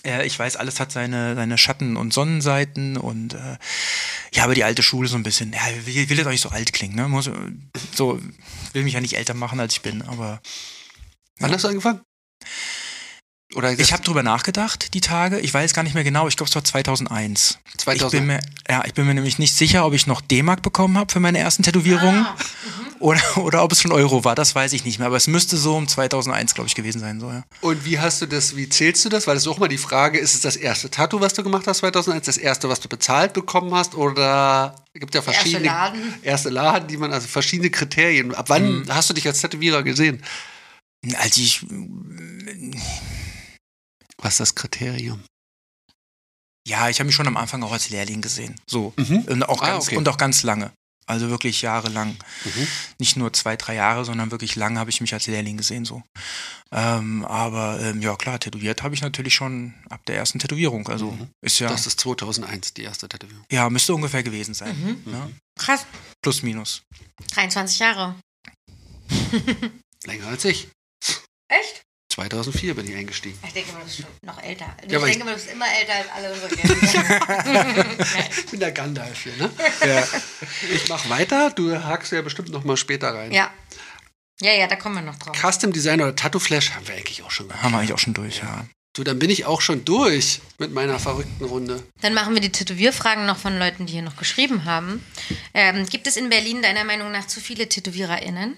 [SPEAKER 3] äh, ich weiß, alles hat seine, seine Schatten- und Sonnenseiten und äh, ja, aber die alte Schule so ein bisschen. Ja, ich will, will jetzt auch nicht so alt klingen, ne? Muss, äh, so, will mich ja nicht älter machen, als ich bin, aber
[SPEAKER 4] Wann hast du angefangen? Oder
[SPEAKER 3] Ich habe drüber nachgedacht, die Tage. Ich weiß gar nicht mehr genau. Ich glaube, es war 2001. Ich
[SPEAKER 4] 2000.
[SPEAKER 3] bin mir, ja, ich bin mir nämlich nicht sicher, ob ich noch D-Mark bekommen habe für meine ersten Tätowierungen
[SPEAKER 1] Ah,
[SPEAKER 3] oder, [LAUGHS] oder ob es schon Euro war. Das weiß ich nicht mehr. Aber es müsste so um 2001, glaube ich, gewesen sein. So, ja.
[SPEAKER 4] Und wie hast du das, wie zählst du das? Weil das ist auch mal die Frage, ist es das erste Tattoo, was du gemacht hast 2001, das erste, was du bezahlt bekommen hast? Oder es gibt ja verschiedene
[SPEAKER 1] Laden.
[SPEAKER 4] erste Laden, die man, also verschiedene Kriterien. Ab wann hast du dich als Tätowierer gesehen?
[SPEAKER 3] Als Also ich,
[SPEAKER 4] Was ist das Kriterium?
[SPEAKER 3] ja, ich habe mich schon am Anfang auch als Lehrling gesehen. So.
[SPEAKER 4] Mhm.
[SPEAKER 3] Und auch,
[SPEAKER 4] Ah,
[SPEAKER 3] ganz,
[SPEAKER 4] okay.
[SPEAKER 3] und auch ganz lange. Also wirklich jahrelang.
[SPEAKER 4] Mhm.
[SPEAKER 3] Nicht nur zwei, drei Jahre, sondern wirklich lange habe ich mich als Lehrling gesehen. So. Ähm, aber ähm, ja, klar, tätowiert habe ich natürlich schon ab der ersten Tätowierung. Also
[SPEAKER 4] Mhm.
[SPEAKER 3] ist ja,
[SPEAKER 4] Das ist 2001, die erste Tätowierung.
[SPEAKER 3] ja, müsste ungefähr gewesen sein.
[SPEAKER 1] Mhm.
[SPEAKER 3] Ne?
[SPEAKER 1] Krass,
[SPEAKER 3] Plus, minus.
[SPEAKER 1] 23 Jahre.
[SPEAKER 4] Länger als ich.
[SPEAKER 1] Echt?
[SPEAKER 4] 2004 bin ich eingestiegen.
[SPEAKER 1] Ich denke mal, du bist schon noch älter.
[SPEAKER 4] Ja, aber ich-
[SPEAKER 1] mal, du bist immer älter als alle unsere
[SPEAKER 4] [LAUGHS]
[SPEAKER 1] Gäste.
[SPEAKER 4] Ich bin der Gandalf hier, [LAUGHS] ne? Ich mach weiter, du hakst ja bestimmt nochmal später rein.
[SPEAKER 1] ja. Ja, ja, da kommen wir noch drauf.
[SPEAKER 4] Custom Design oder Tattoo Flash haben wir eigentlich auch schon gehabt.
[SPEAKER 3] Haben wir eigentlich auch schon durch, ja.
[SPEAKER 4] Du, dann bin ich auch schon durch mit meiner verrückten Runde.
[SPEAKER 1] Dann machen wir die Tätowierfragen noch von Leuten, die hier noch geschrieben haben. Ähm, gibt es in Berlin deiner Meinung nach zu viele TätowiererInnen?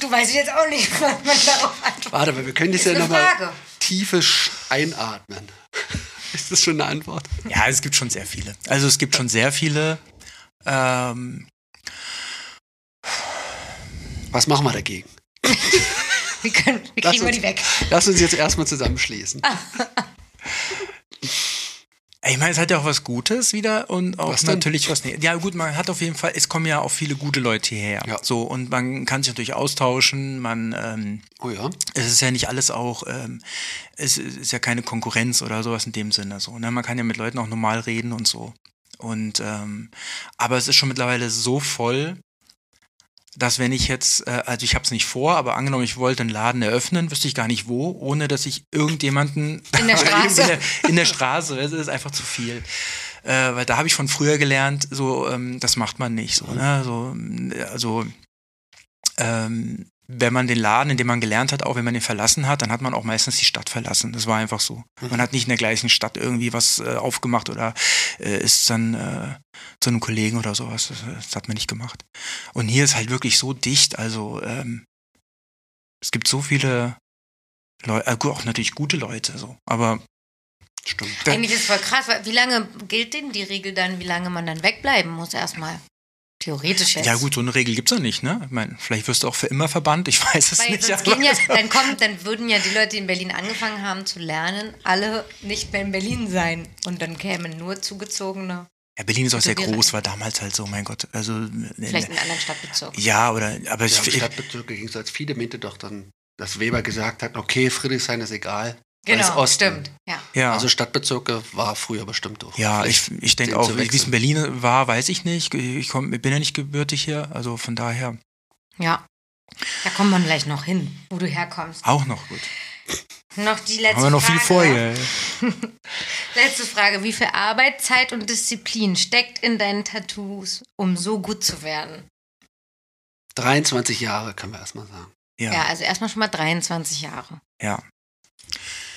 [SPEAKER 1] du weißt jetzt auch nicht, was man darauf antwortet.
[SPEAKER 4] Warte, weil wir können das
[SPEAKER 1] Ist
[SPEAKER 4] ja
[SPEAKER 1] eine
[SPEAKER 4] nochmal
[SPEAKER 1] Frage.
[SPEAKER 4] tiefe Sch- einatmen. [LAUGHS] Ist das schon eine Antwort?
[SPEAKER 3] Ja, es gibt schon sehr viele. Also es gibt schon sehr viele. Ähm,
[SPEAKER 4] Was machen wir dagegen?
[SPEAKER 1] Wie, können, wie
[SPEAKER 4] Lass
[SPEAKER 1] kriegen wir
[SPEAKER 4] uns-
[SPEAKER 1] die weg? Ah.
[SPEAKER 4] Lass uns jetzt erstmal zusammenschließen.
[SPEAKER 3] ich meine, es hat ja auch was Gutes wieder und auch
[SPEAKER 4] Was denn?
[SPEAKER 3] natürlich was. Ne ja, gut, man hat auf jeden Fall, es kommen ja auch viele gute Leute hierher.
[SPEAKER 4] Ja.
[SPEAKER 3] So, und man kann sich natürlich austauschen, man. Ähm,
[SPEAKER 4] Oh ja.
[SPEAKER 3] es ist ja nicht alles auch, ähm, es ist ja keine Konkurrenz oder sowas in dem Sinne so. Ne? Man kann ja mit Leuten auch normal reden und so. Und ähm, aber es ist schon mittlerweile so voll, dass wenn ich jetzt, äh, also ich habe es nicht vor, aber angenommen, ich wollte einen Laden eröffnen, wüsste ich gar nicht wo, ohne dass ich irgendjemanden
[SPEAKER 1] In [LAUGHS]
[SPEAKER 3] [LAUGHS]
[SPEAKER 1] der Straße.
[SPEAKER 3] in, der, in der Straße, es ist einfach zu viel. Äh, weil da habe ich von früher gelernt, so ähm, das macht man nicht so. Ne? so mh, also ähm, wenn man den Laden, in dem man gelernt hat, auch wenn man den verlassen hat, dann hat man auch meistens die Stadt verlassen. Das war einfach so. Man hat nicht in der gleichen Stadt irgendwie was äh, aufgemacht oder äh, ist dann äh, zu einem Kollegen oder sowas. Das, äh, das hat man nicht gemacht. Und hier ist halt wirklich so dicht. Also ähm, es gibt so viele Leute, äh, gu- auch natürlich gute Leute. So, aber
[SPEAKER 4] Stimmt.
[SPEAKER 3] Da-
[SPEAKER 1] Eigentlich ist es voll krass. weil Wie lange gilt denn die Regel dann, wie lange man dann wegbleiben muss erstmal? Theoretisch jetzt.
[SPEAKER 3] ja gut, so eine Regel gibt's ja nicht. Ne, ich meine, vielleicht wirst du auch für immer verbannt. Ich weiß es
[SPEAKER 1] Weil
[SPEAKER 3] nicht.
[SPEAKER 1] sonst
[SPEAKER 3] aber- [LAUGHS]
[SPEAKER 1] gehen ja, dann, kommen, dann würden ja die Leute, die in Berlin angefangen haben zu lernen, alle nicht mehr in Berlin sein. Und dann kämen nur zugezogene,
[SPEAKER 3] ja, Berlin ist auch sehr
[SPEAKER 1] Tätowiere.
[SPEAKER 3] groß. War damals halt so. Mein Gott. Also
[SPEAKER 1] vielleicht in anderen Stadtbezirken.
[SPEAKER 3] Ja, oder, aber
[SPEAKER 4] Ja,
[SPEAKER 3] ich,
[SPEAKER 4] Im Stadtbezirk ging es als viele Mente doch dann, dass Weber gesagt hat, okay, Friedrichshain ist egal. weil es
[SPEAKER 1] Genau,
[SPEAKER 4] Osten.
[SPEAKER 1] stimmt. Ja.
[SPEAKER 3] ja,
[SPEAKER 4] Also Stadtbezirke war früher bestimmt auch.
[SPEAKER 3] ja, ich,
[SPEAKER 4] Pflicht,
[SPEAKER 3] ich denke
[SPEAKER 4] den
[SPEAKER 3] auch,
[SPEAKER 4] zu
[SPEAKER 3] wie es in
[SPEAKER 4] wechseln.
[SPEAKER 3] Berlin war, weiß ich nicht. Ich komm, bin ja nicht gebürtig hier, also von daher
[SPEAKER 1] ja. Da kommt man gleich noch hin, wo du herkommst.
[SPEAKER 3] auch noch gut.
[SPEAKER 1] Noch die letzte
[SPEAKER 3] Haben wir noch
[SPEAKER 1] Frage.
[SPEAKER 3] viel vor hier.
[SPEAKER 1] Letzte Frage. Wie viel Arbeit, Zeit und Disziplin steckt in deinen Tattoos, um so gut zu werden?
[SPEAKER 4] 23 Jahre, können wir erstmal sagen.
[SPEAKER 1] Ja,
[SPEAKER 3] Ja,
[SPEAKER 1] also erstmal schon mal 23 Jahre.
[SPEAKER 3] ja.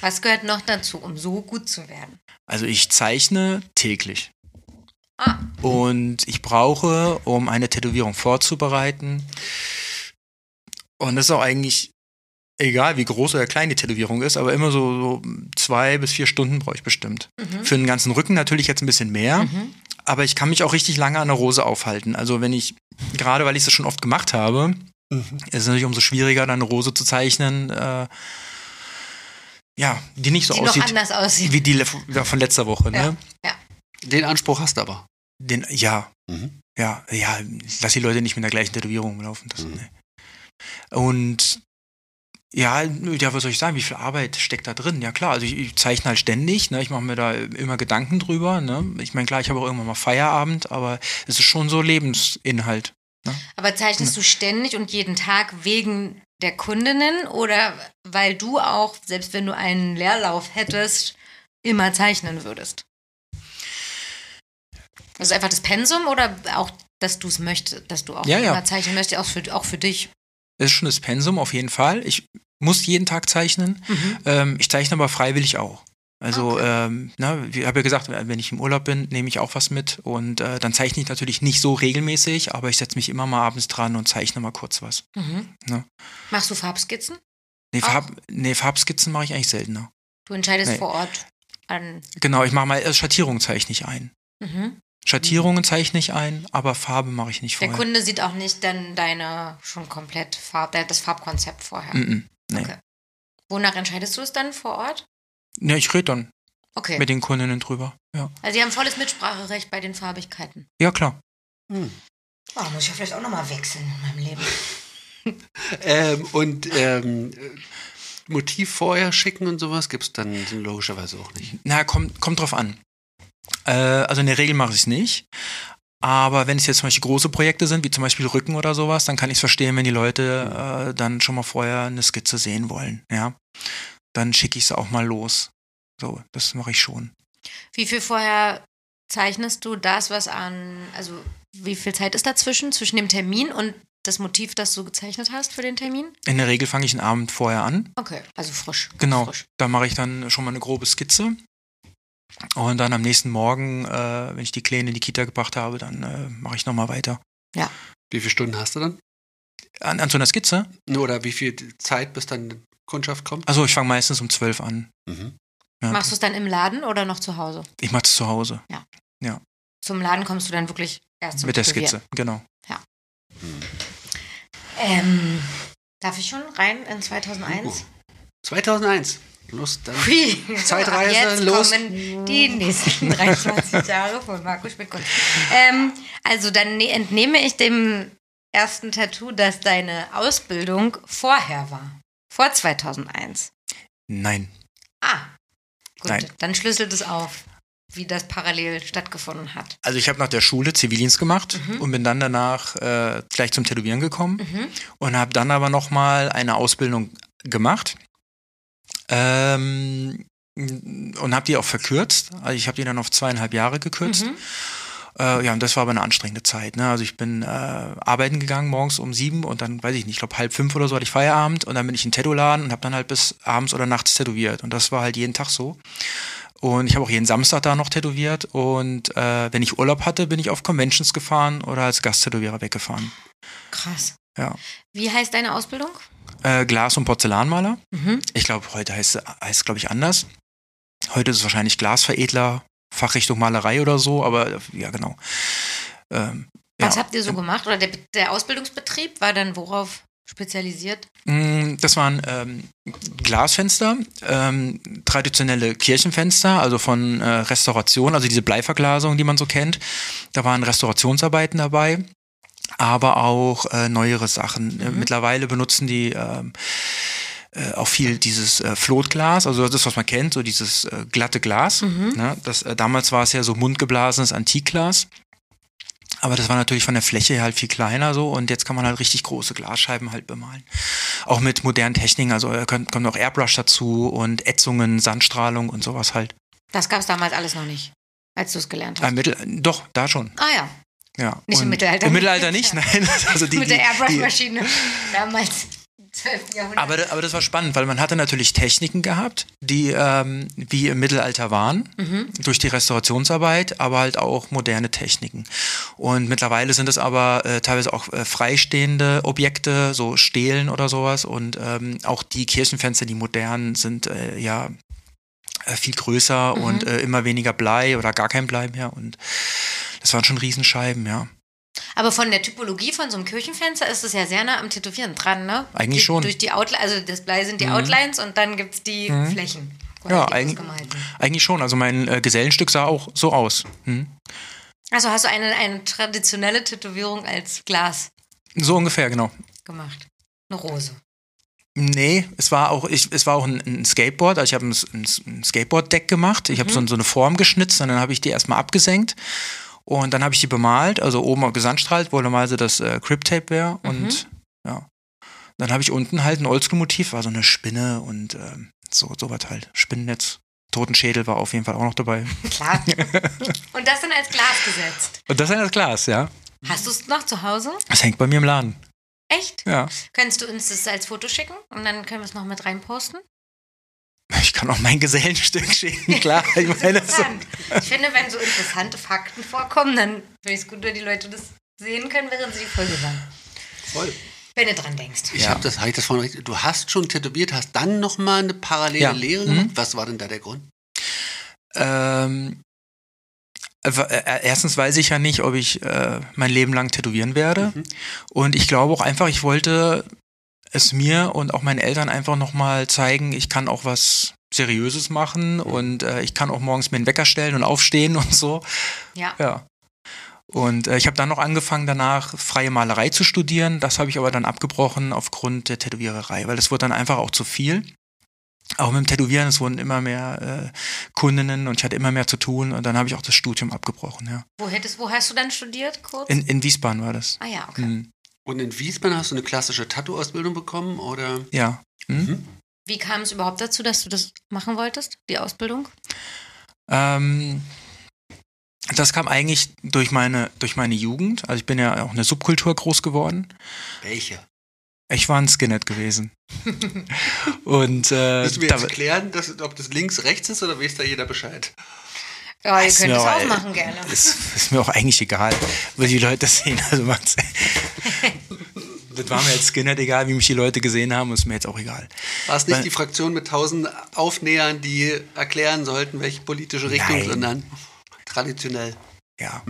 [SPEAKER 1] Was gehört noch dazu, um so gut zu werden?
[SPEAKER 3] Also ich zeichne täglich.
[SPEAKER 1] Ah,
[SPEAKER 3] Und ich brauche, um eine Tätowierung vorzubereiten. Und das ist auch eigentlich egal, wie groß oder klein die Tätowierung ist, aber immer so, so zwei bis vier Stunden brauche ich bestimmt.
[SPEAKER 1] Mhm.
[SPEAKER 3] Für den ganzen Rücken natürlich jetzt ein bisschen mehr, aber ich kann mich auch richtig lange an der Rose aufhalten. Also wenn ich, gerade weil ich das schon oft gemacht habe, ist es natürlich umso schwieriger, dann eine Rose zu zeichnen, äh, ja, die nicht so
[SPEAKER 1] die noch
[SPEAKER 3] aussieht
[SPEAKER 1] anders aussieht.
[SPEAKER 3] wie die le- von letzter Woche. Ne?
[SPEAKER 1] Ja, ja.
[SPEAKER 4] Den Anspruch hast du aber.
[SPEAKER 3] Den, ja,
[SPEAKER 4] Mhm.
[SPEAKER 3] ja, ja, lass die Leute nicht mit der gleichen Tätowierung laufen. Das,
[SPEAKER 4] Mhm.
[SPEAKER 3] ne. Und ja, ja, was soll ich sagen, wie viel Arbeit steckt da drin? Ja klar, also ich, ich zeichne halt ständig, ne? ich mache mir da immer Gedanken drüber. Ne? Ich meine, klar, ich habe auch irgendwann mal Feierabend, aber es ist schon so Lebensinhalt.
[SPEAKER 1] Aber zeichnest du ständig und jeden Tag wegen der Kundinnen oder weil du auch, selbst wenn du einen Leerlauf hättest, immer zeichnen würdest? Also einfach das Pensum oder auch, dass du es möchtest, dass du auch
[SPEAKER 3] Ja, ja.
[SPEAKER 1] immer zeichnen möchtest, auch für, auch für dich?
[SPEAKER 3] Es ist schon das Pensum auf jeden Fall. Ich muss jeden Tag zeichnen.
[SPEAKER 1] Mhm.
[SPEAKER 3] Ähm, ich zeichne aber freiwillig auch. Also, ähm, na, ich habe ja gesagt, wenn ich im Urlaub bin, nehme ich auch was mit und äh, dann zeichne ich natürlich nicht so regelmäßig, aber ich setze mich immer mal abends dran und zeichne mal kurz was.
[SPEAKER 1] Mhm.
[SPEAKER 3] Ja.
[SPEAKER 1] Machst du Farbskizzen?
[SPEAKER 3] Nee,
[SPEAKER 1] Ah.
[SPEAKER 3] Farb, nee Farbskizzen mache ich eigentlich seltener.
[SPEAKER 1] Du entscheidest
[SPEAKER 3] Nee.
[SPEAKER 1] vor Ort an.
[SPEAKER 3] Genau, ich mache mal äh, Schattierungen zeichne ich ein.
[SPEAKER 1] Mhm.
[SPEAKER 3] Schattierungen zeichne ich ein, aber Farbe mache ich nicht
[SPEAKER 1] Der
[SPEAKER 3] vorher.
[SPEAKER 1] Kunde sieht auch nicht dann deine schon komplett Farb, der- das Farbkonzept vorher.
[SPEAKER 3] Mhm. Nee.
[SPEAKER 1] Okay. Wonach entscheidest du es dann vor Ort?
[SPEAKER 3] Ja, ich rede dann
[SPEAKER 1] Okay.
[SPEAKER 3] mit den Kundinnen drüber. Ja,
[SPEAKER 1] also sie haben volles Mitspracherecht bei den Farbigkeiten.
[SPEAKER 3] ja klar.
[SPEAKER 4] Hm.
[SPEAKER 1] Oh, muss ich ja vielleicht auch nochmal wechseln in meinem Leben.
[SPEAKER 4] Ähm, und ähm, äh, Motiv vorher schicken und sowas gibt's dann logischerweise auch nicht.
[SPEAKER 3] Na, kommt, kommt drauf an. Äh, also in der Regel mache ich es nicht. Aber wenn es jetzt zum Beispiel große Projekte sind, wie zum Beispiel Rücken oder sowas, dann kann ich es verstehen, wenn die Leute äh, dann schon mal vorher eine Skizze sehen wollen. Ja, dann schicke ich es auch mal los. So, das mache ich schon.
[SPEAKER 1] Wie viel vorher zeichnest du das, was an, also wie viel Zeit ist dazwischen, zwischen dem Termin und das Motiv, das du gezeichnet hast für den Termin?
[SPEAKER 3] In der Regel fange ich einen Abend vorher an.
[SPEAKER 1] Okay, also frisch.
[SPEAKER 3] Genau,
[SPEAKER 1] Frisch.
[SPEAKER 3] da mache ich dann schon mal eine grobe Skizze. Und dann am nächsten Morgen, äh, wenn ich die Kleine in die Kita gebracht habe, dann äh, mache ich nochmal weiter.
[SPEAKER 4] Wie viele Stunden hast du dann?
[SPEAKER 3] An, an so einer Skizze?
[SPEAKER 4] Oder wie viel Zeit, bis dann Kundschaft kommt?
[SPEAKER 3] Also ich fange meistens um 12 an.
[SPEAKER 4] Mhm.
[SPEAKER 3] Ja.
[SPEAKER 1] Machst du es dann im Laden oder noch zu Hause?
[SPEAKER 3] Ich mache es zu Hause
[SPEAKER 1] Zum Laden kommst du dann wirklich erst zum
[SPEAKER 3] mit der
[SPEAKER 1] Tätowieren.
[SPEAKER 3] Skizze, genau.
[SPEAKER 1] Ähm, darf ich schon rein in 2001?
[SPEAKER 4] Uh. 2001. Los, dann.
[SPEAKER 1] Hui.
[SPEAKER 4] Zeitreise,
[SPEAKER 1] Jetzt
[SPEAKER 4] los.
[SPEAKER 1] kommen die nächsten [LAUGHS] 23 Jahre von Marco Spittkund. Ähm, also dann ne- entnehme ich dem ersten Tattoo, dass deine Ausbildung vorher war. Vor 2001.
[SPEAKER 3] Nein.
[SPEAKER 1] Ah, gut.
[SPEAKER 3] Nein.
[SPEAKER 1] Dann schlüsselt es auf, wie das parallel stattgefunden hat.
[SPEAKER 3] Also ich habe nach der Schule Zivildienst gemacht und bin dann danach äh, gleich zum Tätowieren gekommen und habe dann aber nochmal eine Ausbildung gemacht ähm, und habe die auch verkürzt. Also ich habe die dann auf zweieinhalb Jahre gekürzt. Äh, ja, und das war aber eine anstrengende Zeit. Ne? Also ich bin äh, arbeiten gegangen morgens um sieben und dann, weiß ich nicht, ich glaube halb fünf oder so hatte ich Feierabend und dann bin ich in den Tattoo-Laden und habe dann halt bis abends oder nachts tätowiert. Und das war halt jeden Tag so. Und ich habe auch jeden Samstag da noch tätowiert. Und äh, wenn ich Urlaub hatte, bin ich auf Conventions gefahren oder als Gasttätowierer weggefahren.
[SPEAKER 1] Krass.
[SPEAKER 3] Ja.
[SPEAKER 1] Wie heißt deine Ausbildung?
[SPEAKER 3] Äh, Glas- und Porzellanmaler.
[SPEAKER 1] Mhm.
[SPEAKER 3] Ich glaube, heute heißt es, glaube ich, anders. Heute ist es wahrscheinlich Glasveredler, Fachrichtung Malerei oder so, aber äh, ja, genau. Ähm,
[SPEAKER 1] Was
[SPEAKER 3] ja.
[SPEAKER 1] habt ihr so gemacht? Oder der, der Ausbildungsbetrieb war dann worauf spezialisiert?
[SPEAKER 3] Mm, Das waren ähm, Glasfenster, ähm, traditionelle Kirchenfenster, also von äh, Restauration, also diese Bleiverglasung, die man so kennt. Da waren Restaurationsarbeiten dabei, aber auch äh, neuere Sachen. Äh, mittlerweile benutzen die ähm, äh, auch viel dieses äh, Flotglas, also das, was man kennt, so dieses äh, glatte Glas. Ne? Das, äh, damals war es ja so mundgeblasenes Antikglas. Aber das war natürlich von der Fläche her halt viel kleiner so und jetzt kann man halt richtig große Glasscheiben halt bemalen. Auch mit modernen Techniken, also da kommt kommt noch Airbrush dazu und Ätzungen, Sandstrahlung und sowas halt.
[SPEAKER 1] Das gab es damals alles noch nicht, als du es gelernt hast.
[SPEAKER 3] Äh, Mittel, doch, da schon.
[SPEAKER 1] ah ja,
[SPEAKER 3] Ja.
[SPEAKER 1] Nicht im
[SPEAKER 3] Und-
[SPEAKER 1] Mittelalter.
[SPEAKER 3] Im
[SPEAKER 1] [LAUGHS]
[SPEAKER 3] Mittelalter nicht, nein. [LAUGHS] Also die,
[SPEAKER 1] mit der
[SPEAKER 3] die- die,
[SPEAKER 1] Airbrush-Maschine damals. 12. Jahrhundert.
[SPEAKER 3] Aber, da- aber das war spannend, weil man hatte natürlich Techniken gehabt, die ähm, wie im Mittelalter waren, durch die Restaurationsarbeit, aber halt auch moderne Techniken. Und mittlerweile sind es aber äh, teilweise auch äh, freistehende Objekte, so Stelen oder sowas. Und ähm, auch die Kirchenfenster, die modern sind, äh, ja äh, viel größer und äh, immer weniger Blei oder gar kein Blei mehr. Und das waren schon Riesenscheiben, ja.
[SPEAKER 1] Aber von der Typologie von so einem Kirchenfenster ist es ja sehr nah am Tätowieren dran, ne?
[SPEAKER 3] Eigentlich
[SPEAKER 1] die,
[SPEAKER 3] schon. Mhm.
[SPEAKER 1] Durch die Outli also das Blei sind die Outlines und dann gibt es die Flächen. Oder
[SPEAKER 3] Ja,
[SPEAKER 1] die
[SPEAKER 3] eigentlich-
[SPEAKER 1] ausgemalten.
[SPEAKER 3] Eigentlich schon. Also mein äh, Gesellenstück sah auch so aus. Hm?
[SPEAKER 1] Also hast du eine, eine traditionelle Tätowierung als Glas
[SPEAKER 3] So ungefähr, genau.
[SPEAKER 1] gemacht. Eine Rose. [LAUGHS]
[SPEAKER 3] Nee, es war auch, ich, es war auch ein, ein Skateboard. Also ich habe ein, ein, ein Skateboard-Deck gemacht. Ich habe so, so eine Form geschnitzt und dann habe ich die erstmal abgesenkt. Und dann habe ich die bemalt, also oben auch gesandstrahlt, wo normalerweise das äh, Crip-Tape wäre. Und ja. Dann habe ich unten halt ein Oldschool-Motiv, war so eine Spinne und ähm, so, so was halt. Spinnennetz. Totenschädel war auf jeden Fall auch noch dabei. [LAUGHS]
[SPEAKER 1] Klar. und das dann als Glas gesetzt.
[SPEAKER 3] Und das ist das Glas, ja.
[SPEAKER 1] Hast du es noch zu Hause?
[SPEAKER 3] Das hängt bei mir im Laden.
[SPEAKER 1] Echt?
[SPEAKER 3] Ja.
[SPEAKER 1] Kannst du uns das als Foto schicken und dann können wir es noch mit reinposten?
[SPEAKER 3] Ich kann auch mein Gesellenstück schicken, klar. Ich
[SPEAKER 1] Das ist
[SPEAKER 3] meine, das
[SPEAKER 1] interessant. Ich finde, wenn so interessante Fakten vorkommen, dann finde ich es gut, wenn die Leute das sehen können, während sie die Folge hören.
[SPEAKER 4] Voll.
[SPEAKER 1] Wenn du dran denkst.
[SPEAKER 4] Ich
[SPEAKER 3] Ja.
[SPEAKER 4] habe das, hab ich das vorhin richtig. Du hast schon tätowiert, hast dann nochmal eine parallele
[SPEAKER 3] Ja.
[SPEAKER 4] Lehre
[SPEAKER 3] Mhm.
[SPEAKER 4] gemacht. Was war denn da der Grund?
[SPEAKER 3] Ähm, äh, äh, erstens weiß ich ja nicht, ob ich äh, mein Leben lang tätowieren werde.
[SPEAKER 4] Mhm.
[SPEAKER 3] Und ich glaube auch einfach, ich wollte es mir und auch meinen Eltern einfach nochmal zeigen, ich kann auch was Seriöses machen und äh, ich kann auch morgens mir einen Wecker stellen und aufstehen [LAUGHS] und so.
[SPEAKER 1] Ja.
[SPEAKER 3] Ja. Und äh, ich habe dann noch angefangen, danach freie Malerei zu studieren. Das habe ich aber dann abgebrochen aufgrund der Tätowiererei, weil das wurde dann einfach auch zu viel. Auch mit dem Tätowieren, es wurden immer mehr äh, Kundinnen und ich hatte immer mehr zu tun und dann habe ich auch das Studium abgebrochen, ja.
[SPEAKER 1] Wo, hättest, wo hast du dann studiert, kurz?
[SPEAKER 3] In, in Wiesbaden war das.
[SPEAKER 1] ah ja, okay.
[SPEAKER 3] Hm,
[SPEAKER 4] Und in Wiesbaden hast du eine klassische Tattoo-Ausbildung bekommen oder?
[SPEAKER 3] ja. Hm?
[SPEAKER 1] Wie kam es überhaupt dazu, dass du das machen wolltest, die Ausbildung?
[SPEAKER 3] Ähm, das kam eigentlich durch meine, durch meine Jugend. Also ich bin ja auch in der Subkultur groß geworden.
[SPEAKER 4] Welche?
[SPEAKER 3] Ich war ein Skinhead gewesen. und äh,
[SPEAKER 4] Müssen wir
[SPEAKER 3] da,
[SPEAKER 4] jetzt klären, dass, ob das links, rechts ist oder weiß da jeder Bescheid?
[SPEAKER 1] Ja, ihr
[SPEAKER 3] Ist
[SPEAKER 1] könnt
[SPEAKER 3] mir
[SPEAKER 1] es
[SPEAKER 3] auch-
[SPEAKER 1] auch machen gerne.
[SPEAKER 3] Ist, ist mir auch eigentlich egal, wie die Leute das sehen. Also macht's. Das war mir als Skinhead egal, wie mich die Leute gesehen haben, ist mir jetzt auch egal.
[SPEAKER 4] War es nicht
[SPEAKER 3] Weil-
[SPEAKER 4] die Fraktion mit tausend Aufnähern, die erklären sollten, welche politische Richtung,
[SPEAKER 3] Nein.
[SPEAKER 4] sondern traditionell.
[SPEAKER 3] Ja.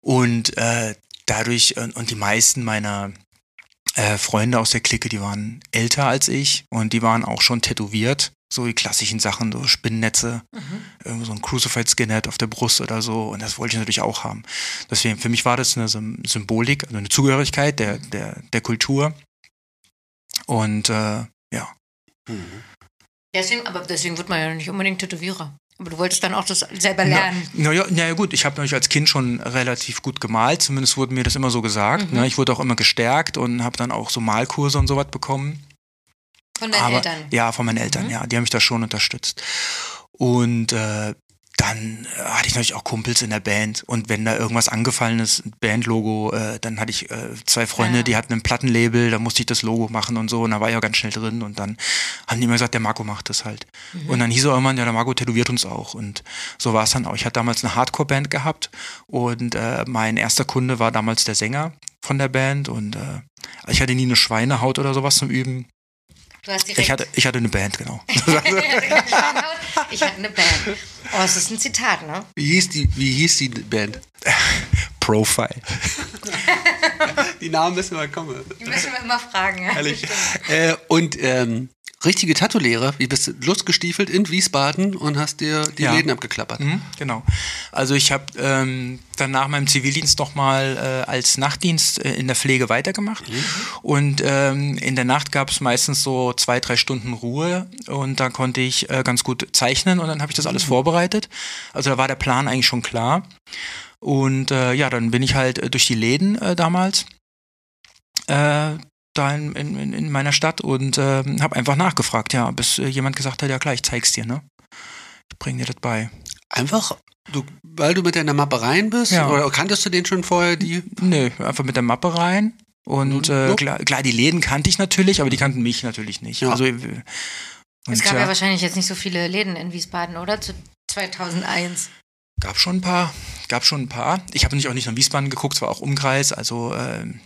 [SPEAKER 3] Und äh, dadurch, und, und die meisten meiner äh, Freunde aus der Clique, die waren älter als ich und die waren auch schon tätowiert. So die klassischen Sachen, so Spinnennetze, irgend so ein Crucified Skinhead auf der Brust oder so. Und das wollte ich natürlich auch haben. Deswegen, für mich war das eine Sym- Symbolik, also eine Zugehörigkeit der, der, der Kultur. Und äh, ja,
[SPEAKER 1] Deswegen, aber deswegen wird man ja nicht unbedingt Tätowierer. Aber du wolltest dann auch das selber lernen.
[SPEAKER 3] Na, na, ja, na ja, gut, ich habe natürlich als Kind schon relativ gut gemalt, zumindest wurde mir das immer so gesagt. Ne? Ich wurde auch immer gestärkt und habe dann auch so Malkurse und sowas bekommen.
[SPEAKER 1] Von deinen
[SPEAKER 3] Aber,
[SPEAKER 1] Eltern. Mhm.
[SPEAKER 3] Ja, von meinen Eltern, ja. Die haben mich da schon unterstützt. Und äh, dann äh, hatte ich natürlich auch Kumpels in der Band. Und wenn da irgendwas angefallen ist, ein Bandlogo, äh, dann hatte ich äh, zwei Freunde,
[SPEAKER 1] Ah.
[SPEAKER 3] die hatten ein Plattenlabel, da musste ich das Logo machen und so. Und da war ich auch ganz schnell drin. Und dann haben die immer gesagt, der Marco macht das halt.
[SPEAKER 1] Mhm.
[SPEAKER 3] Und dann hieß auch immer, ja, der Marco tätowiert uns auch. Und so war es dann auch. Ich hatte damals eine Hardcore-Band gehabt. Und äh, mein erster Kunde war damals der Sänger von der Band. Und äh, ich hatte nie eine Schweinehaut oder sowas zum Üben.
[SPEAKER 1] Du
[SPEAKER 3] [LAUGHS]
[SPEAKER 1] hast direkt [LAUGHS]
[SPEAKER 3] Ich hatte, ich hatte eine Band, genau. [LAUGHS]
[SPEAKER 1] ich hatte eine Band. Oh, es ist ein Zitat, ne?
[SPEAKER 4] Wie hieß die, wie hieß die Band?
[SPEAKER 3] Profile.
[SPEAKER 4] Die Namen müssen mal kommen.
[SPEAKER 1] Die müssen wir immer fragen. Ja?
[SPEAKER 4] Ehrlich. Äh, und ähm, richtige Tattoo-Lehre. Wie bist du losgestiefelt in Wiesbaden und hast dir die
[SPEAKER 3] Ja.
[SPEAKER 4] Läden abgeklappert?
[SPEAKER 3] Mhm, genau. Also ich habe ähm, dann nach meinem Zivildienst nochmal äh, als Nachtdienst äh, in der Pflege weitergemacht. Und ähm, in der Nacht gab es meistens so zwei, drei Stunden Ruhe und da konnte ich äh, ganz gut zeichnen und dann habe ich das alles vorbereitet. Also da war der Plan eigentlich schon klar. Und äh, ja, dann bin ich halt äh, durch die Läden äh, damals. Äh, da in, in, in meiner Stadt und äh, habe einfach nachgefragt, ja, bis äh, jemand gesagt hat, ja klar, ich zeig's dir, ne? Ich bring dir das bei.
[SPEAKER 4] Einfach, du, weil du mit deiner Mappe rein bist?
[SPEAKER 3] Ja.
[SPEAKER 4] Oder kanntest du den schon vorher? Die
[SPEAKER 3] Nö, einfach mit der Mappe rein. Und
[SPEAKER 4] Mhm.
[SPEAKER 3] äh,
[SPEAKER 4] Ja.
[SPEAKER 3] klar, klar, die Läden kannte ich natürlich, aber die kannten mich natürlich nicht.
[SPEAKER 4] Ja.
[SPEAKER 3] Also, äh,
[SPEAKER 1] Es
[SPEAKER 3] und,
[SPEAKER 1] gab ja
[SPEAKER 3] ja,
[SPEAKER 1] wahrscheinlich jetzt nicht so viele Läden in Wiesbaden, oder? Zu 2001.
[SPEAKER 3] gab schon ein paar. Gab schon ein paar. Ich habe natürlich auch nicht nach Wiesbaden geguckt, es war auch Umkreis, also ähm,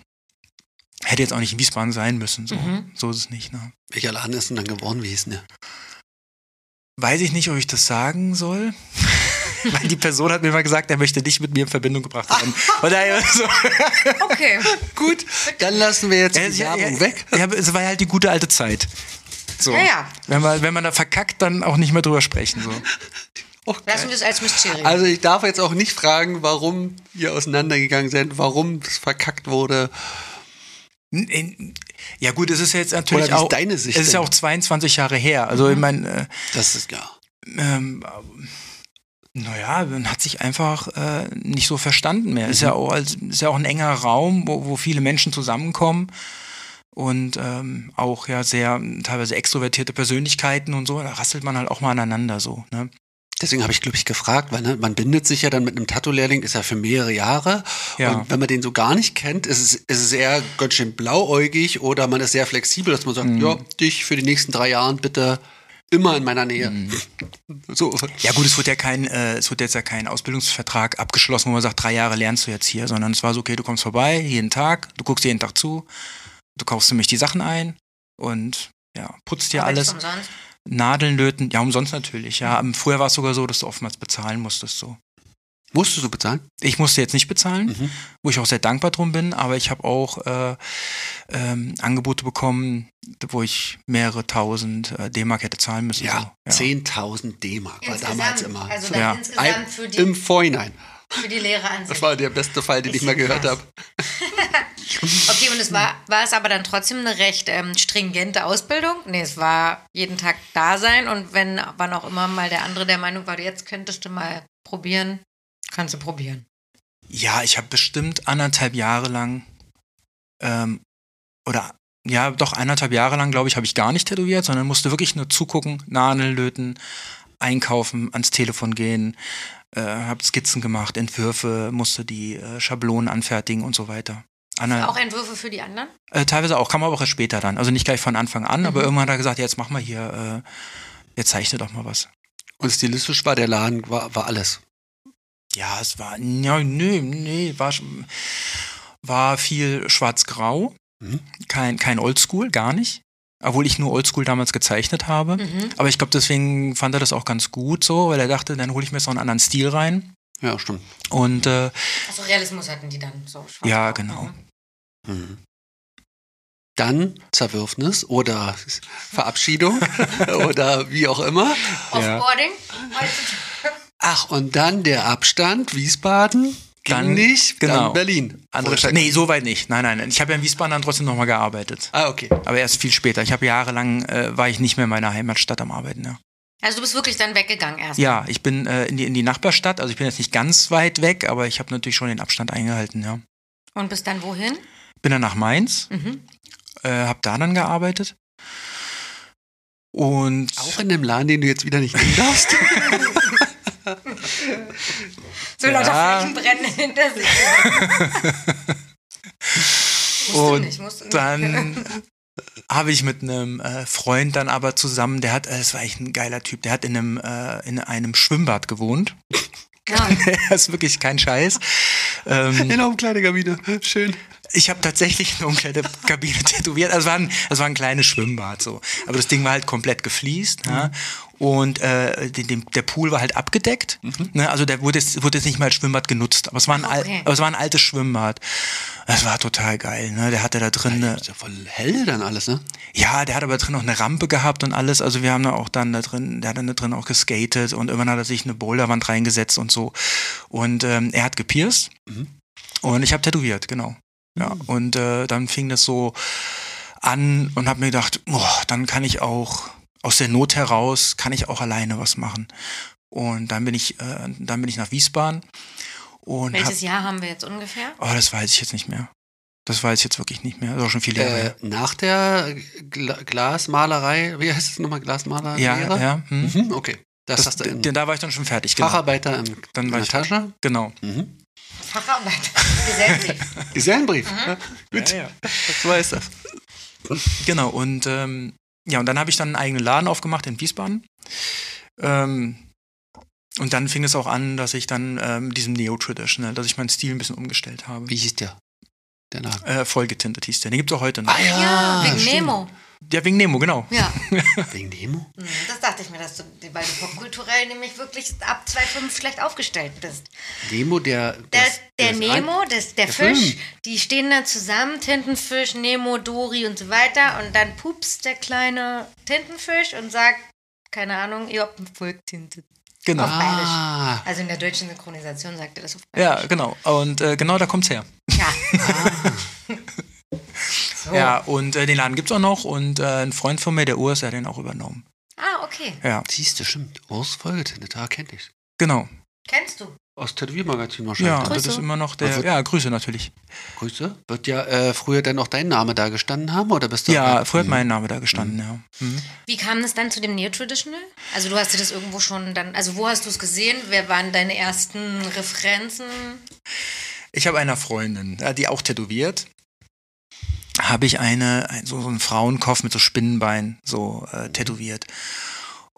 [SPEAKER 3] hätte jetzt auch nicht in Wiesbaden sein müssen. So,
[SPEAKER 1] Mhm.
[SPEAKER 3] so ist es nicht. Ne?
[SPEAKER 4] Welcher Laden ist denn dann geworden? Wie hieß denn der?
[SPEAKER 3] Weiß ich nicht, ob ich das sagen soll. [LAUGHS] Weil die Person hat mir mal gesagt, er möchte nicht mit mir in Verbindung gebracht
[SPEAKER 1] [LAUGHS]
[SPEAKER 3] werden. Von daher, so,
[SPEAKER 1] Okay.
[SPEAKER 4] Gut, dann lassen wir jetzt
[SPEAKER 3] Ja,
[SPEAKER 4] die
[SPEAKER 3] Äh, ja,
[SPEAKER 4] Werbung
[SPEAKER 3] ja,
[SPEAKER 4] weg.
[SPEAKER 3] Ja, aber es war halt die gute alte Zeit. [LAUGHS] So.
[SPEAKER 1] Naja.
[SPEAKER 3] Wenn man, wenn man da verkackt, dann auch nicht mehr drüber sprechen. So.
[SPEAKER 1] Lassen wir es als Mysterium.
[SPEAKER 4] Also ich darf jetzt auch nicht fragen, warum ihr auseinandergegangen seid, warum es verkackt wurde.
[SPEAKER 3] N- in- Ja gut, es ist jetzt natürlich
[SPEAKER 4] Oder wie ist
[SPEAKER 3] auch
[SPEAKER 4] deine Sicht
[SPEAKER 3] es ist ja
[SPEAKER 4] denn? Mhm.
[SPEAKER 3] auch 22 Jahre her. Also ich meine,
[SPEAKER 4] Das ist ja.
[SPEAKER 3] äh, ähm, naja, man hat sich einfach äh, nicht so verstanden mehr. Es
[SPEAKER 4] Mhm.
[SPEAKER 3] Ist ja auch als, ist ja auch ein enger Raum, wo, wo viele Menschen zusammenkommen und ähm, auch ja sehr ähm, teilweise extrovertierte Persönlichkeiten und so. Da rasselt man halt auch mal aneinander so. Ne?
[SPEAKER 4] Deswegen habe ich, glaube ich, gefragt, weil ne, man bindet sich ja dann mit einem Tattoo-Lehrling, ist ja für mehrere Jahre.
[SPEAKER 3] Ja.
[SPEAKER 4] Und wenn man den so gar nicht kennt, ist es, ist es eher ganz schön blauäugig oder man ist sehr flexibel, dass man sagt, ja, dich für die nächsten drei Jahren bitte immer in meiner Nähe. [LAUGHS] So.
[SPEAKER 3] Ja gut, es wird ja kein, äh, es wird jetzt ja kein Ausbildungsvertrag abgeschlossen, wo man sagt, drei Jahre lernst du jetzt hier, sondern es war so, okay, du kommst vorbei jeden Tag, du guckst jeden Tag zu, du kaufst nämlich die Sachen ein und ja, putzt dir alles,
[SPEAKER 1] Umsonst.
[SPEAKER 3] Nadeln löten, ja umsonst natürlich, ja. Ähm, Früher war es sogar so, dass du oftmals bezahlen musstest so.
[SPEAKER 4] Musstest du bezahlen?
[SPEAKER 3] Ich musste jetzt nicht bezahlen, wo ich auch sehr dankbar drum bin, aber ich habe auch äh, ähm, Angebote bekommen, wo ich mehrere tausend äh, D-Mark hätte zahlen müssen.
[SPEAKER 4] Ja,
[SPEAKER 3] so.
[SPEAKER 4] 10.000 D-Mark war damals immer.
[SPEAKER 1] Also
[SPEAKER 4] So.
[SPEAKER 1] dann
[SPEAKER 3] Ja.
[SPEAKER 1] insgesamt für
[SPEAKER 4] Im
[SPEAKER 1] die,
[SPEAKER 4] Vorhinein.
[SPEAKER 1] für die Lehre an sich.
[SPEAKER 4] Das war der beste Fall, den ich
[SPEAKER 1] Bisschen
[SPEAKER 4] mal gehört
[SPEAKER 1] krass.
[SPEAKER 4] habe.
[SPEAKER 1] Okay, und es war, war es aber dann trotzdem eine recht ähm, stringente Ausbildung? Nee, es war jeden Tag da sein und wenn, wann auch immer mal der andere der Meinung war, jetzt könntest du mal probieren, kannst du probieren.
[SPEAKER 3] Ja, ich habe bestimmt anderthalb Jahre lang ähm, oder ja, doch anderthalb Jahre lang, glaube ich, habe ich gar nicht tätowiert, sondern musste wirklich nur zugucken, Nadeln löten, einkaufen, ans Telefon gehen, äh, habe Skizzen gemacht, Entwürfe, musste die äh, Schablonen anfertigen und so weiter. Anna,
[SPEAKER 1] Auch Entwürfe für die anderen?
[SPEAKER 3] äh, teilweise auch, kam aber auch erst später dann. Also nicht gleich von Anfang an, aber irgendwann hat er gesagt, ja, jetzt mach mal hier, äh, jetzt zeichne doch mal was.
[SPEAKER 4] Und stilistisch war der Laden, war, war alles.
[SPEAKER 3] Ja, es war, ja, nö, nee, war, sch- war viel schwarz-grau,
[SPEAKER 4] Mhm.
[SPEAKER 3] kein, kein Oldschool, gar nicht. Obwohl ich nur Oldschool damals gezeichnet habe. Aber ich glaube, deswegen fand er das auch ganz gut so, weil er dachte, dann hole ich mir jetzt noch einen anderen Stil rein.
[SPEAKER 4] Ja, stimmt.
[SPEAKER 3] Und äh,
[SPEAKER 1] Also Realismus hatten die dann so schwarz.
[SPEAKER 3] ja, genau.
[SPEAKER 4] Mhm. Dann Zerwürfnis oder
[SPEAKER 3] [LAUGHS]
[SPEAKER 4] Verabschiedung oder wie auch immer.
[SPEAKER 1] Offboarding?
[SPEAKER 4] Ach, und dann der Abstand, Wiesbaden, ging
[SPEAKER 3] Dann-
[SPEAKER 4] nicht,
[SPEAKER 3] genau.
[SPEAKER 4] dann Berlin.
[SPEAKER 3] Andere Stadt. Nee, so weit nicht. Nein, nein. nein. Ich habe ja in Wiesbaden dann trotzdem nochmal gearbeitet.
[SPEAKER 4] Ah, okay.
[SPEAKER 3] Aber erst viel später. Ich habe jahrelang, äh, war ich nicht mehr in meiner Heimatstadt am Arbeiten, ja.
[SPEAKER 1] Also du bist wirklich dann weggegangen erst.
[SPEAKER 3] Ja, ich bin äh, in, die, in die Nachbarstadt, also ich bin jetzt nicht ganz weit weg, aber ich habe natürlich schon den Abstand eingehalten, ja.
[SPEAKER 1] Und bist dann wohin?
[SPEAKER 3] Bin dann nach Mainz,
[SPEAKER 1] Mhm.
[SPEAKER 3] äh, habe da dann gearbeitet. Und
[SPEAKER 4] Auch in dem Laden, den du jetzt wieder nicht nehmen
[SPEAKER 3] [LAUGHS]
[SPEAKER 4] darfst.
[SPEAKER 1] So
[SPEAKER 3] Ja.
[SPEAKER 1] lauter Flächen brennen hinter sich. musst du
[SPEAKER 3] Und
[SPEAKER 1] nicht, musst du nicht. [LAUGHS]
[SPEAKER 3] dann habe ich mit einem äh, Freund dann aber zusammen, der hat, äh, das war echt ein geiler Typ, der hat in einem, äh, in einem Schwimmbad gewohnt. [LAUGHS]
[SPEAKER 1] Ja.
[SPEAKER 3] das ist wirklich kein Scheiß. Ähm,
[SPEAKER 4] in der Umkleidekabine. Schön.
[SPEAKER 3] Ich habe tatsächlich eine Umkleidekabine [LAUGHS] tätowiert. Also es war, ein, es war ein kleines Schwimmbad so. Aber das Ding war halt komplett gefliest. Ja? Und äh, den, den, der Pool war halt abgedeckt. Ne? Also der wurde jetzt, wurde jetzt nicht mal als Schwimmbad genutzt. Aber es war ein,
[SPEAKER 1] Okay.
[SPEAKER 3] al aber es war ein altes Schwimmbad. Das war total geil. Ne? Der hatte da drin eine,
[SPEAKER 4] Ist ja voll hell dann alles, ne?
[SPEAKER 3] ja, der hat aber drin noch eine Rampe gehabt und alles. Also wir haben da auch dann da drin, der hat dann da drin auch geskatet und irgendwann hat er sich eine Boulderwand reingesetzt und so. Und ähm, er hat gepierst und ich habe tätowiert, genau. Ja, und äh, dann fing das so an und habe mir gedacht, boah, dann kann ich auch aus der Not heraus kann ich auch alleine was machen. Und dann bin ich, äh, dann bin ich nach Wiesbaden und hab,
[SPEAKER 1] Welches Jahr haben wir jetzt ungefähr?
[SPEAKER 3] oh, das weiß ich jetzt nicht mehr. Das weiß ich jetzt wirklich nicht mehr. Das ist auch schon viele Jahre.
[SPEAKER 4] Äh,
[SPEAKER 3] her.
[SPEAKER 4] nach der Gla Glasmalerei, wie heißt es nochmal, Glasmalerei?
[SPEAKER 3] ja, ja. Hm.
[SPEAKER 4] Mhm, okay. Das,
[SPEAKER 3] Das,
[SPEAKER 4] hast du in
[SPEAKER 3] denn da war ich dann schon fertig. Genau.
[SPEAKER 4] Facharbeiter im,
[SPEAKER 3] Dann
[SPEAKER 4] in
[SPEAKER 3] war
[SPEAKER 4] der
[SPEAKER 3] ich-
[SPEAKER 4] Tasche.
[SPEAKER 3] Genau.
[SPEAKER 4] Mhm.
[SPEAKER 1] Facharbeit. [LAUGHS] Gesetzlich.
[SPEAKER 4] Gesellenbrief.
[SPEAKER 1] Mhm.
[SPEAKER 4] Gut,
[SPEAKER 3] Ja, ja.
[SPEAKER 4] so heißt das.
[SPEAKER 3] Genau. Und ähm, ja, und dann habe ich dann einen eigenen Laden aufgemacht in Wiesbaden. Ähm, und dann fing es auch an, dass ich dann ähm, mit diesem Neo-Traditional, dass ich meinen Stil ein bisschen umgestellt habe.
[SPEAKER 4] Wie hieß der? Der Name.
[SPEAKER 3] Äh, vollgetintet hieß der. Den gibt es auch heute noch.
[SPEAKER 1] Ah, Ja, wegen
[SPEAKER 4] stimmt.
[SPEAKER 1] Nemo.
[SPEAKER 3] Ja, wegen Nemo, genau.
[SPEAKER 1] Ja.
[SPEAKER 4] Wegen Nemo?
[SPEAKER 1] Hm, Das dachte ich mir, dass du, weil du popkulturell nämlich wirklich ab 2,5 schlecht aufgestellt bist.
[SPEAKER 4] Nemo, der.
[SPEAKER 1] Der,
[SPEAKER 4] das-
[SPEAKER 1] der
[SPEAKER 4] das
[SPEAKER 1] Nemo,
[SPEAKER 4] ein-
[SPEAKER 1] das, der,
[SPEAKER 4] der
[SPEAKER 1] Fisch,
[SPEAKER 4] Film.
[SPEAKER 1] die stehen dann zusammen, Tintenfisch, Nemo, Dori und so weiter. Und dann pupst der kleine Tintenfisch und sagt, keine Ahnung, ihr habt ein Volk tintet.
[SPEAKER 3] Genau.
[SPEAKER 1] Auf Bayerisch.
[SPEAKER 4] Ah,
[SPEAKER 1] Also in der deutschen Synchronisation sagt er das auf Bayerisch.
[SPEAKER 3] Ja, genau. Und äh, genau da kommt's her.
[SPEAKER 1] Ja. Ah.
[SPEAKER 4] [LAUGHS] Oh.
[SPEAKER 3] Ja, und äh, den Laden gibt's auch noch und äh, ein Freund von mir, der Urs, der hat den auch übernommen.
[SPEAKER 1] Ah, okay.
[SPEAKER 3] Ja,
[SPEAKER 4] siehst du, stimmt. Urs Folgetindet, da kennt ich.
[SPEAKER 3] genau.
[SPEAKER 1] Kennst du?
[SPEAKER 4] Aus Tätowiermagazin wahrscheinlich.
[SPEAKER 3] Ja,
[SPEAKER 4] dann.
[SPEAKER 3] das
[SPEAKER 1] Grüße.
[SPEAKER 3] ist immer noch der.
[SPEAKER 4] Also-
[SPEAKER 3] ja, Grüße natürlich.
[SPEAKER 4] Grüße. Wird ja äh, früher dann auch dein Name da gestanden haben oder bist du?
[SPEAKER 3] Ja, früher hat
[SPEAKER 4] Hm.
[SPEAKER 3] mein Name da gestanden, ja. Mhm.
[SPEAKER 1] Wie kam es dann zu dem Neo-Traditional? Also du hast dir das irgendwo schon dann, also wo hast du es gesehen? Wer waren deine ersten Referenzen?
[SPEAKER 3] Ich habe einer Freundin, äh, die auch tätowiert, habe ich eine, ein, so, so einen Frauenkopf mit so Spinnenbein so äh, tätowiert.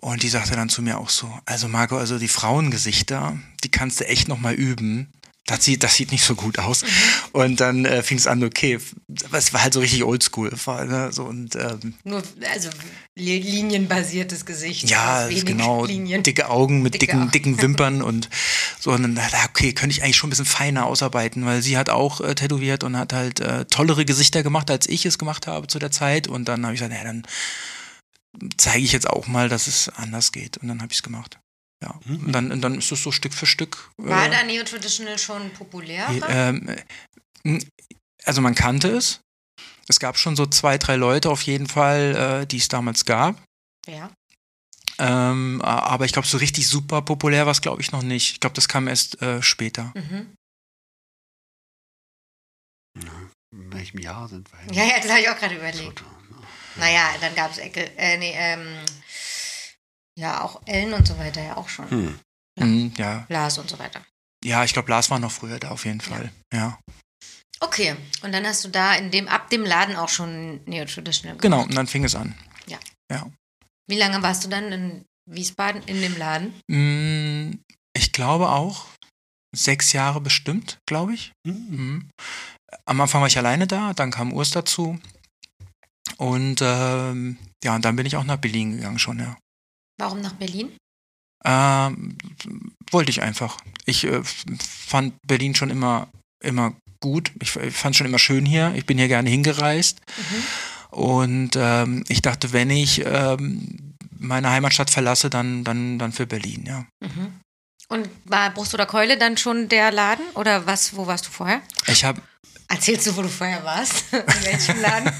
[SPEAKER 3] Und die sagte dann zu mir auch so, also Marco, also die Frauengesichter, die kannst du echt nochmal üben. Das sieht, das sieht nicht so gut aus. Und dann äh, fing es an, okay, f- aber es war halt so richtig oldschool. War, ne, so, und ähm,
[SPEAKER 1] Nur, also li- linienbasiertes Gesicht.
[SPEAKER 3] ja,
[SPEAKER 1] ganz wenig
[SPEAKER 3] genau,
[SPEAKER 1] Linien.
[SPEAKER 3] dicke Augen mit
[SPEAKER 1] Dicke
[SPEAKER 3] dicken,
[SPEAKER 1] Augen.
[SPEAKER 3] dicken
[SPEAKER 1] [LAUGHS]
[SPEAKER 3] Wimpern und so. Und dann dachte ich, okay, könnte ich eigentlich schon ein bisschen feiner ausarbeiten, weil sie hat auch äh, tätowiert und hat halt äh, tollere Gesichter gemacht, als ich es gemacht habe zu der Zeit. Und dann habe ich gesagt, ja, dann zeige ich jetzt auch mal, dass es anders geht. Und dann habe ich es gemacht. Ja. Und, dann, und dann ist es so Stück für Stück.
[SPEAKER 1] War
[SPEAKER 3] äh,
[SPEAKER 1] da Neo-Traditional schon populär?
[SPEAKER 3] ähm, äh, also man kannte es. Es gab schon so zwei, drei Leute auf jeden Fall, äh, die es damals gab. äh.
[SPEAKER 1] ja.
[SPEAKER 3] Ähm, a- aber ich glaube, so richtig super populär war es, glaube ich, noch nicht. Ich glaube, das kam erst äh, später.
[SPEAKER 1] Mhm.
[SPEAKER 4] In welchem Jahr sind wir?
[SPEAKER 1] ja, ja, das habe ich auch gerade überlegt. Naja, dann gab es Ecke, äh, nee, ähm, ja, auch Ellen und so weiter ja auch schon.
[SPEAKER 4] Hm.
[SPEAKER 3] Mhm, ja.
[SPEAKER 1] Lars und so weiter.
[SPEAKER 3] ja, ich glaube, Lars war noch früher da auf jeden Fall. Ja.
[SPEAKER 1] Okay, und dann hast du da in dem, ab dem Laden auch schon Neo-Traditional gemacht.
[SPEAKER 3] Genau, und dann fing es an.
[SPEAKER 1] Wie lange warst du dann in Wiesbaden in dem Laden?
[SPEAKER 3] Mm, Ich glaube auch, sechs Jahre bestimmt, glaube ich.
[SPEAKER 4] Hm.
[SPEAKER 3] Mhm. Am Anfang war ich alleine da, dann kam Urs dazu. Und ähm, ja, und dann bin ich auch nach Berlin gegangen schon, ja.
[SPEAKER 1] Warum nach Berlin?
[SPEAKER 3] Ähm, wollte ich einfach. Ich äh, f- fand Berlin schon immer, immer gut. Ich f- fand schon immer schön hier. Ich bin hier gerne hingereist. Und ähm, ich dachte, wenn ich ähm, meine Heimatstadt verlasse, dann, dann, dann für Berlin, ja.
[SPEAKER 1] Und war Brust oder Keule dann schon der Laden? Oder was, wo warst du vorher?
[SPEAKER 3] Ich habe,
[SPEAKER 1] Erzählst du, wo du vorher [LAUGHS] warst? In welchem Laden?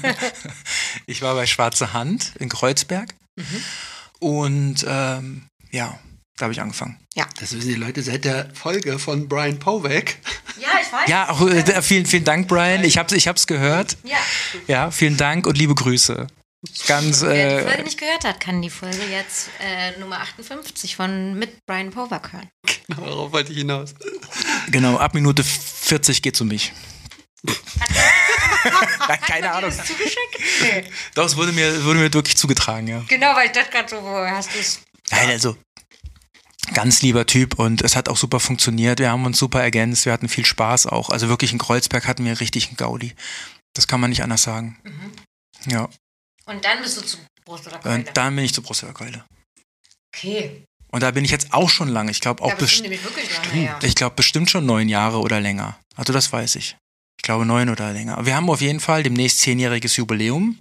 [SPEAKER 3] ich war bei Schwarze Hand in Kreuzberg. Und ähm, ja, da habe ich angefangen.
[SPEAKER 4] Das wissen die Leute seit der Folge von Brian Powek.
[SPEAKER 1] ja, ich weiß.
[SPEAKER 3] Ja, auch, äh, vielen, vielen Dank, Brian. Ich habe ich hab's gehört.
[SPEAKER 1] Ja.
[SPEAKER 3] Ja, vielen Dank und liebe Grüße. Ganz,
[SPEAKER 1] Wer die
[SPEAKER 3] äh,
[SPEAKER 1] Folge nicht gehört hat, kann die Folge jetzt äh, Nummer 58 von mit Brian Povak hören.
[SPEAKER 4] [LAUGHS] Darauf wollte ich hinaus.
[SPEAKER 3] Genau, ab Minute 40 geht's um mich. Nein, keine
[SPEAKER 1] Hat man dir
[SPEAKER 3] Ahnung.
[SPEAKER 1] das
[SPEAKER 3] [LAUGHS]
[SPEAKER 1] zugeschickt? Nee.
[SPEAKER 3] Doch, es wurde mir, wurde mir wirklich zugetragen, ja.
[SPEAKER 1] Genau, weil ich dachte gerade so, wo hast du es?
[SPEAKER 3] Nein, also ganz lieber Typ und es hat auch super funktioniert. Wir haben uns super ergänzt, wir hatten viel Spaß auch. Also wirklich in Kreuzberg hatten wir richtig einen Gaudi. Das kann man nicht anders sagen. Ja,
[SPEAKER 1] Und dann bist du zu Brust oder Keule.
[SPEAKER 3] und dann bin ich zu Brüsseler Keule.
[SPEAKER 1] okay.
[SPEAKER 3] Und da bin ich jetzt auch schon lange. Ich glaube
[SPEAKER 1] Da
[SPEAKER 3] auch
[SPEAKER 1] bist du
[SPEAKER 3] best
[SPEAKER 1] nämlich wirklich lange, ja.
[SPEAKER 3] Hm, ich glaube bestimmt schon neun Jahre oder länger. Also das weiß ich. Ich glaube neun oder länger. Wir haben auf jeden Fall demnächst zehnjähriges Jubiläum.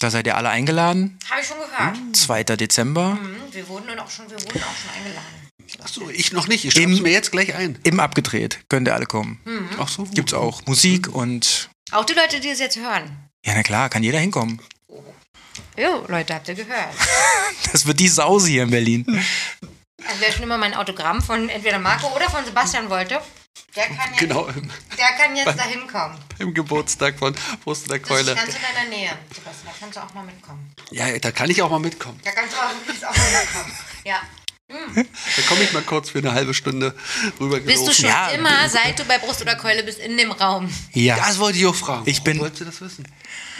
[SPEAKER 3] Da seid ihr alle eingeladen.
[SPEAKER 1] Habe ich schon gehört.
[SPEAKER 4] Hm.
[SPEAKER 3] 2. Dezember
[SPEAKER 1] Mhm, Wir wurden dann auch schon, wir wurden auch schon eingeladen.
[SPEAKER 4] Achso, ich noch nicht. Ich schreibe es
[SPEAKER 3] Im-
[SPEAKER 4] mir jetzt gleich ein.
[SPEAKER 3] im Abgedreht. Könnt ihr alle kommen.
[SPEAKER 1] Mhm.
[SPEAKER 4] Ach so.
[SPEAKER 3] Gibt's auch
[SPEAKER 4] Hm.
[SPEAKER 3] Musik und.
[SPEAKER 1] Auch die Leute, die es jetzt hören.
[SPEAKER 3] Ja, na klar, kann jeder hinkommen. [LAUGHS]
[SPEAKER 1] Jo, Leute, habt ihr gehört.
[SPEAKER 3] Das wird die Sause hier in
[SPEAKER 4] Hm.
[SPEAKER 3] Berlin.
[SPEAKER 1] Also wer schon immer mein Autogramm von entweder Marco oder von Sebastian wollte, der kann jetzt,
[SPEAKER 4] Genau, im,
[SPEAKER 1] der kann jetzt da hinkommen.
[SPEAKER 4] im Geburtstag von Brust der
[SPEAKER 1] Das
[SPEAKER 4] Keule.
[SPEAKER 1] ist ganz in deiner Nähe, Sebastian. Da kannst du auch mal mitkommen.
[SPEAKER 4] Ja, da kann ich auch mal mitkommen.
[SPEAKER 1] Da kannst du auch, wirklich auch mal mitkommen. Ja.
[SPEAKER 4] Da komme ich mal kurz für eine halbe Stunde rüber
[SPEAKER 1] Bist du schon
[SPEAKER 3] Ja.
[SPEAKER 1] immer, seit du bei Brust oder Keule bist, in dem Raum?
[SPEAKER 3] Ja.
[SPEAKER 4] Das wollte ich auch fragen.
[SPEAKER 3] Ich bin-
[SPEAKER 4] Warum wolltest du das wissen?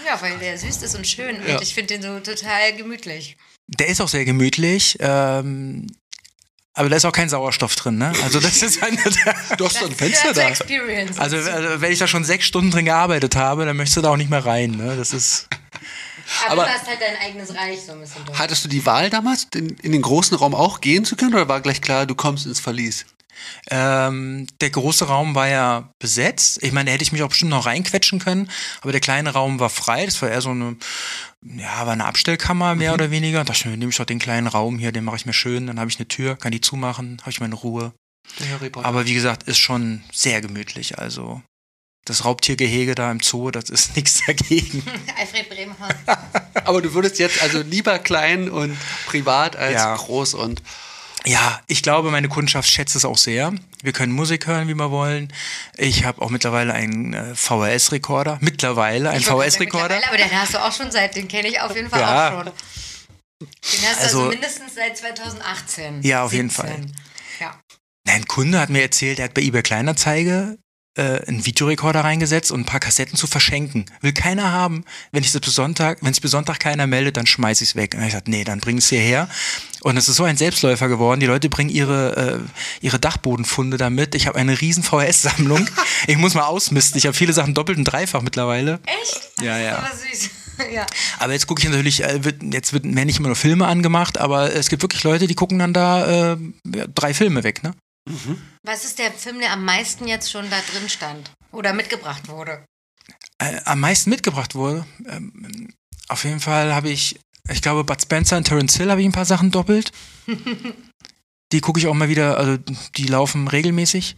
[SPEAKER 1] Ja, weil der süß ist und schön.
[SPEAKER 4] Ja.
[SPEAKER 1] Und ich finde den so total gemütlich.
[SPEAKER 3] Der ist auch sehr gemütlich. Ähm, aber da ist auch kein Sauerstoff drin, ne? Also, das ist
[SPEAKER 4] [LAUGHS]
[SPEAKER 3] [LAUGHS] eine,
[SPEAKER 4] Du hast doch ein
[SPEAKER 1] Gehört zur
[SPEAKER 4] Fenster da.
[SPEAKER 1] Experience.
[SPEAKER 3] also, also, wenn ich da schon sechs Stunden drin gearbeitet habe, dann möchtest du da auch nicht mehr rein, ne? Das ist.
[SPEAKER 1] aber,
[SPEAKER 4] aber-
[SPEAKER 1] du hast halt dein eigenes Reich so ein bisschen durch.
[SPEAKER 4] Hattest du die Wahl damals, den, in den großen Raum auch gehen zu können oder war gleich klar, du kommst ins Verlies?
[SPEAKER 3] Ähm, der große Raum war ja besetzt. Ich meine, da hätte ich mich auch bestimmt noch reinquetschen können, aber der kleine Raum war frei. Das war eher so eine, ja, war eine Abstellkammer
[SPEAKER 1] Mhm.
[SPEAKER 3] mehr oder weniger. Da dachte ich mir, nehme ich doch den kleinen Raum hier, den mache ich mir schön. Dann habe ich eine Tür, kann die zumachen, habe ich meine Ruhe.
[SPEAKER 4] Der Harry Potter.
[SPEAKER 3] Aber wie gesagt, ist schon sehr gemütlich. Also das Raubtiergehege da im Zoo, das ist [LAUGHS] nichts dagegen.
[SPEAKER 1] Alfred Bremhaus.
[SPEAKER 4] Aber du würdest jetzt also lieber klein und privat als
[SPEAKER 3] Ja.
[SPEAKER 4] groß und
[SPEAKER 3] Ja, ich glaube, meine Kundschaft schätzt es auch sehr. Wir können Musik hören, wie wir wollen. Ich habe auch mittlerweile einen äh, VHS-Rekorder. Mittlerweile einen
[SPEAKER 1] Ich wollte gerade sagen,
[SPEAKER 3] VHS-Rekorder.
[SPEAKER 1] mittlerweile, Aber den hast du auch schon seit, den kenne ich auf jeden Fall
[SPEAKER 3] Ja.
[SPEAKER 1] auch schon. Den hast du also
[SPEAKER 3] Also-
[SPEAKER 1] mindestens seit 2018.
[SPEAKER 3] Ja, auf jeden Fall.
[SPEAKER 1] Ja.
[SPEAKER 3] Ein Kunde hat mir erzählt, er hat bei eBay Kleinanzeige äh, einen Videorekorder reingesetzt und ein paar Kassetten zu verschenken. Will keiner haben. Wenn ich es bis Sonntag, wenn es bis Sonntag keiner meldet, dann schmeiß ich es weg. Und ich gesagt, nee, dann bring es hierher. Und es ist so ein Selbstläufer geworden. Die Leute bringen ihre, äh, ihre Dachbodenfunde damit. Ich habe eine
[SPEAKER 1] [LAUGHS]
[SPEAKER 3] riesen VHS-Sammlung. ich muss mal ausmisten. Ich habe viele Sachen doppelt und dreifach mittlerweile.
[SPEAKER 1] Echt?
[SPEAKER 3] Ja,
[SPEAKER 1] Das ist
[SPEAKER 3] ja.
[SPEAKER 1] aber süß. [LAUGHS] ja.
[SPEAKER 3] Aber jetzt gucke ich natürlich, äh, wird, jetzt wird, werden nicht immer nur Filme angemacht, aber es gibt wirklich Leute, die gucken dann da äh, ja, drei Filme weg, ne?
[SPEAKER 1] Was ist der Film, der am meisten jetzt schon da drin stand? Oder mitgebracht wurde?
[SPEAKER 3] äh, am meisten mitgebracht wurde. Ähm, auf jeden Fall habe ich, ich glaube, Bud Spencer und Terence Hill habe ich ein paar
[SPEAKER 1] [LAUGHS]
[SPEAKER 3] Sachen doppelt. die gucke ich auch mal wieder, also die laufen regelmäßig.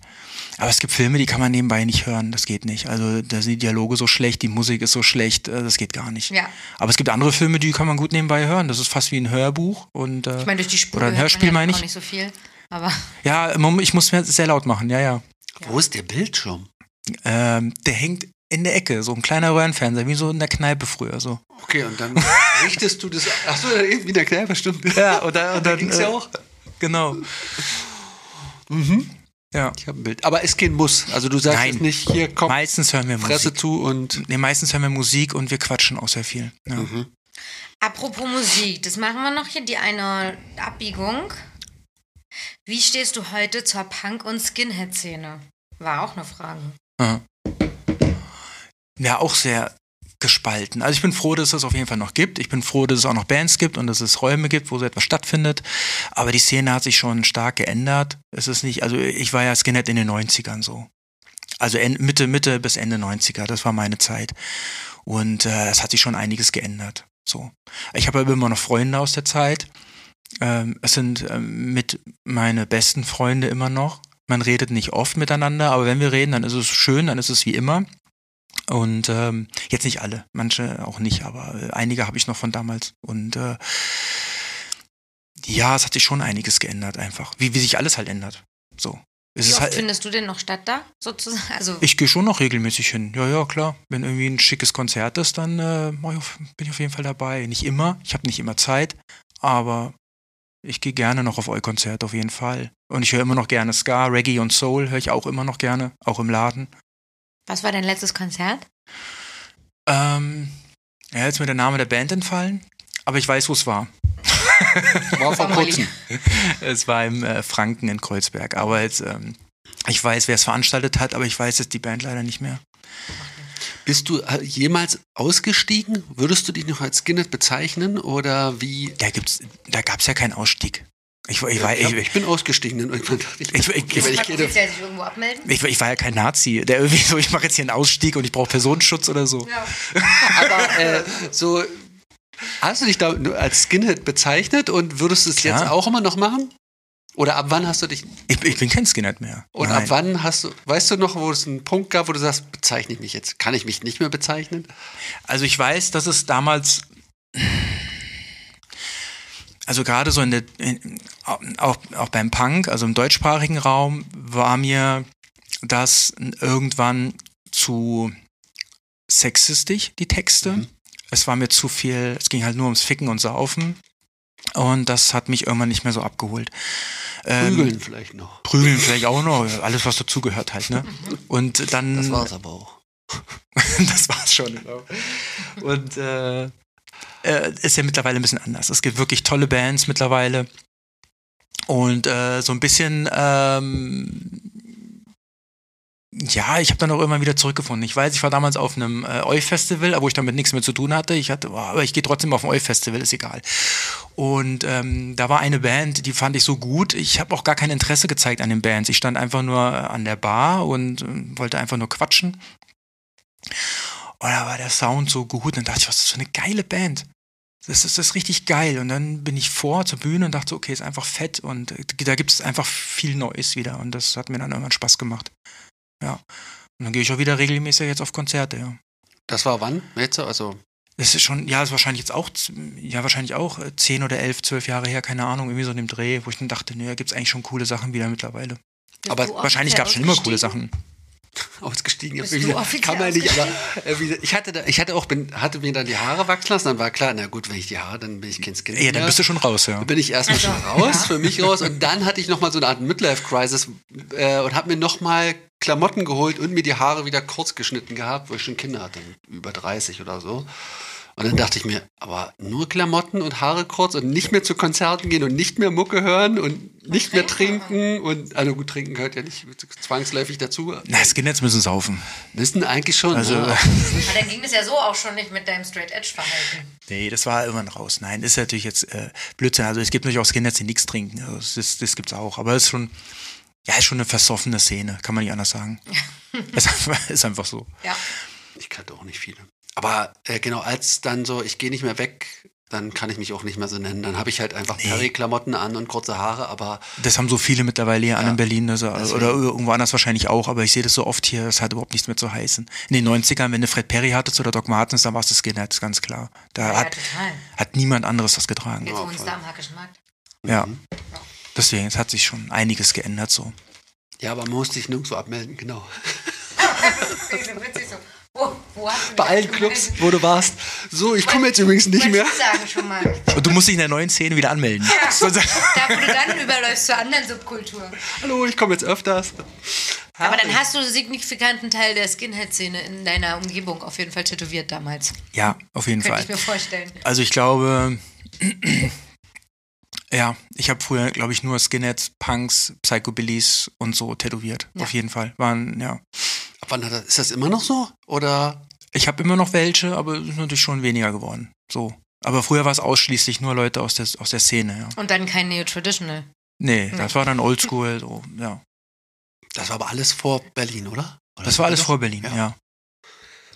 [SPEAKER 3] Aber es gibt Filme, die kann man nebenbei nicht hören, das geht nicht. Also da sind die Dialoge so schlecht, die Musik ist so schlecht, äh, das geht gar nicht.
[SPEAKER 1] Ja.
[SPEAKER 3] Aber es gibt andere Filme, die kann man gut nebenbei hören. Das ist fast wie ein Hörbuch. Und, äh,
[SPEAKER 1] Ich meine, durch die Spur
[SPEAKER 3] Oder ein
[SPEAKER 1] hört man
[SPEAKER 3] Hörspiel,
[SPEAKER 1] ja
[SPEAKER 3] meine
[SPEAKER 1] auch
[SPEAKER 3] ich.
[SPEAKER 1] nicht so viel. Aber [LAUGHS]
[SPEAKER 3] ja, Mom- ich muss mir sehr laut machen, ja, ja.
[SPEAKER 4] Wo ist der Bildschirm?
[SPEAKER 3] Ähm, der hängt in der Ecke, so ein kleiner Röhrenfernseher, wie so in der Kneipe früher. So.
[SPEAKER 4] Okay, und dann [LAUGHS] richtest du das. Achso, irgendwie in der Kneipe, stimmt.
[SPEAKER 3] Ja, oder,
[SPEAKER 4] [LAUGHS]
[SPEAKER 3] oder
[SPEAKER 4] Da ging's ja auch.
[SPEAKER 3] Genau. Ja.
[SPEAKER 4] Ich habe ein Bild. Aber ist kein Muss. Also du sagst
[SPEAKER 3] Nein.
[SPEAKER 4] jetzt nicht, hier komm,
[SPEAKER 3] Meistens hören wir
[SPEAKER 4] Fresse
[SPEAKER 3] Musik.
[SPEAKER 4] zu und.
[SPEAKER 3] Nee, meistens hören wir Musik und wir quatschen auch sehr viel. Ja.
[SPEAKER 1] apropos Musik, das machen wir noch hier, die eine Abbiegung. Wie stehst du heute zur Punk- und Skinhead-Szene? War auch eine Frage.
[SPEAKER 3] Ja. ja, auch sehr gespalten. Also ich bin froh, dass es das auf jeden Fall noch gibt. Ich bin froh, dass es auch noch Bands gibt und dass es Räume gibt, wo so etwas stattfindet. Aber die Szene hat sich schon stark geändert. Es ist nicht, also ich war ja Skinhead in den 90ern so. Also en- Mitte, Mitte bis Ende 90er, das war meine Zeit. Und äh, es hat sich schon einiges geändert. So. Ich habe aber immer noch Freunde aus der Zeit. Ähm, es sind ähm, mit meine besten Freunde immer noch. Man redet nicht oft miteinander, aber wenn wir reden, dann ist es schön, dann ist es wie immer. Und ähm, jetzt nicht alle, manche auch nicht, aber äh, einige habe ich noch von damals. Und äh, ja, es hat sich schon einiges geändert einfach, wie, wie sich alles halt ändert. So. Es
[SPEAKER 1] Wie
[SPEAKER 3] ist
[SPEAKER 1] oft
[SPEAKER 3] halt,
[SPEAKER 1] findest du denn noch statt da? Sozusagen? Also,
[SPEAKER 3] ich gehe schon noch regelmäßig hin. Ja, ja, klar. Wenn irgendwie ein schickes Konzert ist, dann äh, mach ich auf, bin ich auf jeden Fall dabei. Nicht immer, ich habe nicht immer Zeit, aber ich gehe gerne noch auf euer Konzert auf jeden Fall. Und ich höre immer noch gerne Ska, Reggae und Soul höre ich auch immer noch gerne, auch im Laden.
[SPEAKER 1] was war dein letztes Konzert?
[SPEAKER 3] Ähm, ja, jetzt ist mir der Name der Band entfallen, aber ich weiß, wo es war. [LAUGHS]
[SPEAKER 4] War vor
[SPEAKER 1] Molly.
[SPEAKER 4] kurzem.
[SPEAKER 3] Es war im äh, Franken in Kreuzberg. Aber jetzt, ähm, ich weiß, wer es veranstaltet hat, aber ich weiß jetzt die Band leider nicht mehr.
[SPEAKER 4] Bist du äh, jemals ausgestiegen? Würdest du dich noch als Skinhead bezeichnen? Oder wie?
[SPEAKER 3] Da gibt's, da gab's ja keinen Ausstieg. Ich, ich, war-
[SPEAKER 4] ich, hab-
[SPEAKER 3] ich,
[SPEAKER 4] ich bin ausgestiegen, dann irgendwann dachte ich.
[SPEAKER 3] Ich- ich-
[SPEAKER 4] okay,
[SPEAKER 1] Kann
[SPEAKER 4] wenn
[SPEAKER 1] Also
[SPEAKER 4] ich
[SPEAKER 1] man
[SPEAKER 4] rede,
[SPEAKER 1] offiziell sich irgendwo abmelden?
[SPEAKER 3] Ich, ich war ja kein Nazi, der irgendwie so, ich mache jetzt hier einen Ausstieg und ich brauche Personenschutz oder so.
[SPEAKER 1] Ja.
[SPEAKER 4] aber äh, so. Hast du dich da nur als Skinhead bezeichnet und würdest du es
[SPEAKER 3] Klar.
[SPEAKER 4] jetzt auch immer noch machen? Oder ab wann hast du dich.
[SPEAKER 3] Ich, ich bin kein Skinhead mehr.
[SPEAKER 4] Und
[SPEAKER 3] Nein.
[SPEAKER 4] ab wann hast du. Weißt du noch, wo es einen Punkt gab, wo du sagst, bezeichne ich mich jetzt? Kann ich mich nicht mehr bezeichnen?
[SPEAKER 3] Also ich weiß, dass es damals, also gerade so in der, in, auch, auch beim Punk, also im deutschsprachigen Raum, war mir das irgendwann zu sexistisch, die Texte.
[SPEAKER 4] Mhm.
[SPEAKER 3] Es war mir zu viel, es ging halt nur ums Ficken und Saufen. Und das hat mich irgendwann nicht mehr so abgeholt. Ähm,
[SPEAKER 4] Prügeln vielleicht noch.
[SPEAKER 3] Prügeln vielleicht auch noch, alles was dazugehört halt, ne? Und dann.
[SPEAKER 4] Mhm. Das war's aber auch.
[SPEAKER 3] [LAUGHS] das war's schon. Genau. Und äh, äh, ist ja mittlerweile ein bisschen anders. Es gibt wirklich tolle Bands mittlerweile. Und äh, so ein bisschen, ähm, ja, ich habe dann auch immer wieder zurückgefunden. Ich weiß, ich war damals auf einem äh, Eu-Festival, wo ich damit nichts mehr zu tun hatte. Ich hatte, boah, aber ich gehe trotzdem auf ein Eu-Festival, ist egal. Und ähm, da war eine Band, die fand ich so gut. Ich habe auch gar kein Interesse gezeigt an den Bands. Ich stand einfach nur äh, an der Bar und äh, wollte einfach nur quatschen. Und Oh, da war der Sound so gut. Und dann dachte ich, was ist das für eine geile Band? Das ist, das ist richtig geil. Und dann bin ich vor zur Bühne und dachte, so, okay, ist einfach fett. Und äh, da gibt es einfach viel Neues wieder. Und das hat mir dann irgendwann Spaß gemacht. Ja. Und dann gehe ich auch wieder regelmäßig jetzt auf Konzerte, ja.
[SPEAKER 4] Das war wann? Jetzt, also.
[SPEAKER 3] Das ist schon, ja, ist wahrscheinlich jetzt auch, z- ja, wahrscheinlich auch äh, 10 oder 11, 12 Jahre her, keine Ahnung, irgendwie so in dem Dreh, wo ich dann dachte, nö, da gibt es eigentlich schon coole Sachen wieder mittlerweile.
[SPEAKER 1] Bist
[SPEAKER 4] Aber
[SPEAKER 1] du offiziell
[SPEAKER 3] Wahrscheinlich gab es schon immer coole
[SPEAKER 1] ausgestiegen?
[SPEAKER 3] Sachen.
[SPEAKER 4] ausgestiegen.
[SPEAKER 1] Bist
[SPEAKER 4] Wie
[SPEAKER 1] du
[SPEAKER 4] gesagt,
[SPEAKER 1] offiziell
[SPEAKER 4] kann man nicht, aber äh, wie gesagt, ich hatte da, ich hatte auch bin, hatte mir dann die Haare wachsen lassen, dann war klar, na gut, wenn ich die Haare, dann bin ich kein Skin.
[SPEAKER 3] Ja, dann
[SPEAKER 4] mehr.
[SPEAKER 3] bist du schon raus, ja.
[SPEAKER 4] Dann bin ich
[SPEAKER 1] Also,
[SPEAKER 4] erstmal schon raus, für mich raus und dann hatte ich nochmal so eine Art Midlife-Crisis äh, und habe mir nochmal Klamotten geholt und mir die Haare wieder kurz geschnitten gehabt, weil ich schon Kinder hatte, über 30 oder so. Und dann dachte ich mir, aber nur Klamotten und Haare kurz und nicht mehr zu Konzerten gehen und nicht mehr Mucke hören und nicht mehr trinken und, also gut, trinken gehört ja nicht zwangsläufig dazu.
[SPEAKER 3] Na, Skinheads müssen saufen.
[SPEAKER 4] Wissen eigentlich schon.
[SPEAKER 3] Also-
[SPEAKER 4] ne?
[SPEAKER 3] [LAUGHS]
[SPEAKER 1] Aber dann ging es ja so auch schon nicht mit deinem Straight Edge Verhalten.
[SPEAKER 3] Nee, das war irgendwann raus. Nein, das ist natürlich jetzt äh, Blödsinn. Also es gibt natürlich auch Skinheads, die nichts trinken. Also, das, ist- das gibt's auch. Aber es ist schon, ja, ist schon eine versoffene Szene, kann man nicht
[SPEAKER 1] [LAUGHS]
[SPEAKER 3] anders sagen. ist, einfach, ist einfach so.
[SPEAKER 1] Ja.
[SPEAKER 4] Ich kannte auch nicht viele. Aber äh, genau, als dann so, ich gehe nicht mehr weg, dann kann ich mich auch nicht mehr so nennen. Dann habe ich halt einfach Perry-Klamotten an und kurze Haare, aber
[SPEAKER 3] Das haben so viele mittlerweile hier an in Berlin also,
[SPEAKER 4] deswegen.
[SPEAKER 3] oder irgendwo anders wahrscheinlich auch, aber ich sehe das so oft hier, das hat überhaupt nichts mehr zu heißen. In den 90ern, wenn du Fred Perry hattest oder Doc Martens, dann warst du Skinheads, ganz klar. Da
[SPEAKER 1] Ja,
[SPEAKER 3] hat,
[SPEAKER 1] total.
[SPEAKER 3] hat niemand anderes das getragen.
[SPEAKER 1] Jetzt
[SPEAKER 4] Ja,
[SPEAKER 1] wohnen
[SPEAKER 4] voll.
[SPEAKER 1] da am Hackischen Markt.
[SPEAKER 3] Ja. Deswegen, es hat sich schon einiges geändert so.
[SPEAKER 4] ja, aber man musste sich nirgendwo abmelden, genau. [LAUGHS]
[SPEAKER 1] Witzig so. Wo, wo hast du
[SPEAKER 4] Bei
[SPEAKER 1] dich
[SPEAKER 4] allen
[SPEAKER 1] angemeldet?
[SPEAKER 4] Clubs, wo du warst. So, ich komme jetzt übrigens nicht
[SPEAKER 1] Wollte
[SPEAKER 4] mehr.
[SPEAKER 1] ich sagen schon mal.
[SPEAKER 3] Und du musst dich in der neuen Szene wieder anmelden. Sonst- [LAUGHS]
[SPEAKER 1] Da, wo du dann überläufst zur anderen Subkultur.
[SPEAKER 4] Hallo, ich komme jetzt öfters.
[SPEAKER 1] Aber dann hast du einen signifikanten Teil der Skinhead-Szene in deiner Umgebung auf jeden Fall tätowiert damals.
[SPEAKER 3] ja, auf jeden
[SPEAKER 1] Könnte
[SPEAKER 3] Fall.
[SPEAKER 1] ich mir vorstellen.
[SPEAKER 3] Also ich glaube, [CLEARS THROAT] ja, ich habe früher, glaube ich, nur Skinheads, Punks, Psychobillies und so tätowiert.
[SPEAKER 1] Ja.
[SPEAKER 3] Auf jeden Fall. Waren, ja.
[SPEAKER 4] Ab wann hat er, ist das immer noch so? Oder?
[SPEAKER 3] Ich habe immer noch welche, aber es ist natürlich schon weniger geworden. So. Aber früher war es ausschließlich nur Leute aus der, aus der Szene, ja.
[SPEAKER 1] Und dann kein Neo-Traditional.
[SPEAKER 3] Nee, das war dann oldschool, so, ja.
[SPEAKER 4] Das war aber alles vor Berlin, oder? oder
[SPEAKER 1] Also
[SPEAKER 3] Das war alles vor Berlin, ja.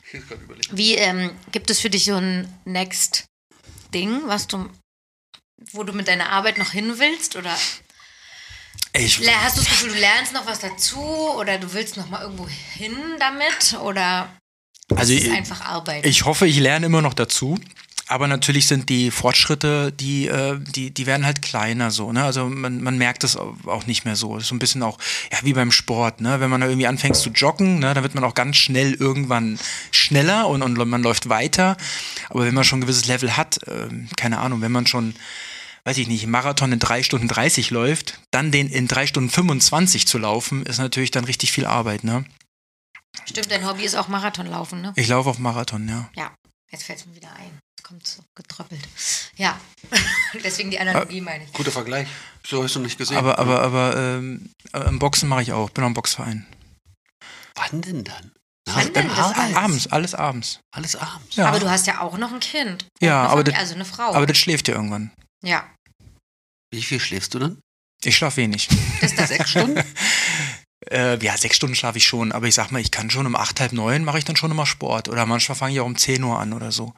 [SPEAKER 4] Ich hab's gerade überlegt.
[SPEAKER 1] Wie ähm, gibt es für dich so ein Next Ding, was du, wo du mit deiner Arbeit noch hin willst? Oder
[SPEAKER 3] Ey, Ich,
[SPEAKER 1] le- hast du das Gefühl, du lernst noch was dazu oder du willst noch mal irgendwo hin damit? Oder
[SPEAKER 3] also,
[SPEAKER 1] ist es
[SPEAKER 3] ich,
[SPEAKER 1] einfach Arbeit?
[SPEAKER 3] ich hoffe, ich lerne immer noch dazu. Aber natürlich sind die Fortschritte, die, äh, die, die werden halt kleiner so, ne? Also man, man merkt das au- auch nicht mehr so. Das ist so ein bisschen auch, ja, wie beim Sport, ne? Wenn man da irgendwie anfängt zu joggen, ne, dann wird man auch ganz schnell irgendwann schneller und, und man läuft weiter. Aber wenn man schon ein gewisses Level hat, ähm, keine Ahnung, wenn man schon weiß ich nicht, einen Marathon in 3 Stunden 30 läuft, dann den in 3 Stunden 25 zu laufen, ist natürlich dann richtig viel Arbeit, ne?
[SPEAKER 1] Stimmt, dein Hobby ist auch Marathonlaufen, ne?
[SPEAKER 3] Ich laufe auf Marathon, ja.
[SPEAKER 1] Ja, jetzt fällt es mir wieder ein. Es kommt so getröppelt. Ja, [LAUGHS] deswegen die Analogie meine ich.
[SPEAKER 4] Guter Vergleich. So hast du nicht gesehen.
[SPEAKER 3] Aber, aber, aber ähm, äh, im Boxen mache ich auch, bin auch im Boxverein. Äh,
[SPEAKER 4] wann denn dann?
[SPEAKER 1] Wann denn? Das
[SPEAKER 4] Abends.
[SPEAKER 1] alles?
[SPEAKER 3] Abends, alles abends.
[SPEAKER 4] Alles abends.
[SPEAKER 3] Ja.
[SPEAKER 1] Aber du hast ja auch noch ein Kind. eine
[SPEAKER 3] Ja, aber
[SPEAKER 1] Familie,
[SPEAKER 3] das-
[SPEAKER 1] also eine Frau.
[SPEAKER 3] Aber das schläft ja irgendwann.
[SPEAKER 1] ja,
[SPEAKER 4] Wie viel schläfst du dann?
[SPEAKER 3] Ich schlafe wenig. [LAUGHS]
[SPEAKER 4] Sechs Stunden?
[SPEAKER 3] Äh, ja, sechs Stunden schlafe ich schon, aber ich sag mal, ich kann schon um acht, halb neun mache ich dann schon immer Sport. Oder manchmal fange ich auch um 10 Uhr an oder so.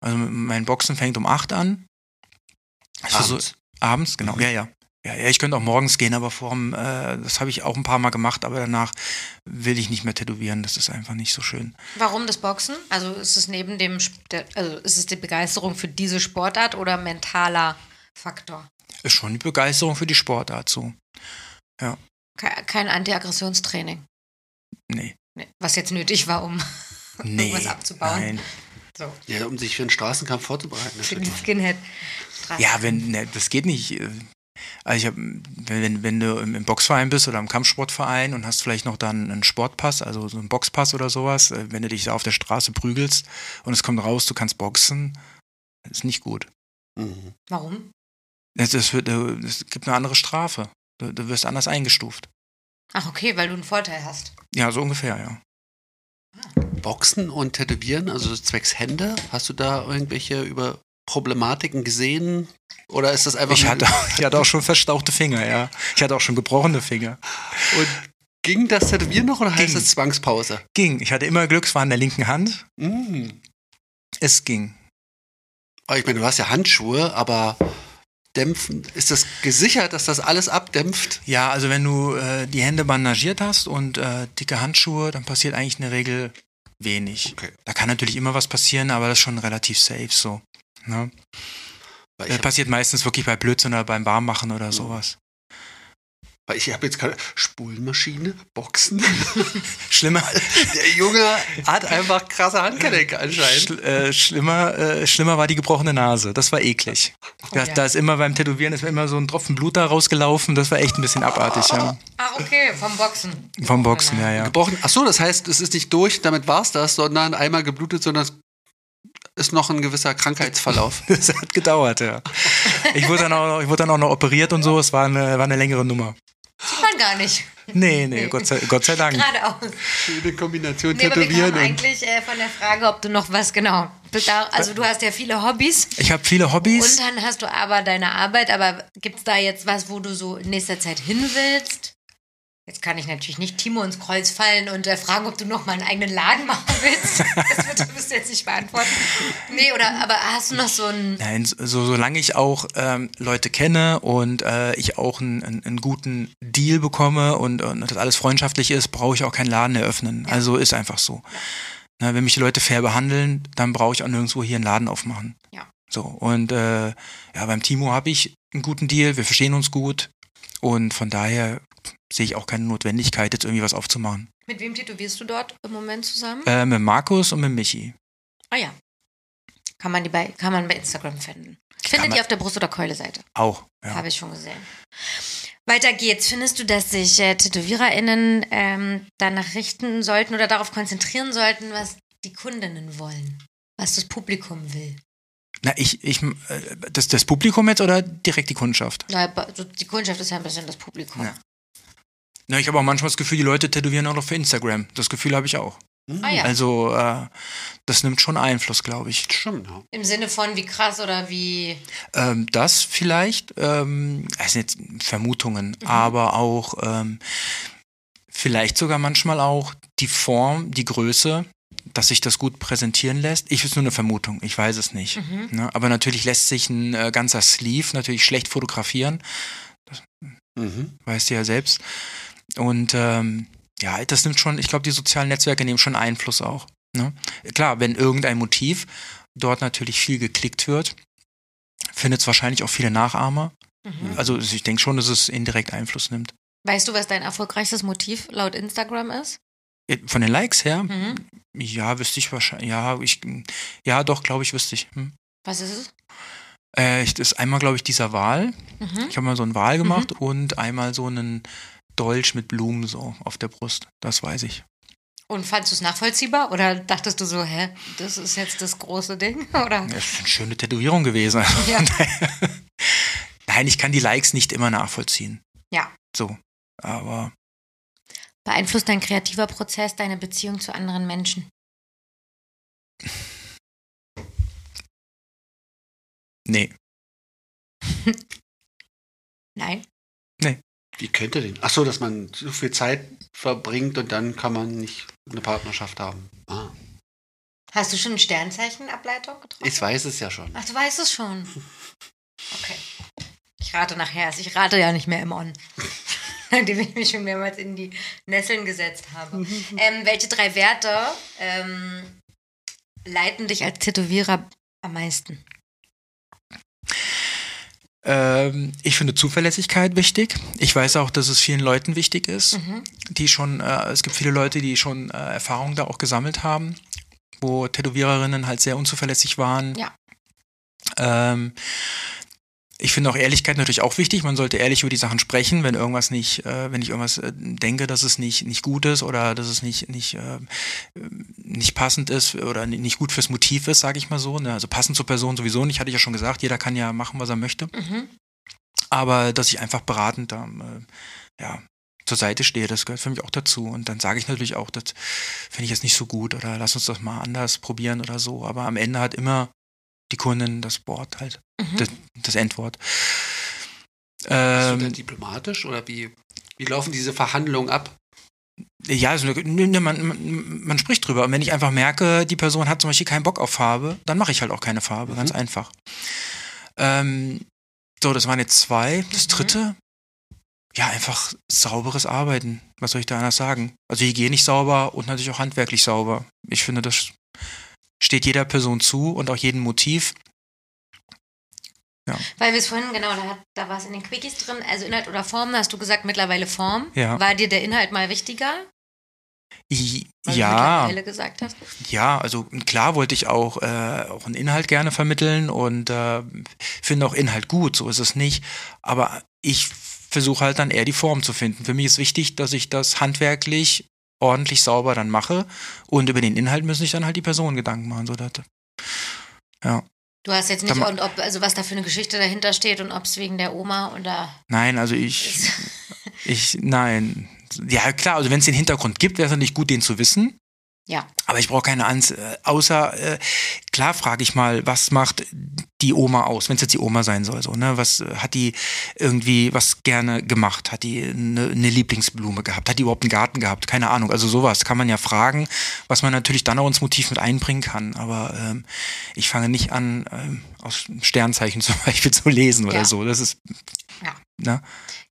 [SPEAKER 3] Also mein Boxen fängt um acht an. Ich versuch-
[SPEAKER 4] Abends.
[SPEAKER 3] Abends, genau.
[SPEAKER 1] Mhm.
[SPEAKER 3] Ja, ja. Ja, ja, ich könnte auch morgens gehen, aber vorm, äh, das habe ich auch ein paar Mal gemacht, aber danach will ich nicht mehr tätowieren. Das ist einfach nicht so schön.
[SPEAKER 1] Warum das Boxen? Also ist es neben dem, Sp- der- also ist es die Begeisterung für diese Sportart oder mentaler Faktor?
[SPEAKER 3] Ist schon die Begeisterung für die Sportart so.
[SPEAKER 1] Ke- Kein Antiaggressionstraining,
[SPEAKER 3] Nee.
[SPEAKER 1] Nee, was jetzt nötig war, um [LAUGHS]
[SPEAKER 3] Nee.
[SPEAKER 1] Irgendwas abzubauen?
[SPEAKER 3] Nein.
[SPEAKER 1] so
[SPEAKER 4] Ja, um sich für einen Straßenkampf vorzubereiten.
[SPEAKER 1] [LAUGHS]
[SPEAKER 4] Das
[SPEAKER 1] für
[SPEAKER 4] wird
[SPEAKER 1] die Skinhead. Straße.
[SPEAKER 3] Ja, wenn, ne, das geht nicht. äh, Also ich hab, wenn, wenn du im, im Boxverein bist oder im Kampfsportverein und hast vielleicht noch dann einen Sportpass, also so einen Boxpass oder sowas, äh, wenn du dich da auf der Straße prügelst und es kommt raus, du kannst boxen, ist nicht gut.
[SPEAKER 4] Mhm.
[SPEAKER 1] Warum?
[SPEAKER 3] Es, es, wird, äh, es gibt eine andere Strafe. Du, du wirst anders eingestuft.
[SPEAKER 1] Ach okay, weil du einen Vorteil hast.
[SPEAKER 3] Ja, so ungefähr, ja.
[SPEAKER 4] Boxen und Tätowieren, also zwecks Hände, hast du da irgendwelche über Problematiken gesehen? Oder ist das einfach
[SPEAKER 3] Ich
[SPEAKER 4] nur-
[SPEAKER 3] hatte, ich hatte auch schon verstauchte Finger, ja. Ich hatte auch schon gebrochene Finger.
[SPEAKER 4] und ging das Tätowieren noch oder heißt
[SPEAKER 3] Ging.
[SPEAKER 4] das Zwangspause?
[SPEAKER 3] Ging. Ich hatte immer Glück, es war in der linken Hand.
[SPEAKER 4] Mhm.
[SPEAKER 3] Es ging.
[SPEAKER 4] Aber Ah, Ich meine, du hast ja Handschuhe, aber dämpfen, ist das gesichert, dass das alles abdämpft?
[SPEAKER 3] Ja, also wenn du äh, die Hände bandagiert hast und äh, dicke Handschuhe, dann passiert eigentlich in der Regel wenig.
[SPEAKER 4] Okay.
[SPEAKER 3] Da kann natürlich immer was passieren, aber das ist schon relativ safe so. Ne?
[SPEAKER 4] Weil ich hab,
[SPEAKER 3] Das Äh,
[SPEAKER 4] Mhm.
[SPEAKER 3] passiert meistens wirklich bei Blödsinn oder beim Warmmachen oder sowas.
[SPEAKER 4] Weil ich habe jetzt keine Spulmaschine, Boxen. [LAUGHS]
[SPEAKER 3] Schlimmer,
[SPEAKER 4] Der Junge hat einfach krasse Handgelenke anscheinend.
[SPEAKER 3] schl äh, schlimmer, äh, schlimmer war die gebrochene Nase. Das
[SPEAKER 4] [LAUGHS]
[SPEAKER 3] war eklig. da,
[SPEAKER 1] ja.
[SPEAKER 3] da ist immer beim Tätowieren ist mir immer so ein Tropfen Blut da rausgelaufen. Das war echt ein bisschen abartig. Ja.
[SPEAKER 1] Ah, okay, vom Boxen.
[SPEAKER 3] Vom Boxen, ja, ja.
[SPEAKER 4] Gebrochen. Ach so, das heißt, es ist nicht durch, damit war es das, sondern einmal geblutet, sondern es ist noch ein gewisser [LAUGHS] Krankheitsverlauf.
[SPEAKER 3] Das hat gedauert, ja. Ich wurde dann auch noch, ich wurde dann auch noch operiert und so. Es war eine, war eine längere Nummer.
[SPEAKER 1] Sieht man gar
[SPEAKER 3] [LAUGHS]
[SPEAKER 1] nicht.
[SPEAKER 3] Nee, nee, Gott sei, Gott sei Dank.
[SPEAKER 1] Geradeaus.
[SPEAKER 4] Schöne Kombination
[SPEAKER 1] Nee, aber wir kamen
[SPEAKER 4] Tätowieren und
[SPEAKER 1] eigentlich äh, von der Frage, ob du noch was genau. Da, also du hast ja viele Hobbys
[SPEAKER 3] Ich habe viele
[SPEAKER 1] und
[SPEAKER 3] Hobbys.
[SPEAKER 1] dann hast du aber deine Arbeit, aber gibt es da jetzt was, wo du so in nächster Zeit hin willst? Jetzt kann ich natürlich nicht Timo ins Kreuz fallen und äh, fragen, ob du noch mal einen eigenen Laden [LAUGHS] machen willst. Das wird, wirst du jetzt nicht beantworten. Nee, oder aber hast du noch so ein
[SPEAKER 3] Nein, so, solange ich auch ähm, Leute kenne und äh, ich auch einen, einen, einen guten Deal bekomme und, und das alles freundschaftlich ist, brauche ich auch keinen Laden eröffnen. Also ist einfach so. Na, wenn mich die Leute fair behandeln, dann brauche ich auch nirgendwo hier einen Laden aufmachen.
[SPEAKER 1] Ja.
[SPEAKER 3] So, und äh, ja, beim Timo habe ich einen guten Deal, wir verstehen uns gut und von daher sehe ich auch keine Notwendigkeit, jetzt irgendwie was aufzumachen.
[SPEAKER 1] Mit wem tätowierst du dort im Moment zusammen?
[SPEAKER 3] Äh, mit Markus und mit Michi.
[SPEAKER 1] Ah ja. Kann man die bei, kann man bei Instagram finden.
[SPEAKER 3] Kann
[SPEAKER 1] Findet
[SPEAKER 3] man-
[SPEAKER 1] ihr auf der Brust- oder Keule-Seite.
[SPEAKER 3] Auch. Ja.
[SPEAKER 1] Habe ich schon gesehen. Weiter geht's. Findest du, dass sich äh, TätowiererInnen ähm, danach richten sollten oder darauf konzentrieren sollten, was die Kundinnen wollen? Was das Publikum will?
[SPEAKER 3] Na, ich, ich, äh, das, das Publikum jetzt oder direkt die Kundschaft?
[SPEAKER 1] Na, aber so die Kundschaft ist ja ein bisschen das Publikum.
[SPEAKER 3] Ja. Na, ich habe auch manchmal das Gefühl, die Leute tätowieren auch noch für Instagram. Das Gefühl habe ich auch.
[SPEAKER 1] Ah ja,
[SPEAKER 3] Also, äh, das nimmt schon Einfluss, glaube ich.
[SPEAKER 4] Stimmt, ja.
[SPEAKER 1] im Sinne von wie krass oder wie...
[SPEAKER 3] Ähm, das vielleicht, ähm, das sind jetzt Vermutungen, aber auch ähm, vielleicht sogar manchmal auch die Form, die Größe, dass sich das gut präsentieren lässt. Ich ist nur eine Vermutung, ich weiß es nicht. Ne? Aber natürlich lässt sich ein äh, ganzer Sleeve natürlich schlecht fotografieren.
[SPEAKER 4] Mhm.
[SPEAKER 3] weißt du ja selbst. Und ähm, ja, das nimmt schon, ich glaube, die sozialen Netzwerke nehmen schon Einfluss auch. Ne? Klar, wenn irgendein Motiv dort natürlich viel geklickt wird, findet es wahrscheinlich auch viele Nachahmer. Also ich denke schon, dass es indirekt Einfluss nimmt.
[SPEAKER 1] mhm. Weißt du, was dein erfolgreichstes Motiv laut Instagram ist?
[SPEAKER 3] Äh, Von den Likes her,
[SPEAKER 1] Mhm.
[SPEAKER 3] ja, wüsste ich wahrscheinlich, ja, ich, ja, doch, glaube ich, wüsste ich. Hm.
[SPEAKER 1] Was ist es?
[SPEAKER 3] Äh, ich- das ist einmal, glaube ich, dieser Wal.
[SPEAKER 1] Mhm.
[SPEAKER 3] Ich habe mal so einen Wal gemacht und einmal so einen Dolch mit Blumen so auf der Brust. Das weiß ich.
[SPEAKER 1] Und fandst du es nachvollziehbar oder dachtest du so, hä, das ist jetzt das große Ding? [LAUGHS] Oder?
[SPEAKER 3] Ja, ist eine schöne Tätowierung gewesen.
[SPEAKER 1] Ja.
[SPEAKER 3] [LAUGHS] Nein, ich kann die Likes nicht immer nachvollziehen.
[SPEAKER 1] Ja.
[SPEAKER 3] So. Aber
[SPEAKER 1] Beeinflusst dein kreativer Prozess deine Beziehung zu anderen Menschen?
[SPEAKER 3] nee.
[SPEAKER 1] Nein.
[SPEAKER 4] Wie kennt ihr den? Ach so, dass man so viel Zeit verbringt und dann kann man nicht eine Partnerschaft haben. Ah,
[SPEAKER 1] Hast du schon eine Sternzeichenableitung getroffen?
[SPEAKER 4] ich weiß es ja schon.
[SPEAKER 1] Ach, du weißt es schon. Okay. Ich rate nachher erst. Ich rate ja nicht mehr im On. [LAUGHS] Nachdem ich mich schon mehrmals in die Nesseln gesetzt habe. Ähm, welche drei Werte ähm, leiten dich als Tätowierer am meisten?
[SPEAKER 3] Ähm, ich finde Zuverlässigkeit wichtig. Ich weiß auch, dass es vielen Leuten wichtig ist, die schon, äh, es gibt viele Leute, die schon äh, Erfahrungen da auch gesammelt haben, wo Tätowiererinnen halt sehr unzuverlässig waren.
[SPEAKER 1] Ja.
[SPEAKER 3] Ähm, ich finde auch Ehrlichkeit natürlich auch wichtig. Man sollte ehrlich über die Sachen sprechen, wenn irgendwas nicht, äh, wenn ich irgendwas äh, denke, dass es nicht, nicht gut ist oder dass es nicht, nicht, äh, nicht passend ist oder ni- nicht gut fürs Motiv ist, sage ich mal so. Ne? Also passend zur Person sowieso nicht, hatte ich ja schon gesagt. Jeder kann ja machen, was er möchte aber dass ich einfach beratend da äh, ja, zur Seite stehe, das gehört für mich auch dazu. Und dann sage ich natürlich auch, das finde ich jetzt nicht so gut oder lass uns das mal anders probieren oder so. Aber am Ende hat immer die Kundin das Wort halt, das, das Endwort.
[SPEAKER 4] Bist du
[SPEAKER 3] Ähm,
[SPEAKER 4] denn diplomatisch oder wie, wie laufen diese Verhandlungen ab?
[SPEAKER 3] ja, also, man, man, man spricht drüber. Und wenn ich einfach merke, die Person hat zum Beispiel keinen Bock auf Farbe, dann mache ich halt auch keine Farbe. Ganz einfach. Ähm, so, das waren jetzt zwei. Das
[SPEAKER 1] Mhm.
[SPEAKER 3] dritte, ja, einfach sauberes Arbeiten. Was soll ich da anders sagen? Also hygienisch sauber und natürlich auch handwerklich sauber. Ich finde, das steht jeder Person zu und auch jedem Motiv. Ja.
[SPEAKER 1] Weil wir es vorhin, genau, da, hat- da war es in den Quickies drin, also Inhalt oder Form, da hast du gesagt, mittlerweile Form.
[SPEAKER 3] Ja.
[SPEAKER 1] War dir der Inhalt mal wichtiger?
[SPEAKER 3] I-
[SPEAKER 1] Weil du
[SPEAKER 3] ja,
[SPEAKER 1] mittlerweile gesagt hast.
[SPEAKER 3] ja, also klar wollte ich auch, äh, auch einen Inhalt gerne vermitteln und äh, finde auch Inhalt gut, so ist es nicht. Aber ich versuche halt dann eher die Form zu finden. Für mich ist wichtig, dass ich das handwerklich ordentlich sauber dann mache und über den Inhalt müssen sich dann halt die Personen Gedanken machen. So dass,
[SPEAKER 1] Du hast jetzt nicht,
[SPEAKER 3] Dann ma-
[SPEAKER 1] und ob, also was da für eine Geschichte dahinter steht und ob es wegen der Oma oder.
[SPEAKER 3] nein, also ich, ich, nein. Ja, klar, also wenn es den Hintergrund gibt, wäre es natürlich gut, den zu wissen.
[SPEAKER 1] [LAUGHS] ja.
[SPEAKER 3] Aber ich brauche keine Angst. äh, Außer, äh, klar frage ich mal, was macht die Oma aus, wenn es jetzt die Oma sein soll, so, ne? Was äh, hat die irgendwie was gerne gemacht? Hat die eine ne Lieblingsblume gehabt? Hat die überhaupt einen Garten gehabt? Keine Ahnung. Also sowas kann man ja fragen, was man natürlich dann auch ins Motiv mit einbringen kann. Aber ähm, ich fange nicht an, ähm, aus Sternzeichen [LAUGHS] zum Beispiel zu lesen oder
[SPEAKER 1] Ja.
[SPEAKER 3] so. Das ist.
[SPEAKER 1] Ja.
[SPEAKER 3] Ne?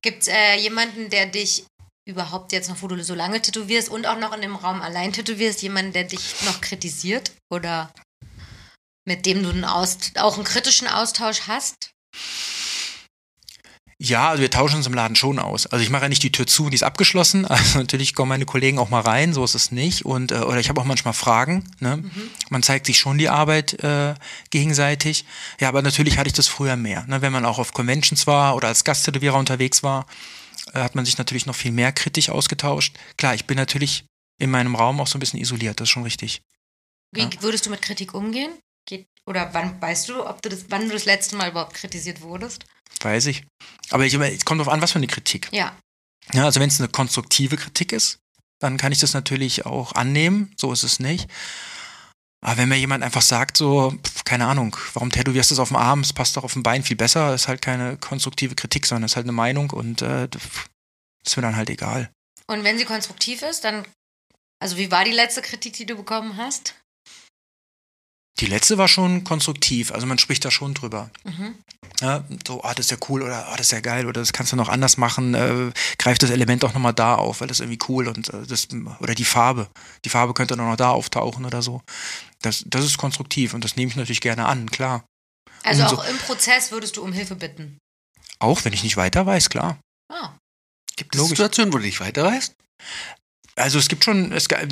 [SPEAKER 1] Gibt es äh, jemanden, der dich überhaupt jetzt noch, wo du so lange tätowierst und auch noch in dem Raum allein tätowierst, jemanden, der dich noch kritisiert oder mit dem du einen Aust auch einen kritischen Austausch hast?
[SPEAKER 3] Ja, also wir tauschen uns im Laden schon aus. Also ich mache ja nicht die Tür zu, die ist abgeschlossen. [LAUGHS] Also natürlich kommen meine Kollegen auch mal rein, so ist es nicht. Und äh, oder ich habe auch manchmal Fragen. Ne? Man zeigt sich schon die Arbeit äh, gegenseitig. Ja, aber natürlich hatte ich das früher mehr. Ne? Wenn man auch auf Conventions war oder als Gasttätowierer unterwegs war, äh, hat man sich natürlich noch viel mehr kritisch ausgetauscht. Klar, ich bin natürlich in meinem Raum auch so ein bisschen isoliert, das ist schon richtig.
[SPEAKER 1] Wie
[SPEAKER 3] Ja.
[SPEAKER 1] würdest du mit Kritik umgehen? Geht, oder wann weißt du, ob du das, wann du das letzte Mal überhaupt kritisiert wurdest?
[SPEAKER 3] Weiß ich. Aber ich, es kommt drauf an, was für eine Kritik.
[SPEAKER 1] Ja.
[SPEAKER 3] Ja, also wenn es eine konstruktive Kritik ist, dann kann ich das natürlich auch annehmen. So ist es nicht. Aber wenn mir jemand einfach sagt, so, pf, keine Ahnung, warum tätowierst du es auf dem Arm, es passt doch auf dem Bein viel besser, ist halt keine konstruktive Kritik, sondern ist halt eine Meinung und äh, pf, ist mir dann halt egal.
[SPEAKER 1] Und wenn sie konstruktiv ist, dann. Also, wie war die letzte Kritik, die du bekommen hast?
[SPEAKER 3] Die letzte war schon konstruktiv, also man spricht da schon drüber.
[SPEAKER 1] Mhm.
[SPEAKER 3] Ja, so, ah, das ist ja cool oder ah, das ist ja geil oder das kannst du noch anders machen, äh, greift das Element doch nochmal da auf, weil das ist irgendwie cool und äh, das, oder die Farbe. Die Farbe könnte doch noch da auftauchen oder so. Das, das ist konstruktiv und das nehme ich natürlich gerne an, klar.
[SPEAKER 1] Also,
[SPEAKER 3] Umso-
[SPEAKER 1] auch im Prozess würdest du um Hilfe bitten.
[SPEAKER 3] Auch wenn ich nicht weiter weiß, klar.
[SPEAKER 1] Ah.
[SPEAKER 3] Gibt
[SPEAKER 4] Logisch. Situation, wo du nicht weiter weißt?
[SPEAKER 3] Also es gibt schon, es, ge-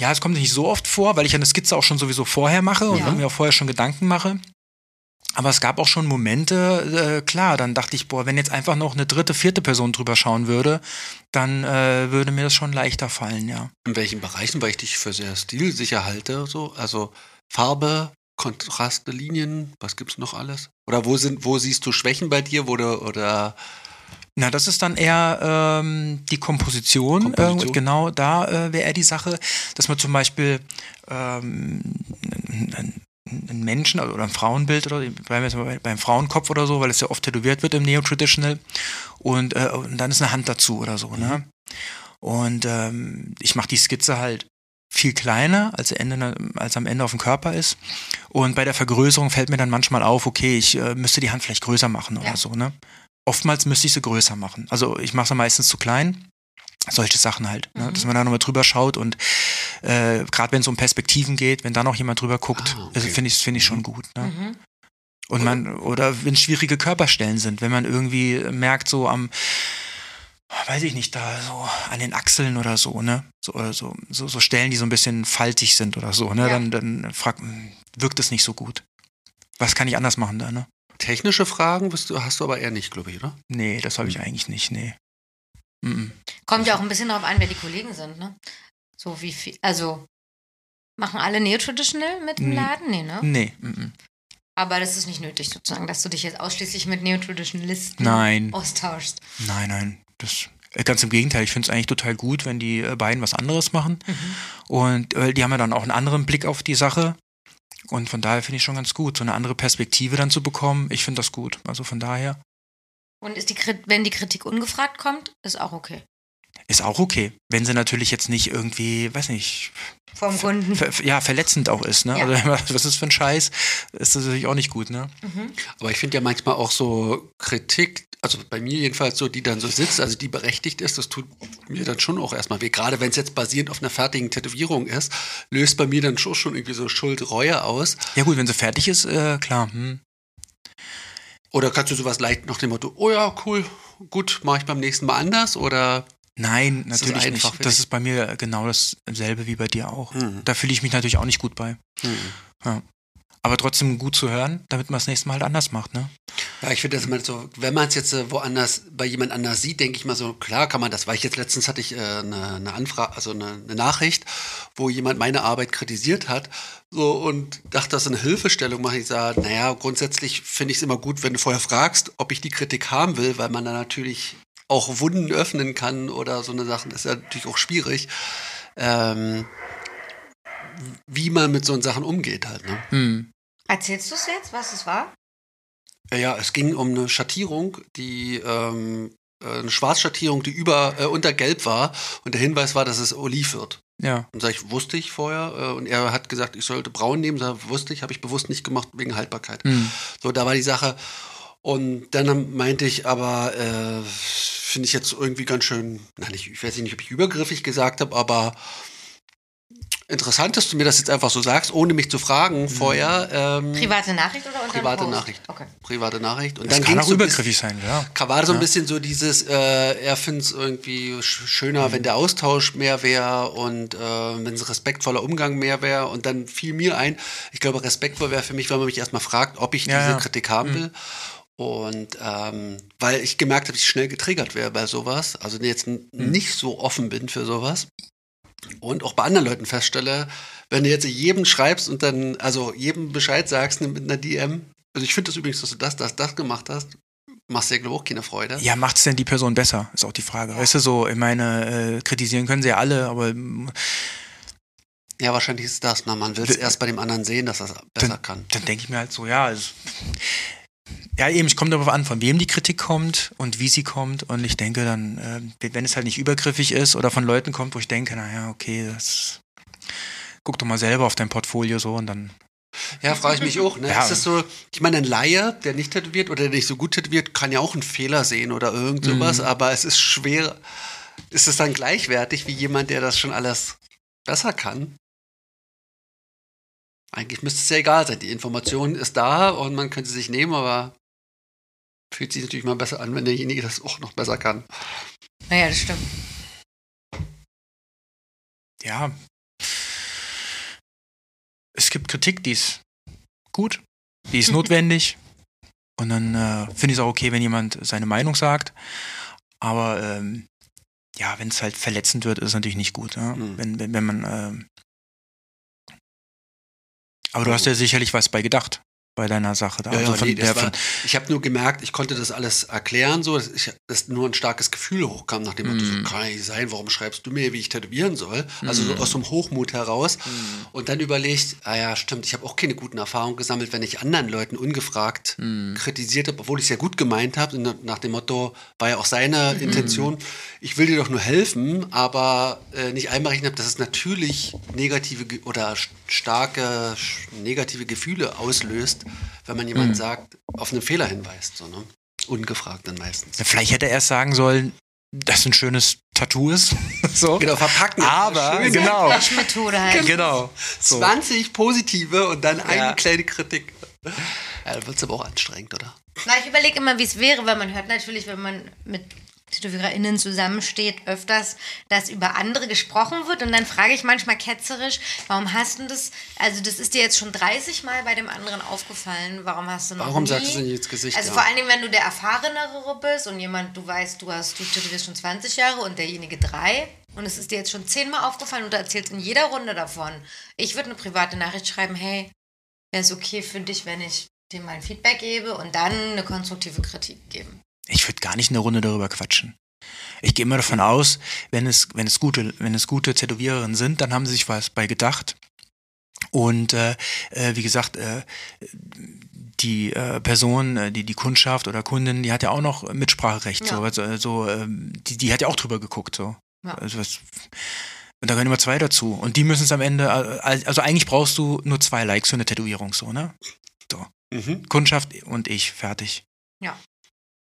[SPEAKER 3] ja, es kommt nicht so oft vor, weil ich eine Skizze auch schon sowieso vorher mache und
[SPEAKER 1] Ja.
[SPEAKER 3] mir auch vorher schon Gedanken mache. Aber es gab auch schon Momente, äh, klar, dann dachte ich, boah, wenn jetzt einfach noch eine dritte, vierte Person drüber schauen würde, dann äh, würde mir das schon leichter fallen, ja.
[SPEAKER 4] In welchen Bereichen, weil ich dich für sehr stilsicher halte, so? Also Farbe, Kontraste, Linien, was gibt's noch alles? Oder wo sind, wo siehst du Schwächen bei dir, wo du, oder
[SPEAKER 3] Na, das ist dann eher ähm, die Komposition.
[SPEAKER 4] Komposition.
[SPEAKER 3] Äh, genau, da äh, wäre eher die Sache, dass man zum Beispiel ähm, einen- einen einen Menschen also- oder ein Frauenbild oder bleiben wir jetzt mal bei, beim Frauenkopf oder so, weil es ja oft tätowiert wird im Neo-Traditional und, äh, und dann ist eine Hand dazu oder so. Ne? Und ähm, ich mache die Skizze halt viel kleiner, als, Ende, als am Ende auf dem Körper ist. Und bei der Vergrößerung fällt mir dann manchmal auf, okay, ich äh, müsste die Hand vielleicht größer machen oder
[SPEAKER 1] Ja.
[SPEAKER 3] so. Ne? Oftmals müsste ich sie größer machen. Also ich mache sie meistens zu klein. Solche Sachen halt, ne?
[SPEAKER 1] Mhm.
[SPEAKER 3] dass man da nochmal drüber schaut und äh, gerade wenn es um Perspektiven geht, wenn da noch jemand drüber guckt,
[SPEAKER 4] Ah,
[SPEAKER 3] also
[SPEAKER 4] okay.
[SPEAKER 3] finde ich, finde ich schon gut. Ne?
[SPEAKER 1] Mhm.
[SPEAKER 3] Und man, oder wenn schwierige Körperstellen sind, wenn man irgendwie merkt, so am, weiß ich nicht, da so an den Achseln oder so, ne? So, oder so, so, so Stellen, die so ein bisschen faltig sind oder so, ne?
[SPEAKER 1] Ja.
[SPEAKER 3] Dann, dann fragt, hm, wirkt es nicht so gut. Was kann ich anders machen da, ne?
[SPEAKER 4] technische Fragen bist du, hast du aber eher nicht, glaube ich, oder?
[SPEAKER 3] Nee, das habe ich eigentlich nicht, nee. Mm
[SPEAKER 1] Kommt ja auch ein bisschen darauf an, wer die Kollegen sind, ne? So wie viel, also machen alle Neo-Traditional mit im
[SPEAKER 3] Nee.
[SPEAKER 1] Laden? Nee, ne?
[SPEAKER 3] Nee, mm
[SPEAKER 1] Aber das ist nicht nötig sozusagen, dass du dich jetzt ausschließlich mit Neo-Traditionalisten
[SPEAKER 3] Nein.
[SPEAKER 1] austauschst.
[SPEAKER 3] Nein, nein. Das, äh, ganz im Gegenteil, ich finde es eigentlich total gut, wenn die äh, beiden was anderes machen.
[SPEAKER 4] Mhm.
[SPEAKER 3] Und äh, die haben ja dann auch einen anderen Blick auf die Sache. Und von daher finde ich schon ganz gut, so eine andere Perspektive dann zu bekommen. Ich finde das gut. Also von daher
[SPEAKER 1] Und ist die Krit wenn die Kritik ungefragt kommt, ist auch okay.
[SPEAKER 3] ist auch okay, wenn sie natürlich jetzt nicht irgendwie, weiß nicht,
[SPEAKER 1] Vom Kunden.
[SPEAKER 3] ver, ja, verletzend auch ist. Ne?
[SPEAKER 1] Ja.
[SPEAKER 3] Also [LAUGHS] was ist für ein Scheiß, ist das natürlich auch nicht gut. Ne?
[SPEAKER 1] Mhm.
[SPEAKER 4] Aber ich finde ja manchmal auch so Kritik, also bei mir jedenfalls so, die dann so sitzt, also die berechtigt ist, das tut mir dann schon auch erstmal weh. Gerade wenn es jetzt basierend auf einer fertigen Tätowierung ist, löst bei mir dann schon, schon irgendwie so Schuld, Reue aus.
[SPEAKER 3] Ja gut, wenn sie fertig ist, äh, klar. Hm.
[SPEAKER 4] Oder kannst du sowas leicht nach dem Motto, oh ja, cool, gut, mache ich beim nächsten Mal anders? Oder
[SPEAKER 3] Nein,
[SPEAKER 4] Das ist
[SPEAKER 3] natürlich
[SPEAKER 4] einfach,
[SPEAKER 3] nicht.
[SPEAKER 4] finde
[SPEAKER 3] Das
[SPEAKER 4] ich.
[SPEAKER 3] ist bei mir genau dasselbe wie bei dir auch.
[SPEAKER 4] Mhm.
[SPEAKER 3] Da fühle ich mich natürlich auch nicht gut bei. Aber trotzdem gut zu hören, damit man das nächste Mal halt anders macht, ne?
[SPEAKER 4] Ja, ich finde das immer so, wenn man es jetzt äh, woanders bei jemand anders sieht, denke ich mal so, klar kann man das, weil ich jetzt letztens hatte ich äh, eine, eine Anfrage, also eine, eine Nachricht, wo jemand meine Arbeit kritisiert hat so, und dachte, das ist eine Hilfestellung. Mache ich sage, naja, grundsätzlich finde ich es immer gut, wenn du vorher fragst, ob ich die Kritik haben will, weil man da natürlich auch Wunden öffnen kann oder so eine Sachen, das ist ja natürlich auch schwierig. Ähm, wie man mit so Sachen umgeht halt, ne?
[SPEAKER 3] Hm.
[SPEAKER 1] Erzählst du es jetzt, was es war?
[SPEAKER 4] Ja, Ja, es ging um eine Schattierung, die ähm, äh, eine Schwarzschattierung, die über äh, unter Gelb war und der Hinweis war, dass es Oliv wird.
[SPEAKER 3] Ja.
[SPEAKER 4] Und sag ich, wusste ich vorher äh, und er hat gesagt, ich sollte Braun nehmen, sag, wusste ich, habe ich bewusst nicht gemacht wegen Haltbarkeit.
[SPEAKER 3] Hm.
[SPEAKER 4] So, da war die Sache. Und dann haben- meinte ich, aber äh, finde ich jetzt irgendwie ganz schön, na nicht, ich weiß nicht, ob ich übergriffig gesagt habe, aber interessant, dass du mir das jetzt einfach so sagst, ohne mich zu fragen vorher. Ähm,
[SPEAKER 1] Private Nachricht oder unter
[SPEAKER 4] Private Nachricht.
[SPEAKER 1] Okay.
[SPEAKER 4] private Nachricht. Und
[SPEAKER 3] Das
[SPEAKER 4] dann
[SPEAKER 3] kann
[SPEAKER 4] ging's
[SPEAKER 3] auch
[SPEAKER 4] so bis-
[SPEAKER 3] übergriffig sein, ja.
[SPEAKER 4] Ka- War so ein
[SPEAKER 3] Ja.
[SPEAKER 4] bisschen so dieses, äh, er findet es irgendwie sch
[SPEAKER 3] Mhm.
[SPEAKER 4] schöner, wenn der Austausch mehr wäre und äh, wenn es respektvoller Umgang mehr wäre. Und dann fiel mir ein, ich glaube, respektvoll wäre für mich, wenn man mich erstmal fragt, ob ich
[SPEAKER 3] Ja,
[SPEAKER 4] diese
[SPEAKER 3] ja. Mhm.
[SPEAKER 4] Kritik haben will. Und ähm, weil ich gemerkt habe, dass ich schnell getriggert wäre bei sowas, also jetzt n-
[SPEAKER 3] Mhm.
[SPEAKER 4] nicht so offen bin für sowas. Und auch bei anderen Leuten feststelle, wenn du jetzt jedem schreibst und dann, also jedem Bescheid sagst mit einer DM, also ich finde das übrigens, dass du das, das, das gemacht hast, machst dir, glaube ich, auch keine Freude.
[SPEAKER 3] Ja, macht's denn die Person besser? Ist auch die Frage. Weißt du, so, ich meine, äh, kritisieren können sie ja alle, aber mm,
[SPEAKER 4] Ja, wahrscheinlich ist das. Na, man will es erst bei dem anderen sehen, dass das besser kann.
[SPEAKER 3] dann denke ich mir halt so, ja, also, ja eben, es kommt darauf an, von wem die Kritik kommt und wie sie kommt. Und ich denke dann, äh, wenn es halt nicht übergriffig ist oder von Leuten kommt, wo ich denke, naja, okay, das guck doch mal selber auf dein Portfolio so und dann.
[SPEAKER 4] Ja, frage ich mich auch. Ne?
[SPEAKER 3] Ja.
[SPEAKER 4] Ist das so, ich meine, ein Laie, der nicht tätowiert oder der nicht so gut tätowiert, kann ja auch einen Fehler sehen oder irgend sowas, aber es ist schwer. Ist es dann gleichwertig wie jemand, der das schon alles besser kann? Eigentlich müsste es ja egal sein. Die Information ist da und man könnte sie sich nehmen, aber fühlt sich natürlich mal besser an, wenn derjenige das auch noch besser kann.
[SPEAKER 1] Naja, das stimmt.
[SPEAKER 3] Ja. Es gibt Kritik, die ist gut,
[SPEAKER 4] [LAUGHS]
[SPEAKER 3] die ist notwendig. Und dann äh, finde ich es auch okay, wenn jemand seine Meinung sagt. Aber ähm, ja, wenn es halt verletzend wird, ist es natürlich nicht gut. Ja?
[SPEAKER 4] Mhm.
[SPEAKER 3] Wenn, wenn, wenn man. Ähm, aber du hast ja sicherlich was bei gedacht bei deiner Sache da.
[SPEAKER 4] Ja,
[SPEAKER 3] also
[SPEAKER 4] ja,
[SPEAKER 3] von,
[SPEAKER 4] nee,
[SPEAKER 3] der,
[SPEAKER 4] das war,
[SPEAKER 3] von,
[SPEAKER 4] ich habe nur gemerkt, ich konnte das alles erklären, so dass, ich, dass nur ein starkes Gefühl hochkam, nachdem mm. so,
[SPEAKER 3] Mm.
[SPEAKER 4] kann ja nicht sein, warum schreibst du mir, wie ich tätowieren soll? Also so aus dem Hochmut heraus. Und dann überlegt, ah ja, stimmt, ich habe auch keine guten Erfahrungen gesammelt, wenn ich anderen Leuten ungefragt
[SPEAKER 3] Hm.
[SPEAKER 4] kritisiert habe, obwohl ich es ja gut gemeint habe, und nach dem Motto, war ja auch seine
[SPEAKER 3] Mhm.
[SPEAKER 4] Intention, ich will dir doch nur helfen, aber äh, nicht einberechnet habe, dass es natürlich negative Ge- oder sch- starke sch- negative Gefühle auslöst, wenn man
[SPEAKER 3] Mhm.
[SPEAKER 4] jemand sagt, auf einen Fehler hinweist, so, ne? Ungefragt dann meistens.
[SPEAKER 3] vielleicht hätte er erst sagen sollen, dass ein schönes Tattoo ist. [LAUGHS] so.
[SPEAKER 4] Genau, verpacken. ist
[SPEAKER 3] Aber,
[SPEAKER 4] schön.
[SPEAKER 3] genau.
[SPEAKER 1] Methode halt.
[SPEAKER 3] Genau.
[SPEAKER 4] [LAUGHS]
[SPEAKER 3] So.
[SPEAKER 4] 20 positive und dann
[SPEAKER 3] Ja.
[SPEAKER 4] eine kleine Kritik. Ja, dann wird es aber auch anstrengend, oder?
[SPEAKER 1] Na, ich überlege immer, wie es wäre, weil man hört natürlich, wenn man mit TätowiererInnen zusammensteht, öfters, dass über andere gesprochen wird. Und dann frage ich manchmal ketzerisch, warum hast du das? Also, das ist dir jetzt schon 30 Mal bei dem anderen aufgefallen. Warum hast du noch
[SPEAKER 4] Warum
[SPEAKER 1] nie?
[SPEAKER 4] sagst du es nicht ins Gesicht,
[SPEAKER 1] Also,
[SPEAKER 4] ja.
[SPEAKER 1] vor allen Dingen, wenn du der Erfahrenere bist und jemand, du weißt, du hast, du tätowierst schon 20 Jahre und derjenige drei. Und es ist dir jetzt schon 10 Mal aufgefallen und du erzählst in jeder Runde davon. Ich würde eine private Nachricht schreiben, hey, wäre es okay für dich, wenn ich dir mal ein Feedback gebe und dann eine konstruktive Kritik geben.
[SPEAKER 3] Ich würde gar nicht eine Runde darüber quatschen. Ich gehe immer davon aus, wenn es, wenn es gute, wenn es gute Tätowiererinnen sind, dann haben sie sich was bei gedacht. Und äh, äh, wie gesagt, äh, die äh, Person, äh, die die Kundschaft oder Kundin, die hat ja auch noch Mitspracherecht.
[SPEAKER 1] Ja.
[SPEAKER 3] So, also, äh, so, ähm, die, die hat ja auch drüber geguckt. So.
[SPEAKER 1] Ja.
[SPEAKER 3] Also was, und da gehören immer zwei dazu. Und die müssen es am Ende, äh, also eigentlich brauchst du nur zwei Likes für eine Tätowierung, so, ne? Mhm. Kundschaft und ich, fertig.
[SPEAKER 1] Ja.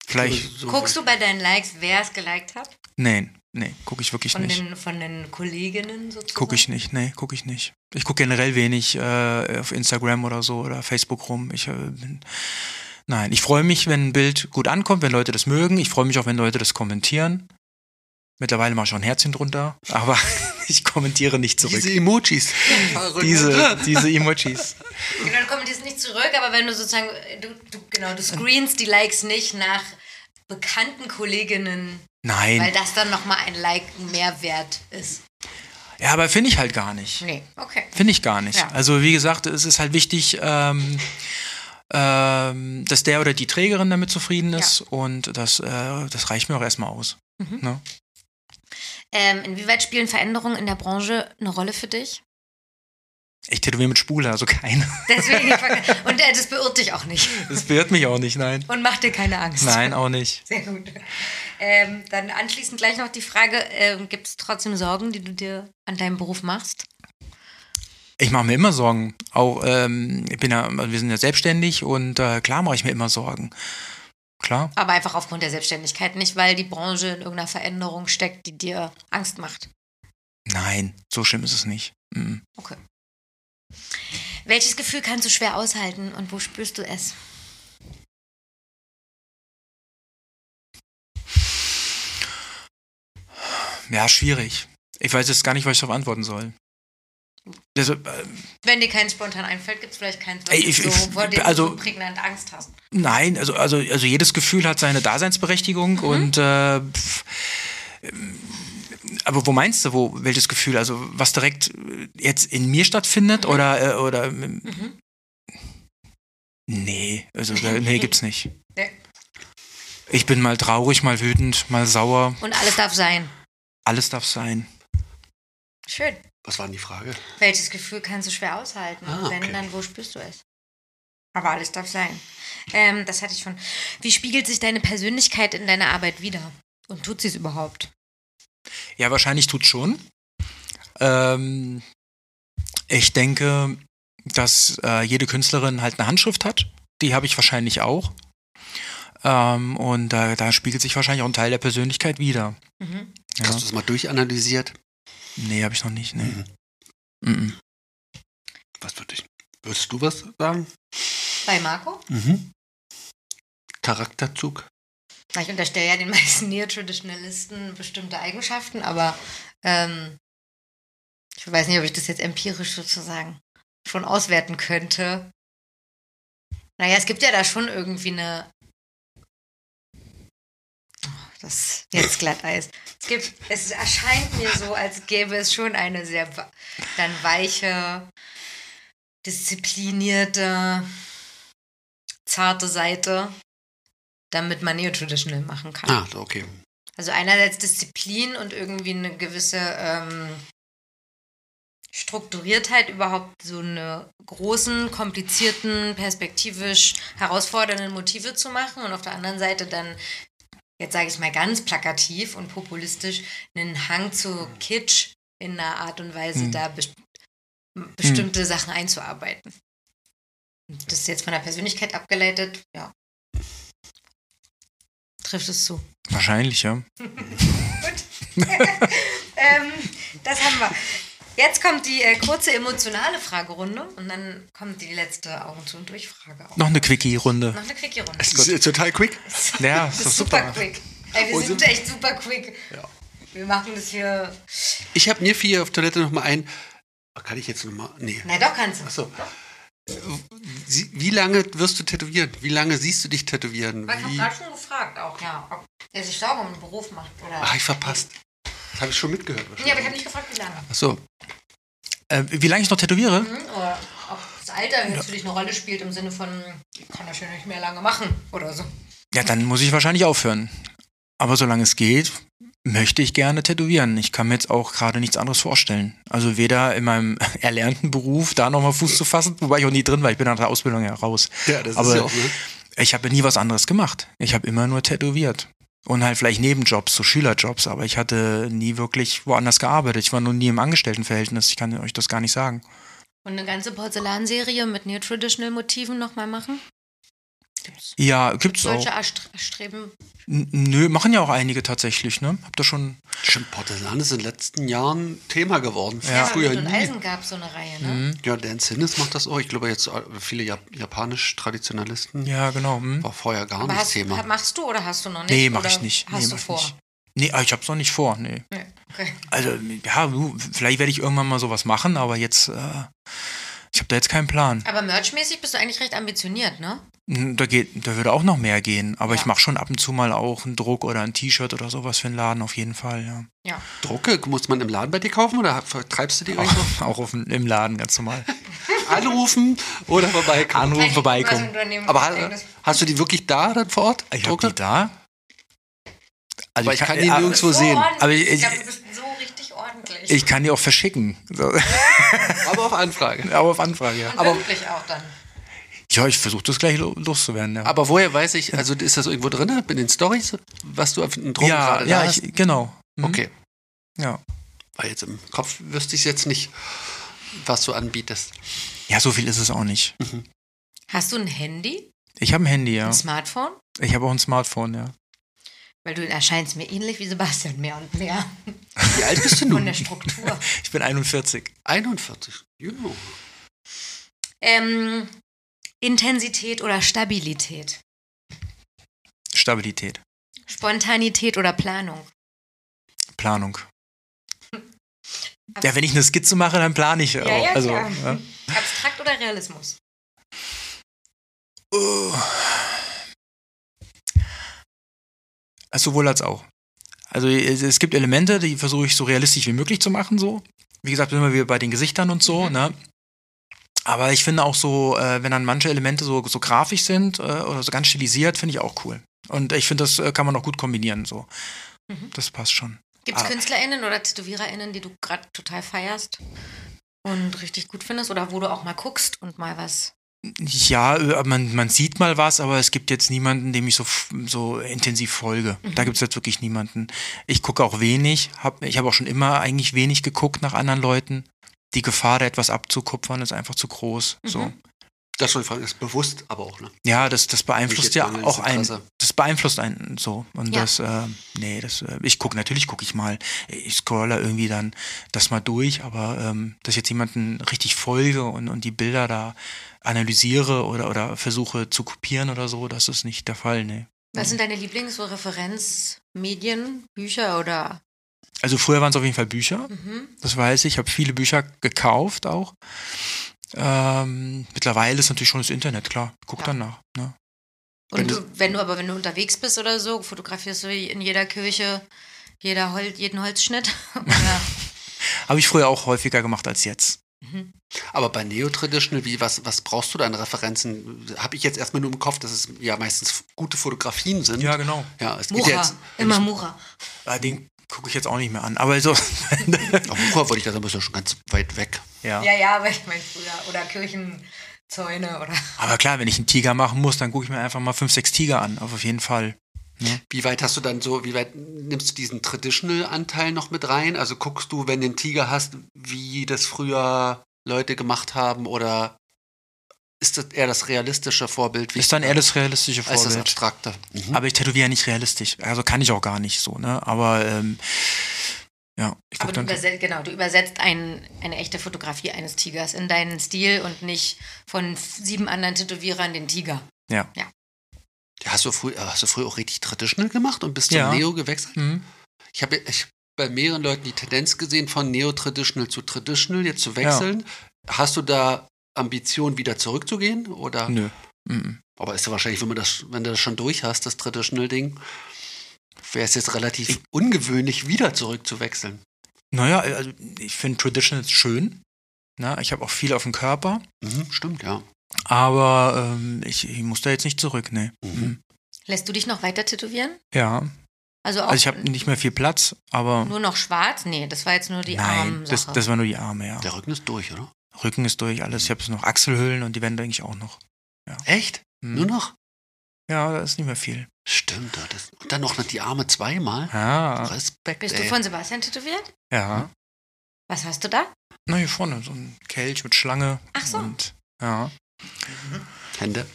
[SPEAKER 3] Vielleicht.
[SPEAKER 4] So- so-
[SPEAKER 1] Guckst du bei deinen Likes, wer es geliked hat?
[SPEAKER 3] Nein, nee, gucke ich wirklich
[SPEAKER 1] Von
[SPEAKER 3] nicht.
[SPEAKER 1] den, von den Kolleginnen sozusagen?
[SPEAKER 3] Gucke ich nicht, nee, gucke ich nicht. Ich gucke generell wenig äh, auf Instagram oder so oder Facebook rum. Ich äh, bin Nein, ich freue mich, wenn ein Bild gut ankommt, wenn Leute das mögen. Ich freue mich auch, wenn Leute das kommentieren. Mittlerweile mache ich auch ein Herzchen drunter, [LAUGHS] aber ich kommentiere nicht zurück.
[SPEAKER 4] Diese Emojis.
[SPEAKER 3] Diese, diese Emojis.
[SPEAKER 1] Genau, du kommentierst nicht zurück, aber wenn du sozusagen, du, du, genau,
[SPEAKER 3] Äh.
[SPEAKER 1] du screenst die Likes nicht nach bekannten Kolleginnen, weil
[SPEAKER 3] Nein.
[SPEAKER 1] das dann nochmal ein Like mehr wert ist.
[SPEAKER 3] Ja, aber finde ich halt gar nicht.
[SPEAKER 1] Nee, okay.
[SPEAKER 3] Finde ich gar nicht.
[SPEAKER 1] Ja.
[SPEAKER 3] Also wie gesagt, es ist halt wichtig, ähm, ähm, dass der oder die Trägerin damit zufrieden ist und das, äh, das reicht mir auch erstmal aus. Ne?
[SPEAKER 1] Ähm, inwieweit spielen Veränderungen in der Branche eine Rolle für dich?
[SPEAKER 3] Ich tätowiere mit Spule, also keine.
[SPEAKER 1] Deswegen, und äh, das beirrt dich auch nicht
[SPEAKER 3] [LAUGHS] Das berührt mich auch nicht, nein.
[SPEAKER 1] und macht dir keine Angst.
[SPEAKER 3] Nein, auch nicht.
[SPEAKER 1] Sehr gut. Ähm, dann anschließend gleich noch die Frage, ähm, gibt es trotzdem Sorgen, die du dir an deinem Beruf machst?
[SPEAKER 3] Ich mache mir immer Sorgen. Auch ähm, ich bin ja, also wir sind ja selbstständig und äh, klar mache ich mir immer Sorgen. Klar.
[SPEAKER 1] Aber einfach aufgrund der Selbstständigkeit, nicht weil die Branche in irgendeiner Veränderung steckt, die dir Angst macht.
[SPEAKER 3] Nein, so schlimm ist es nicht. Mm.
[SPEAKER 1] Okay. Welches Gefühl kannst du schwer aushalten und wo spürst du es?
[SPEAKER 3] Ja, schwierig. Ich weiß jetzt gar nicht, was ich darauf antworten soll. Also, äh,
[SPEAKER 1] Wenn dir keins spontan einfällt, gibt es vielleicht keins, was
[SPEAKER 3] Ey,
[SPEAKER 1] du
[SPEAKER 3] ich-
[SPEAKER 1] so,
[SPEAKER 3] ich-
[SPEAKER 1] vor dem
[SPEAKER 3] also-
[SPEAKER 1] du so prägnant Angst hast.
[SPEAKER 3] Nein, also, also, also jedes Gefühl hat seine Daseinsberechtigung und äh, pf, ähm, aber wo meinst du, wo, welches Gefühl? Also was direkt äh, jetzt in mir stattfindet oder, äh, oder ähm, Nee, also da- nee, gibt's nicht.
[SPEAKER 1] Nee.
[SPEAKER 3] Ich bin mal traurig, mal wütend, mal sauer.
[SPEAKER 1] Und alles darf sein.
[SPEAKER 3] Alles darf sein.
[SPEAKER 1] Schön.
[SPEAKER 4] Was war denn die Frage?
[SPEAKER 1] Welches Gefühl kannst du schwer aushalten?
[SPEAKER 4] Ah,
[SPEAKER 1] Und Wenn,
[SPEAKER 4] okay.
[SPEAKER 1] dann wo spürst du es? Aber alles darf sein. Ähm, das hatte ich schon. Wie spiegelt sich deine Persönlichkeit in deiner Arbeit wider? Und tut sie es überhaupt?
[SPEAKER 3] Ja, wahrscheinlich tut's schon. Ähm, ich denke, dass äh, jede Künstlerin halt eine Handschrift hat. Die habe ich wahrscheinlich auch. Ähm, und äh, da spiegelt sich wahrscheinlich auch ein Teil der Persönlichkeit wieder.
[SPEAKER 1] Mhm.
[SPEAKER 3] Ja.
[SPEAKER 4] Hast du das mal durchanalysiert?
[SPEAKER 3] Nee, habe ich noch nicht. Nee.
[SPEAKER 4] Mhm.
[SPEAKER 3] Mhm.
[SPEAKER 4] Was würde ich? Würdest du was sagen?
[SPEAKER 1] Bei Marco?
[SPEAKER 4] Mhm. Charakterzug.
[SPEAKER 1] Na, Ich unterstelle ja den meisten Neo-Traditionalisten bestimmte Eigenschaften, aber ähm, ich weiß nicht, ob ich das jetzt empirisch sozusagen schon auswerten könnte. Naja, es gibt ja da schon irgendwie eine. Oh, Das jetzt Glatteis. Es gibt, es erscheint mir so, als gäbe es schon eine sehr wa- dann weiche, disziplinierte, zarte Seite, damit man Neo-Traditional machen kann.
[SPEAKER 4] Ah, okay.
[SPEAKER 1] Also einerseits Disziplin und irgendwie eine gewisse ähm, Strukturiertheit, überhaupt so eine großen, komplizierten, perspektivisch herausfordernden Motive zu machen und auf der anderen Seite dann, jetzt sage ich mal ganz plakativ und populistisch, einen Hang zu Kitsch in einer Art und Weise
[SPEAKER 3] Hm.
[SPEAKER 1] da best bestimmte Sachen einzuarbeiten. Und Das ist jetzt von der Persönlichkeit abgeleitet, ja. Trifft es zu.
[SPEAKER 3] Wahrscheinlich, ja.
[SPEAKER 1] Ähm, das haben wir. Jetzt kommt die äh, kurze emotionale Fragerunde und dann kommt die letzte Augen zu und durch Frage auch.
[SPEAKER 3] Noch eine Quickie-Runde. [LAUGHS]
[SPEAKER 1] Noch eine quickie Runde.
[SPEAKER 4] Das ist total quick.
[SPEAKER 3] Ja,
[SPEAKER 1] Das
[SPEAKER 3] ist doch
[SPEAKER 1] ist
[SPEAKER 3] super.
[SPEAKER 1] super quick. Ey, wir
[SPEAKER 4] Oh,
[SPEAKER 1] sind
[SPEAKER 4] sind-
[SPEAKER 1] echt super quick.
[SPEAKER 4] Ja.
[SPEAKER 1] Wir machen das hier.
[SPEAKER 4] Ich habe mir vier auf Toilette nochmal ein. Ah, Kann ich jetzt nochmal? Nee.
[SPEAKER 1] Na doch, kannst du.
[SPEAKER 4] Achso. Sie- Wie lange wirst du tätowieren? Wie lange siehst du dich tätowieren?
[SPEAKER 1] Ich habe
[SPEAKER 4] Wie?
[SPEAKER 1] gerade schon gefragt auch, ja, ob er sich Sorgen um den Beruf macht. Oder?
[SPEAKER 4] Ach, Ah, ich verpasst. Das habe ich schon mitgehört.
[SPEAKER 1] nee, aber
[SPEAKER 4] wahrscheinlich.
[SPEAKER 1] ich habe nicht gefragt, wie lange.
[SPEAKER 4] Achso.
[SPEAKER 3] Äh, wie lange ich noch tätowiere?
[SPEAKER 1] Hm? Oder ob das Alter jetzt für dich eine Rolle spielt im Sinne von, ich kann das schon nicht mehr lange machen oder so.
[SPEAKER 3] Ja, dann muss ich wahrscheinlich aufhören. Aber solange es geht, möchte ich gerne tätowieren. Ich kann mir jetzt auch gerade nichts anderes vorstellen. Also weder in meinem [LAUGHS] erlernten Beruf da nochmal Fuß zu fassen, wobei ich auch nie drin war. Ich bin nach der Ausbildung ja raus.
[SPEAKER 4] Ja, das
[SPEAKER 3] Aber
[SPEAKER 4] ist ja auch, ne?
[SPEAKER 3] Ich habe nie was anderes gemacht. Ich habe immer nur tätowiert. Und halt vielleicht Nebenjobs, so Schülerjobs, aber ich hatte nie wirklich woanders gearbeitet. Ich war noch nie im Angestelltenverhältnis. Ich kann euch das gar nicht sagen.
[SPEAKER 1] Und eine ganze Porzellanserie mit Neo-Traditional-Motiven nochmal machen? Gibt's
[SPEAKER 3] Ja, gibt's auch.
[SPEAKER 1] solche Erstre- Streben?
[SPEAKER 3] N- Nö, machen ja auch einige tatsächlich, ne? Habt ihr schon.
[SPEAKER 4] Stimmt, Porzellan ist in den letzten Jahren Thema geworden.
[SPEAKER 1] Ja,
[SPEAKER 4] Früher
[SPEAKER 1] Öl und
[SPEAKER 4] nie.
[SPEAKER 1] Eisen gab so eine Reihe, ne?
[SPEAKER 4] Ja, Dan Sinnes macht das auch. Ich glaube, jetzt äh, viele Jap japanisch-Traditionalisten
[SPEAKER 3] Ja, genau. Hm?
[SPEAKER 4] war vorher gar
[SPEAKER 1] Aber
[SPEAKER 4] nicht
[SPEAKER 1] hast,
[SPEAKER 4] Thema.
[SPEAKER 1] machst du oder hast du noch nicht?
[SPEAKER 3] Nee, mach
[SPEAKER 1] Oder
[SPEAKER 3] ich nicht.
[SPEAKER 1] Hast
[SPEAKER 3] nee,
[SPEAKER 1] du
[SPEAKER 3] mach ich
[SPEAKER 1] vor? Hm.
[SPEAKER 3] Nicht. Nee, aber ich hab's noch nicht vor, nee.
[SPEAKER 1] Nee, okay.
[SPEAKER 3] Also, ja, du, vielleicht werde ich irgendwann mal sowas machen, aber jetzt, äh, ich habe da jetzt keinen Plan.
[SPEAKER 1] Aber merchmäßig bist du eigentlich recht ambitioniert, ne?
[SPEAKER 3] N- Da, geht, da würde auch noch mehr gehen, aber
[SPEAKER 1] Ja.
[SPEAKER 3] ich mache schon ab und zu mal auch einen Druck oder ein T-Shirt oder sowas für den Laden, auf jeden Fall, ja.
[SPEAKER 1] Ja.
[SPEAKER 4] Drucke, muss man im Laden bei dir kaufen oder vertreibst du die irgendwo?
[SPEAKER 3] [LAUGHS] Auch auf, dem- im Laden, ganz normal.
[SPEAKER 4] Anrufen oder vorbeikommen?
[SPEAKER 3] Anrufen, vorbeikommen.
[SPEAKER 4] Aber hast, hast du die wirklich da dann vor Ort?
[SPEAKER 3] Ich habe die da. Also
[SPEAKER 4] Aber ich kann die nirgendwo
[SPEAKER 3] äh,
[SPEAKER 4] sehen.
[SPEAKER 3] Aber ich,
[SPEAKER 1] ich
[SPEAKER 3] ich,
[SPEAKER 1] glaube, du bist so richtig ordentlich.
[SPEAKER 3] ich kann die auch verschicken. So, [LAUGHS]
[SPEAKER 4] Aber auf Anfrage.
[SPEAKER 3] aber auf Anfrage, ja.
[SPEAKER 1] und
[SPEAKER 4] aber-
[SPEAKER 1] wirklich auch dann.
[SPEAKER 3] Ja, ich versuche das gleich lo- loszuwerden, ja.
[SPEAKER 4] Aber woher weiß ich, also ist das irgendwo drin, in den Stories, was du auf den Druck
[SPEAKER 3] ja,
[SPEAKER 4] gerade da
[SPEAKER 3] ja,
[SPEAKER 4] hast?
[SPEAKER 3] ich, genau. Mhm.
[SPEAKER 4] Okay.
[SPEAKER 3] Ja.
[SPEAKER 4] Weil jetzt im Kopf wüsste ich jetzt nicht, was du anbietest.
[SPEAKER 3] ja, so viel ist es auch nicht.
[SPEAKER 1] Hast du ein Handy?
[SPEAKER 3] Ich habe ein Handy, ja.
[SPEAKER 1] Ein Smartphone?
[SPEAKER 3] Ich habe auch ein Smartphone, ja.
[SPEAKER 1] Weil du erscheinst mir ähnlich wie Sebastian mehr und mehr.
[SPEAKER 4] Wie alt
[SPEAKER 1] [LAUGHS]
[SPEAKER 4] bist denn
[SPEAKER 1] Von
[SPEAKER 4] du?
[SPEAKER 1] der Struktur.
[SPEAKER 3] Ich bin 41.
[SPEAKER 4] 41. Genau.
[SPEAKER 1] ähm, Intensität oder Stabilität?
[SPEAKER 3] Stabilität,
[SPEAKER 1] Spontanität oder Planung?
[SPEAKER 3] Planung. Ja, wenn ich eine Skizze mache, dann plane ich ja, auch. also, ja.
[SPEAKER 1] Abstrakt oder Realismus?
[SPEAKER 3] Uh. Sowohl als auch. Also es es gibt Elemente, die versuche ich so realistisch wie möglich zu machen, so. Wie gesagt, sind wir wieder bei den Gesichtern und so, ne? Aber ich finde auch so, äh, wenn dann manche Elemente so, so grafisch sind äh, oder so ganz stilisiert, finde ich auch cool. Und ich finde, das äh, kann man auch gut kombinieren, so. Das passt schon.
[SPEAKER 1] Gibt es
[SPEAKER 3] Ah.
[SPEAKER 1] KünstlerInnen oder TätowiererInnen, die du gerade total feierst und richtig gut findest oder wo du auch mal guckst und mal was?
[SPEAKER 3] Ja, äh, man, man sieht mal was, aber es gibt jetzt niemanden, dem ich so, f- so intensiv folge. Da gibt es jetzt wirklich niemanden. Ich gucke auch wenig. Hab, ich habe auch schon immer eigentlich wenig geguckt nach anderen Leuten. Die Gefahr, da etwas abzukupfern, ist einfach zu groß. So.
[SPEAKER 4] Das schon fragen, ist bewusst, aber auch, ne?
[SPEAKER 3] Ja, das, das beeinflusst
[SPEAKER 4] Nicht jetzt
[SPEAKER 3] ja
[SPEAKER 4] mangelndes
[SPEAKER 3] auch einen.
[SPEAKER 4] Interesse.
[SPEAKER 3] Das beeinflusst einen so. Und
[SPEAKER 1] Ja.
[SPEAKER 3] das, äh, nee, das, äh, ich gucke, natürlich gucke ich mal. Ich scrolle irgendwie dann das mal durch, aber ähm, dass ich jetzt jemanden richtig folge und, und die Bilder da analysiere oder, oder versuche zu kopieren oder so, das ist nicht der Fall, nee.
[SPEAKER 1] Was sind deine Lieblings- so Referenzmedien, Bücher oder?
[SPEAKER 3] Also früher waren es auf jeden Fall Bücher,
[SPEAKER 1] Mhm.
[SPEAKER 3] das weiß ich. Ich habe viele Bücher gekauft auch. Ähm, mittlerweile ist natürlich schon das Internet, klar. Guck
[SPEAKER 1] Ja.
[SPEAKER 3] dann nach. Ne?
[SPEAKER 1] Und
[SPEAKER 4] Wenn
[SPEAKER 1] du, wenn du aber wenn du unterwegs bist oder so, fotografierst du in jeder Kirche jeder Hol jeden Holzschnitt [LAUGHS] oder?
[SPEAKER 3] Habe ich früher auch häufiger gemacht als jetzt.
[SPEAKER 1] Mhm.
[SPEAKER 4] Aber bei Neo-Traditional, wie, was, was brauchst du da an Referenzen? Habe ich jetzt erstmal nur im Kopf, dass es ja meistens gute Fotografien sind.
[SPEAKER 3] genau.
[SPEAKER 4] ja es geht ja
[SPEAKER 1] Mura,
[SPEAKER 4] jetzt.
[SPEAKER 1] immer Mura.
[SPEAKER 3] Ah, den gucke ich jetzt auch nicht mehr an. Aber so.
[SPEAKER 4] Auf Mura wollte ich da sagen, bist du schon ganz weit weg.
[SPEAKER 3] ja.
[SPEAKER 1] Ja, ja, aber ich meine früher oder Kirchenzäune oder.
[SPEAKER 3] Aber klar, wenn ich einen Tiger machen muss, dann gucke ich mir einfach mal fünf, sechs Tiger an. Auf jeden Fall.
[SPEAKER 4] Wie weit hast du dann so, wie weit nimmst du diesen Traditional-Anteil noch mit rein? Also guckst du, wenn du einen Tiger hast, wie das früher Leute gemacht haben oder ist das eher das realistische Vorbild? Wie
[SPEAKER 3] Ist dann eher das realistische
[SPEAKER 4] als das
[SPEAKER 3] Vorbild.
[SPEAKER 4] abstrakte. Mhm.
[SPEAKER 3] Also, Aber ich tätowiere ja nicht realistisch. Also kann ich auch gar nicht so, ne? Aber ähm, ja, ich
[SPEAKER 1] Aber du
[SPEAKER 3] gucke dann.
[SPEAKER 1] übersetzt, genau, du übersetzt ein, eine echte Fotografie eines Tigers in deinen Stil und nicht von f- sieben anderen Tätowierern den Tiger.
[SPEAKER 3] Ja.
[SPEAKER 4] Hast du, früh, äh, hast du früher auch richtig Traditional gemacht und bist zum
[SPEAKER 3] Ja.
[SPEAKER 4] Neo gewechselt?
[SPEAKER 3] Mhm.
[SPEAKER 4] Ich habe ich hab bei mehreren Leuten die Tendenz gesehen, von Neo-Traditional zu Traditional jetzt zu wechseln. Hast du da Ambition, wieder zurückzugehen? Oder?
[SPEAKER 3] Nö. Mhm.
[SPEAKER 4] Aber ist ja wahrscheinlich, wenn, man das, wenn du das schon durch hast, das Traditional-Ding, wäre es jetzt relativ ungewöhnlich, wieder zurückzuwechseln.
[SPEAKER 3] Naja, also ich finde Traditional schön. Na, ich habe auch viel auf dem Körper,
[SPEAKER 4] Mhm, stimmt, ja.
[SPEAKER 3] aber ähm, ich, ich muss da jetzt nicht zurück, ne?
[SPEAKER 4] Mhm.
[SPEAKER 1] Lässt du dich noch weiter tätowieren?
[SPEAKER 3] Ja,
[SPEAKER 1] Also auch
[SPEAKER 3] also ich habe nicht mehr viel Platz, aber
[SPEAKER 1] nur noch schwarz? Nee, das war jetzt nur die
[SPEAKER 3] nein, das,
[SPEAKER 1] Armsache.
[SPEAKER 3] das war nur die Arme, ja.
[SPEAKER 4] Der Rücken ist durch, oder?
[SPEAKER 3] Rücken ist durch, alles. Ich habe noch Achselhöhlen und die werden denke ich auch noch.
[SPEAKER 4] Echt?
[SPEAKER 3] Hm.
[SPEAKER 4] Nur noch?
[SPEAKER 3] Ja, da ist nicht mehr viel.
[SPEAKER 4] Stimmt, ja, das. Und dann noch die Arme zweimal.
[SPEAKER 3] Ah,
[SPEAKER 4] Respekt.
[SPEAKER 1] Bist
[SPEAKER 4] ey.
[SPEAKER 1] du von Sebastian tätowiert?
[SPEAKER 3] ja.
[SPEAKER 1] Was hast du da?
[SPEAKER 3] Na, hier vorne, so ein Kelch mit Schlange.
[SPEAKER 1] Ach so.
[SPEAKER 3] Und, ja.
[SPEAKER 4] Hände.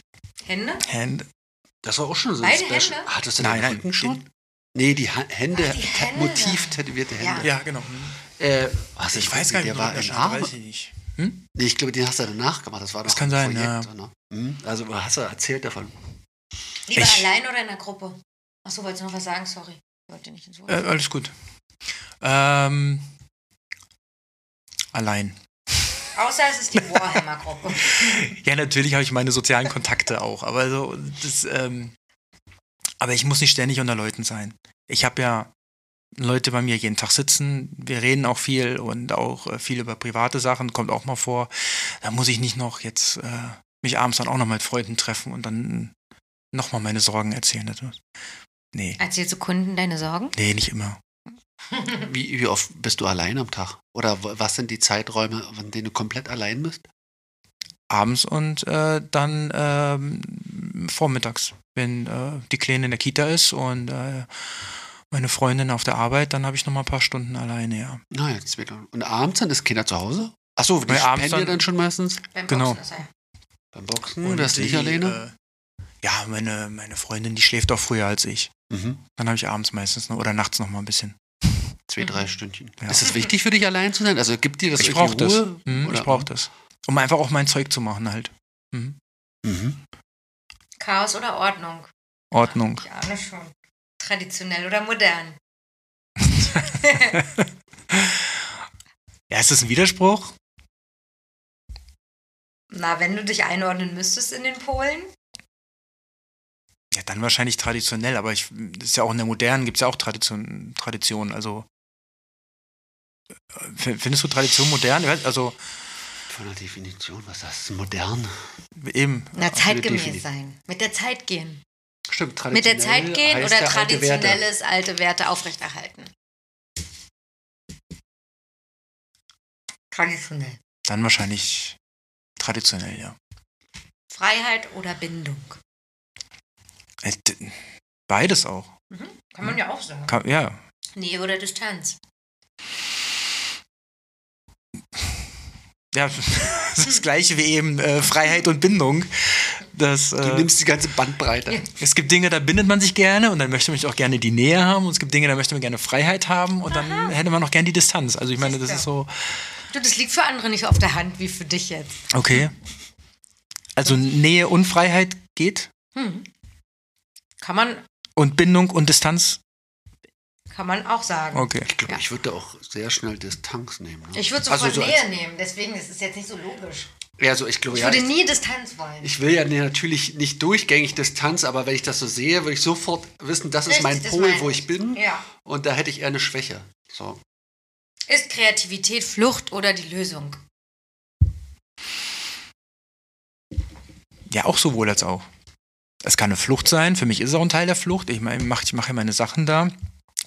[SPEAKER 1] Hände?
[SPEAKER 3] Hand.
[SPEAKER 4] Das war auch schon so
[SPEAKER 1] Beide Hände?
[SPEAKER 4] Hattest du deinen
[SPEAKER 3] Nein, nein,
[SPEAKER 4] Rücken schon? Nee, die ha Hände,
[SPEAKER 1] Ach, die
[SPEAKER 4] tä-
[SPEAKER 1] Hände.
[SPEAKER 4] motiv tätowierte Hände.
[SPEAKER 3] Ja, genau.
[SPEAKER 4] Äh, was
[SPEAKER 3] Ich weiß gar nicht,
[SPEAKER 4] der
[SPEAKER 3] ob
[SPEAKER 4] war
[SPEAKER 3] das
[SPEAKER 4] in
[SPEAKER 3] schon-
[SPEAKER 4] Arbeit.
[SPEAKER 3] weiß ich nicht.
[SPEAKER 4] Nee, ich glaube, den hast du danach gemacht. Das war doch
[SPEAKER 3] Das kann
[SPEAKER 4] ein
[SPEAKER 3] sein,
[SPEAKER 4] Projekt,
[SPEAKER 3] ja.
[SPEAKER 4] ne? Hm? Also, was hast du erzählt davon?
[SPEAKER 1] Lieber
[SPEAKER 3] Ich-
[SPEAKER 1] allein oder in der Gruppe? Achso, wolltest du noch was sagen? Sorry. Ich wollte nicht ins Wort.
[SPEAKER 3] Äh, alles gut. Ähm, allein. äh.
[SPEAKER 1] Außer es ist die Warhammer-Gruppe. [LAUGHS]
[SPEAKER 3] Ja, natürlich habe ich meine sozialen Kontakte auch, aber so das, ähm, aber ich muss nicht ständig unter Leuten sein. Ich habe ja Leute bei mir jeden Tag sitzen, wir reden auch viel und auch äh, viel über private Sachen, kommt auch mal vor. Da muss ich nicht noch jetzt äh, mich abends dann auch noch mit Freunden treffen und dann nochmal meine Sorgen erzählen. oder was. Nee,
[SPEAKER 1] Erzählst du Kunden deine Sorgen?
[SPEAKER 3] nee, nicht immer.
[SPEAKER 4] Wie, wie oft bist du allein am Tag? Oder w- was sind die Zeiträume, an denen du komplett allein bist?
[SPEAKER 3] abends und äh, dann ähm, vormittags, wenn äh, die Kleine in der Kita ist und äh, meine Freundin auf der Arbeit, dann habe ich noch mal ein paar Stunden alleine, ja.
[SPEAKER 4] Na, jetzt wieder. Und abends dann ist Kinder zu Hause? Achso, die
[SPEAKER 3] Nee, abends
[SPEAKER 4] pennen ja
[SPEAKER 3] dann-
[SPEAKER 4] dann schon meistens.
[SPEAKER 1] Beim
[SPEAKER 3] Genau.
[SPEAKER 1] Boxen ist er.
[SPEAKER 4] Beim Boxen
[SPEAKER 3] und
[SPEAKER 4] wärst du Hm, nicht
[SPEAKER 3] die,
[SPEAKER 4] alleine?
[SPEAKER 3] Äh, ja, meine, meine Freundin, die schläft auch früher als ich.
[SPEAKER 4] mhm.
[SPEAKER 3] Dann habe ich abends meistens noch, oder nachts noch mal ein bisschen.
[SPEAKER 4] Zwei,
[SPEAKER 1] Mhm.
[SPEAKER 4] drei Stündchen.
[SPEAKER 3] Ja.
[SPEAKER 4] Ist es wichtig für dich, allein zu sein? Also gibt dir das
[SPEAKER 3] ich brauche
[SPEAKER 4] irgendwie
[SPEAKER 3] das.
[SPEAKER 4] Ruhe?
[SPEAKER 3] Mhm, ich
[SPEAKER 4] Oder-
[SPEAKER 3] brauche das. Um einfach auch mein Zeug zu machen halt. Mhm.
[SPEAKER 4] Mhm.
[SPEAKER 1] Chaos oder Ordnung?
[SPEAKER 3] Ordnung.
[SPEAKER 1] Ich ahne schon. Traditionell oder modern?
[SPEAKER 3] Ja, ist das ein Widerspruch?
[SPEAKER 1] Na, wenn du dich einordnen müsstest in den Polen?
[SPEAKER 3] Ja, dann wahrscheinlich traditionell, aber ich, das ist ja auch in der modernen, gibt es ja auch Tradition, Tradition. Also äh, f- findest du Tradition modern? Ich weiß- Also
[SPEAKER 4] Von der Definition, was das? Modern.
[SPEAKER 3] eben.
[SPEAKER 1] Na,
[SPEAKER 4] definitiv.
[SPEAKER 1] zeitgemäß sein. Mit der Zeit gehen.
[SPEAKER 4] Stimmt, traditionell.
[SPEAKER 1] Mit der Zeit gehen
[SPEAKER 4] heißt
[SPEAKER 1] oder
[SPEAKER 4] ja alte Werte.
[SPEAKER 1] traditionelles alte Werte aufrechterhalten. Traditionell.
[SPEAKER 3] Dann wahrscheinlich traditionell, ja.
[SPEAKER 1] Freiheit oder Bindung?
[SPEAKER 3] Äh, d- Beides auch.
[SPEAKER 1] Kann man ja auch sagen.
[SPEAKER 3] Ka- Ja.
[SPEAKER 1] Nähe oder Distanz?
[SPEAKER 3] Ja, [LAUGHS] das ist das gleiche wie eben äh, Freiheit und Bindung. Das,
[SPEAKER 4] Du
[SPEAKER 3] äh,
[SPEAKER 4] nimmst die ganze Bandbreite.
[SPEAKER 1] Ja.
[SPEAKER 3] es gibt Dinge, da bindet man sich gerne und dann möchte man auch gerne die Nähe haben und es gibt Dinge, da möchte man gerne Freiheit haben und dann hätte man auch gerne die Distanz. Also ich meine, das ist so.
[SPEAKER 1] Du, das liegt für andere nicht auf der Hand wie für dich jetzt.
[SPEAKER 3] Okay. Also Nähe und Freiheit geht
[SPEAKER 1] Hm. Kann man,
[SPEAKER 3] und Bindung und Distanz.
[SPEAKER 1] kann man auch sagen.
[SPEAKER 3] Okay.
[SPEAKER 4] Ich glaube,
[SPEAKER 1] Ja.
[SPEAKER 4] ich würde auch sehr schnell Distanz nehmen. Ne?
[SPEAKER 1] Ich würde sofort
[SPEAKER 4] also so
[SPEAKER 1] Nähe
[SPEAKER 4] Als,
[SPEAKER 1] nehmen, deswegen ist es jetzt nicht so logisch.
[SPEAKER 4] ja, so, ich glaube,
[SPEAKER 1] Ich
[SPEAKER 4] ja.
[SPEAKER 1] würde
[SPEAKER 4] ich-
[SPEAKER 1] nie Distanz wollen.
[SPEAKER 4] Ich will ja ne, natürlich nicht durchgängig Distanz, aber wenn ich das so sehe, würde ich sofort wissen, das ist
[SPEAKER 1] Richtig,
[SPEAKER 4] mein
[SPEAKER 1] das
[SPEAKER 4] Pol,
[SPEAKER 1] meine
[SPEAKER 4] wo ich
[SPEAKER 1] ich.
[SPEAKER 4] bin.
[SPEAKER 1] Ja.
[SPEAKER 4] Und da hätte ich eher eine Schwäche. So.
[SPEAKER 1] Ist Kreativität Flucht oder die Lösung?
[SPEAKER 3] Ja, auch sowohl als auch. Es kann eine Flucht sein. Für mich ist es auch ein Teil der Flucht. Ich meine, ich mache ich mache ja meine Sachen da.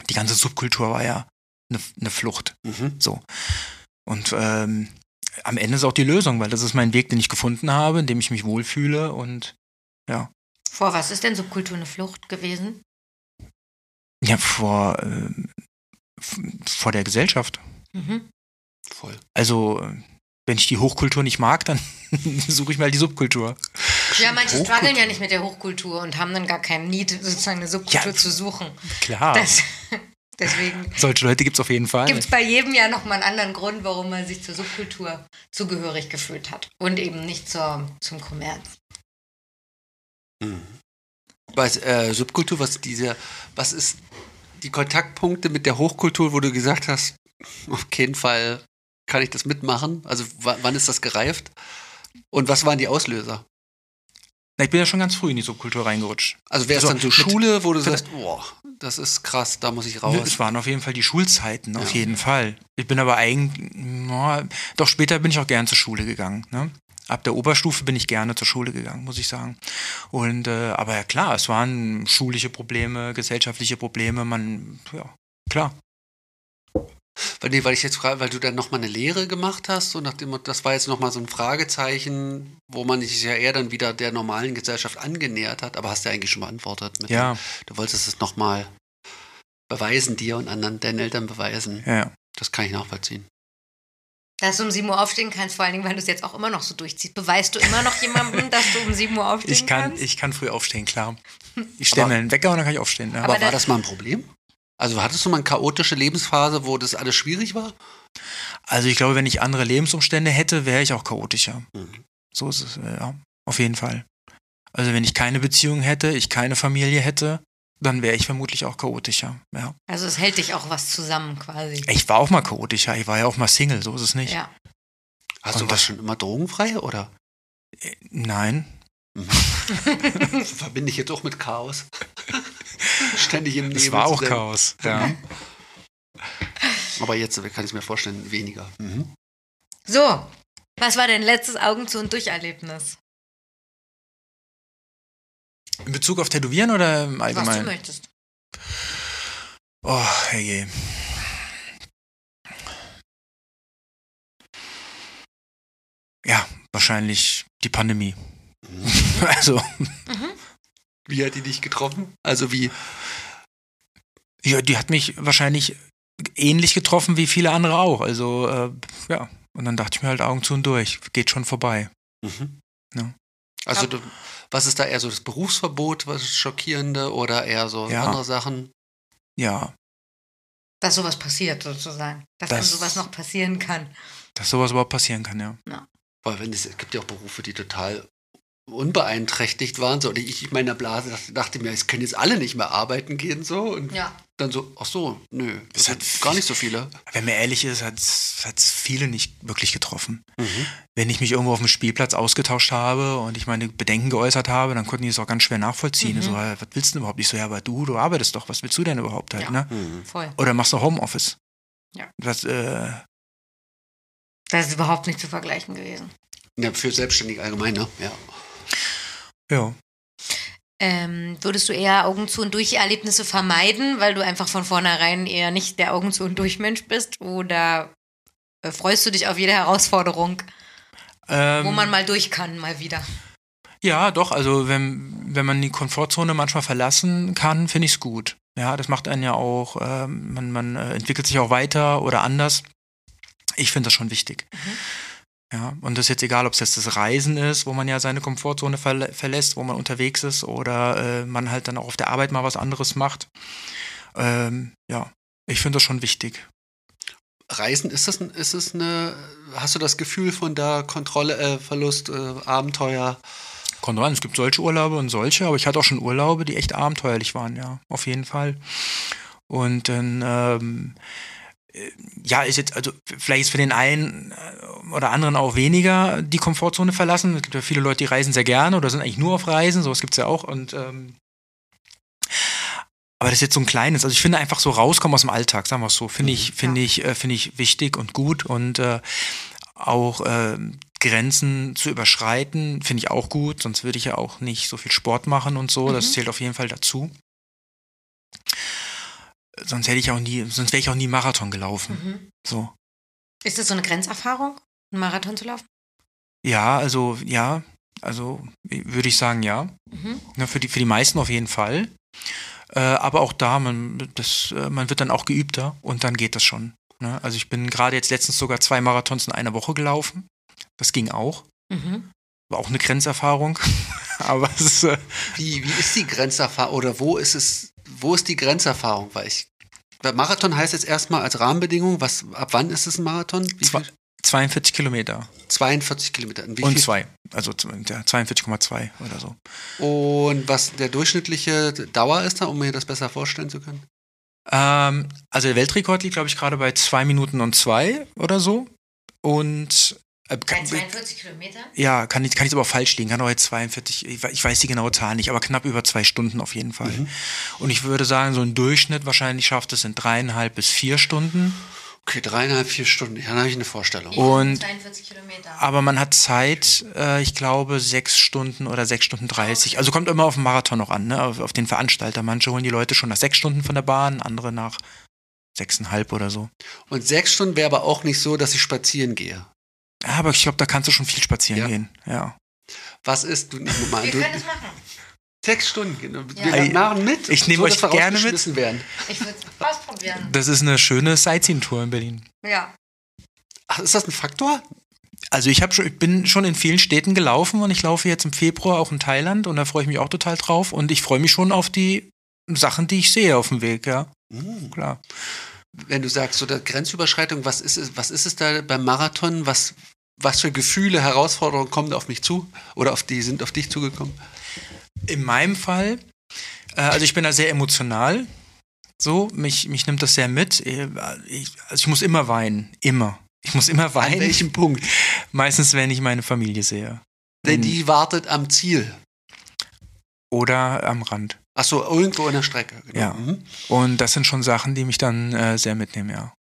[SPEAKER 3] Die ganze Subkultur war ja eine, eine Flucht.
[SPEAKER 4] Mhm.
[SPEAKER 3] So. Und ähm, am Ende ist auch die Lösung, weil das ist mein Weg, den ich gefunden habe, in dem ich mich wohlfühle und
[SPEAKER 1] Vor was ist denn Subkultur eine Flucht gewesen?
[SPEAKER 3] ja, vor, ähm, f- vor der Gesellschaft.
[SPEAKER 1] Mhm.
[SPEAKER 4] Voll.
[SPEAKER 3] Also, äh, wenn ich die Hochkultur nicht mag, dann [LAUGHS] suche ich mal die Subkultur.
[SPEAKER 1] Ja, manche
[SPEAKER 4] Hochkultur.
[SPEAKER 1] strugglen ja nicht mit der Hochkultur und haben dann gar keinen Need, sozusagen eine Subkultur
[SPEAKER 3] Ja. Ah.
[SPEAKER 1] zu suchen.
[SPEAKER 3] Klar.
[SPEAKER 1] Das, [LAUGHS] deswegen
[SPEAKER 3] Solche Leute gibt es auf jeden Fall.
[SPEAKER 1] gibt es bei jedem ja nochmal einen anderen Grund, warum man sich zur Subkultur zugehörig gefühlt hat und eben nicht zur, zum Kommerz.
[SPEAKER 4] Was, äh, Subkultur, was diese, was ist die Kontaktpunkte mit der Hochkultur, wo du gesagt hast, [LAUGHS] auf keinen Fall kann ich das mitmachen? Also wa- wann ist das gereift? Und was waren die Auslöser?
[SPEAKER 3] Na, ich bin ja schon ganz früh in die Subkultur reingerutscht.
[SPEAKER 4] Also wäre es
[SPEAKER 3] Also
[SPEAKER 4] dann so
[SPEAKER 3] mit-
[SPEAKER 4] Schule, wo du
[SPEAKER 3] mit-
[SPEAKER 4] sagst, boah, das ist krass, da muss ich
[SPEAKER 3] Nö,
[SPEAKER 4] raus.
[SPEAKER 3] Es waren auf jeden Fall die Schulzeiten, ne? auf
[SPEAKER 4] Ja.
[SPEAKER 3] jeden Fall. Ich bin aber eigentlich, na, doch später bin ich auch gern zur Schule gegangen. Ne? Ab der Oberstufe bin ich gerne zur Schule gegangen, muss ich sagen. Und äh, aber ja klar, es waren schulische Probleme, gesellschaftliche Probleme. Man, ja, klar.
[SPEAKER 4] Weil, nee, weil ich jetzt frage, weil du dann nochmal eine Lehre gemacht hast und nachdem das war jetzt nochmal so ein Fragezeichen, wo man sich ja eher dann wieder der normalen Gesellschaft angenähert hat, aber hast ja eigentlich schon beantwortet. Mit
[SPEAKER 3] Ja,
[SPEAKER 4] Du wolltest es nochmal beweisen dir und anderen deinen Eltern beweisen.
[SPEAKER 3] ja, ja.
[SPEAKER 4] Das kann ich nachvollziehen.
[SPEAKER 1] Dass du um 7 Uhr aufstehen kannst, vor allen Dingen, weil du es jetzt auch immer noch so durchziehst. Beweist du immer noch jemandem, dass du um 7 Uhr aufstehen
[SPEAKER 3] Ich kann,
[SPEAKER 1] kannst?
[SPEAKER 3] ich kann früh aufstehen,
[SPEAKER 4] [LAUGHS]
[SPEAKER 3] klar. Ich stelle mir einen Wecker und dann kann ich aufstehen. ne? Ja.
[SPEAKER 1] Aber
[SPEAKER 4] Aber,
[SPEAKER 1] das-
[SPEAKER 4] war das mal ein Problem? Also hattest du mal eine chaotische Lebensphase, wo das alles schwierig war?
[SPEAKER 3] Also ich glaube, wenn ich andere Lebensumstände hätte, wäre ich auch chaotischer. So ist es, äh, ja. Auf jeden Fall. Also wenn ich keine Beziehung hätte, ich keine Familie hätte, dann wäre ich vermutlich auch chaotischer. Ja.
[SPEAKER 1] Also es hält dich auch was zusammen quasi.
[SPEAKER 3] Ich war auch mal chaotischer, ich war ja auch mal Single, so ist es nicht.
[SPEAKER 1] Ja.
[SPEAKER 4] Hast
[SPEAKER 3] Und
[SPEAKER 4] du
[SPEAKER 3] das-
[SPEAKER 4] was schon immer drogenfrei
[SPEAKER 3] [LAUGHS]
[SPEAKER 4] oder?
[SPEAKER 3] Äh, Nein.
[SPEAKER 4] Verbinde ich jetzt auch mit Chaos. [LAUGHS] Ständig im
[SPEAKER 3] Es
[SPEAKER 4] Nebel
[SPEAKER 3] war auch
[SPEAKER 4] zu sein.
[SPEAKER 3] Chaos. Ja.
[SPEAKER 4] Aber jetzt kann ich es mir vorstellen, weniger. Mhm.
[SPEAKER 1] So, was war dein letztes Augen zu und Durcherlebnis?
[SPEAKER 3] In Bezug auf Tätowieren oder im
[SPEAKER 1] Was du
[SPEAKER 3] Allgemeinen?
[SPEAKER 1] möchtest.
[SPEAKER 3] Oh, herrje. Ja, wahrscheinlich die Pandemie. [LAUGHS] Also,
[SPEAKER 1] Mhm.
[SPEAKER 4] Wie hat die dich getroffen? Also wie?
[SPEAKER 3] ja, die hat mich wahrscheinlich ähnlich getroffen wie viele andere auch. Also, äh, ja. Und dann dachte ich mir halt Augen zu und durch. Geht schon vorbei. Mhm. Ja.
[SPEAKER 4] Also
[SPEAKER 1] Aber-
[SPEAKER 4] du, was ist da eher so das Berufsverbot, was ist schockierende oder eher so
[SPEAKER 3] Ja.
[SPEAKER 4] andere Sachen?
[SPEAKER 3] Ja,
[SPEAKER 1] Dass sowas passiert sozusagen. Dass
[SPEAKER 3] Das-
[SPEAKER 1] einem sowas noch passieren kann. dass
[SPEAKER 3] dass sowas überhaupt passieren kann, ja.
[SPEAKER 4] Weil wenn es, es gibt ja auch Berufe, die total unbeeinträchtigt waren. So, und ich in meiner Blase dachte, dachte mir, es können jetzt alle nicht mehr arbeiten gehen so und
[SPEAKER 1] Ja.
[SPEAKER 4] dann so, ach so, nö,
[SPEAKER 3] Es
[SPEAKER 4] das
[SPEAKER 3] hat
[SPEAKER 4] hat gar nicht so viele.
[SPEAKER 3] Wenn mir ehrlich ist, hat es viele nicht wirklich getroffen. Wenn ich mich irgendwo auf dem Spielplatz ausgetauscht habe und ich meine Bedenken geäußert habe, dann konnten die es auch ganz schwer nachvollziehen.
[SPEAKER 1] Mhm.
[SPEAKER 3] So, äh, was willst du denn überhaupt? Ich so, ja, aber du, du arbeitest doch, was willst du denn überhaupt halt,
[SPEAKER 1] Ja.
[SPEAKER 3] ne?
[SPEAKER 1] Voll.
[SPEAKER 3] Oder machst du Homeoffice?
[SPEAKER 1] Ja.
[SPEAKER 3] Das, äh,
[SPEAKER 1] Das ist überhaupt nicht zu vergleichen gewesen.
[SPEAKER 4] Ja, für Selbstständige allgemein, ne? Ja.
[SPEAKER 3] ja.
[SPEAKER 1] Ähm, würdest du eher Augen zu und durch Erlebnisse vermeiden, weil du einfach von vornherein eher nicht der Augen zu und durch Mensch bist? Oder äh, freust du dich auf jede Herausforderung,
[SPEAKER 3] Ähm,
[SPEAKER 1] wo man mal durch kann, mal wieder?
[SPEAKER 3] Ja, doch. Also wenn, wenn man die Komfortzone manchmal verlassen kann, finde ich es gut. Ja, das macht einen ja auch, ähm, man, man äh, entwickelt sich auch weiter oder anders. Ich finde das schon wichtig. Ja, und das ist jetzt egal, ob es jetzt das Reisen ist, wo man ja seine Komfortzone verl verlässt, wo man unterwegs ist oder äh, man halt dann auch auf der Arbeit mal was anderes macht. Ähm, ja, ich finde das schon wichtig.
[SPEAKER 4] Reisen, ist das, ein- ist das eine, hast du das Gefühl von da Kontrolle, äh, Verlust, äh, Abenteuer?
[SPEAKER 3] Kommt drauf an, es gibt solche Urlaube und solche, aber ich hatte auch schon Urlaube, die echt abenteuerlich waren, ja, auf jeden Fall. Und dann, ähm, äh, ja, ist jetzt, also vielleicht ist für den einen äh, oder anderen auch weniger die Komfortzone verlassen. Es gibt ja viele Leute, die reisen sehr gerne oder sind eigentlich nur auf Reisen, sowas gibt es ja auch. Und ähm, aber das ist jetzt so ein kleines, also ich finde einfach so rauskommen aus dem Alltag, sagen wir es so, finde ich, finde ich, äh, finde ich wichtig und gut und äh, auch ähm, Grenzen zu überschreiten, finde ich auch gut, sonst würde ich ja auch nicht so viel Sport machen und so. Das zählt auf jeden Fall dazu. Sonst hätte ich auch nie, sonst wäre ich auch nie Marathon gelaufen.
[SPEAKER 1] Mhm.
[SPEAKER 3] So.
[SPEAKER 1] Ist das so eine Grenzerfahrung, einen Marathon zu laufen?
[SPEAKER 3] Ja, also, ja, also würde ich sagen, ja.
[SPEAKER 1] Mhm.
[SPEAKER 3] Ne, für, die, für die meisten auf jeden Fall. Äh, aber auch da, man, das, äh, man wird dann auch geübter und dann geht das schon. Ne? Also ich bin gerade jetzt letztens sogar zwei Marathons in einer Woche gelaufen. Das ging auch.
[SPEAKER 1] Mhm.
[SPEAKER 3] War auch eine Grenzerfahrung. [LAUGHS] aber es ist, äh,
[SPEAKER 4] Wie, wie ist die Grenzerfahrung oder wo ist es, wo ist die Grenzerfahrung? Weil ich, weil Marathon heißt jetzt erstmal als Rahmenbedingung, was, ab wann ist es ein Marathon? Wie
[SPEAKER 3] Zwei-
[SPEAKER 4] viel?
[SPEAKER 3] 42 Kilometer
[SPEAKER 4] 42 Kilometer. In Wie
[SPEAKER 3] und
[SPEAKER 4] viel?
[SPEAKER 3] zwei. Also z- ja, 42,2 oder so.
[SPEAKER 4] Und was der durchschnittliche Dauer ist da, um mir das besser vorstellen zu können?
[SPEAKER 3] Ähm, also der Weltrekord liegt, glaube ich, gerade bei zwei Minuten und zwei oder so. Und äh, kann,
[SPEAKER 1] Kilometer?
[SPEAKER 3] ja, kann ich, kann ich aber auch falsch liegen, kann auch jetzt 42, ich, we- ich weiß die genaue Zahl nicht, aber knapp über zwei Stunden auf jeden
[SPEAKER 4] Mhm.
[SPEAKER 3] Fall. Und ich würde sagen, so ein Durchschnitt wahrscheinlich schafft es in dreieinhalb bis vier Stunden.
[SPEAKER 4] Okay, dreieinhalb, vier Stunden. Ja, Dann habe ich eine Vorstellung.
[SPEAKER 3] Und Ah,
[SPEAKER 1] 42 Kilometer.
[SPEAKER 3] aber man hat Zeit, äh, ich glaube, sechs Stunden oder sechs Stunden 30. Also kommt immer auf den Marathon noch an, ne? auf, auf den Veranstalter. Manche holen die Leute schon nach sechs Stunden von der Bahn, andere nach sechseinhalb oder so.
[SPEAKER 4] Und sechs Stunden wäre aber auch nicht so, dass ich spazieren gehe.
[SPEAKER 3] Ja, Aber ich glaube, da kannst du schon viel spazieren
[SPEAKER 4] Ja.
[SPEAKER 3] gehen. Ja.
[SPEAKER 4] Was ist, du nimm mal an, du,
[SPEAKER 1] machen.
[SPEAKER 4] sechs Stunden. genau. Wir
[SPEAKER 3] Ey,
[SPEAKER 4] machen mit.
[SPEAKER 3] ich nehme
[SPEAKER 4] so,
[SPEAKER 3] euch
[SPEAKER 4] dass wir
[SPEAKER 3] gerne mit.
[SPEAKER 4] rausgeschmissen Werden.
[SPEAKER 1] Ich würde es ausprobieren.
[SPEAKER 3] Das ist eine schöne Sightseeing-Tour in Berlin.
[SPEAKER 1] Ja.
[SPEAKER 4] Ach, ist das ein Faktor?
[SPEAKER 3] Also ich, hab schon, ich bin schon in vielen Städten gelaufen und ich laufe jetzt im Februar auch in Thailand und da freue ich mich auch total drauf und ich freue mich schon auf die Sachen, die ich sehe auf dem Weg, ja,
[SPEAKER 4] Hm.
[SPEAKER 3] klar.
[SPEAKER 4] Wenn du sagst, so der Grenzüberschreitung, was ist es, was ist es da beim Marathon? Was, was für Gefühle, Herausforderungen kommen da auf mich zu? Oder auf die sind auf dich zugekommen?
[SPEAKER 3] In meinem Fall, äh, also ich bin da sehr emotional, so, mich, mich nimmt das sehr mit. Äh, Ich, also ich muss immer weinen, immer. Ich muss immer
[SPEAKER 4] An
[SPEAKER 3] weinen,
[SPEAKER 4] welchem Punkt?
[SPEAKER 3] [LAUGHS] meistens wenn ich meine Familie sehe
[SPEAKER 4] Denn
[SPEAKER 3] Hm.
[SPEAKER 4] die wartet am Ziel.
[SPEAKER 3] oder am Rand.
[SPEAKER 4] Achso, irgendwo in der Strecke. Genau.
[SPEAKER 3] Ja.
[SPEAKER 4] Mhm.
[SPEAKER 3] Und das sind schon Sachen, die mich dann äh, sehr mitnehmen, ja.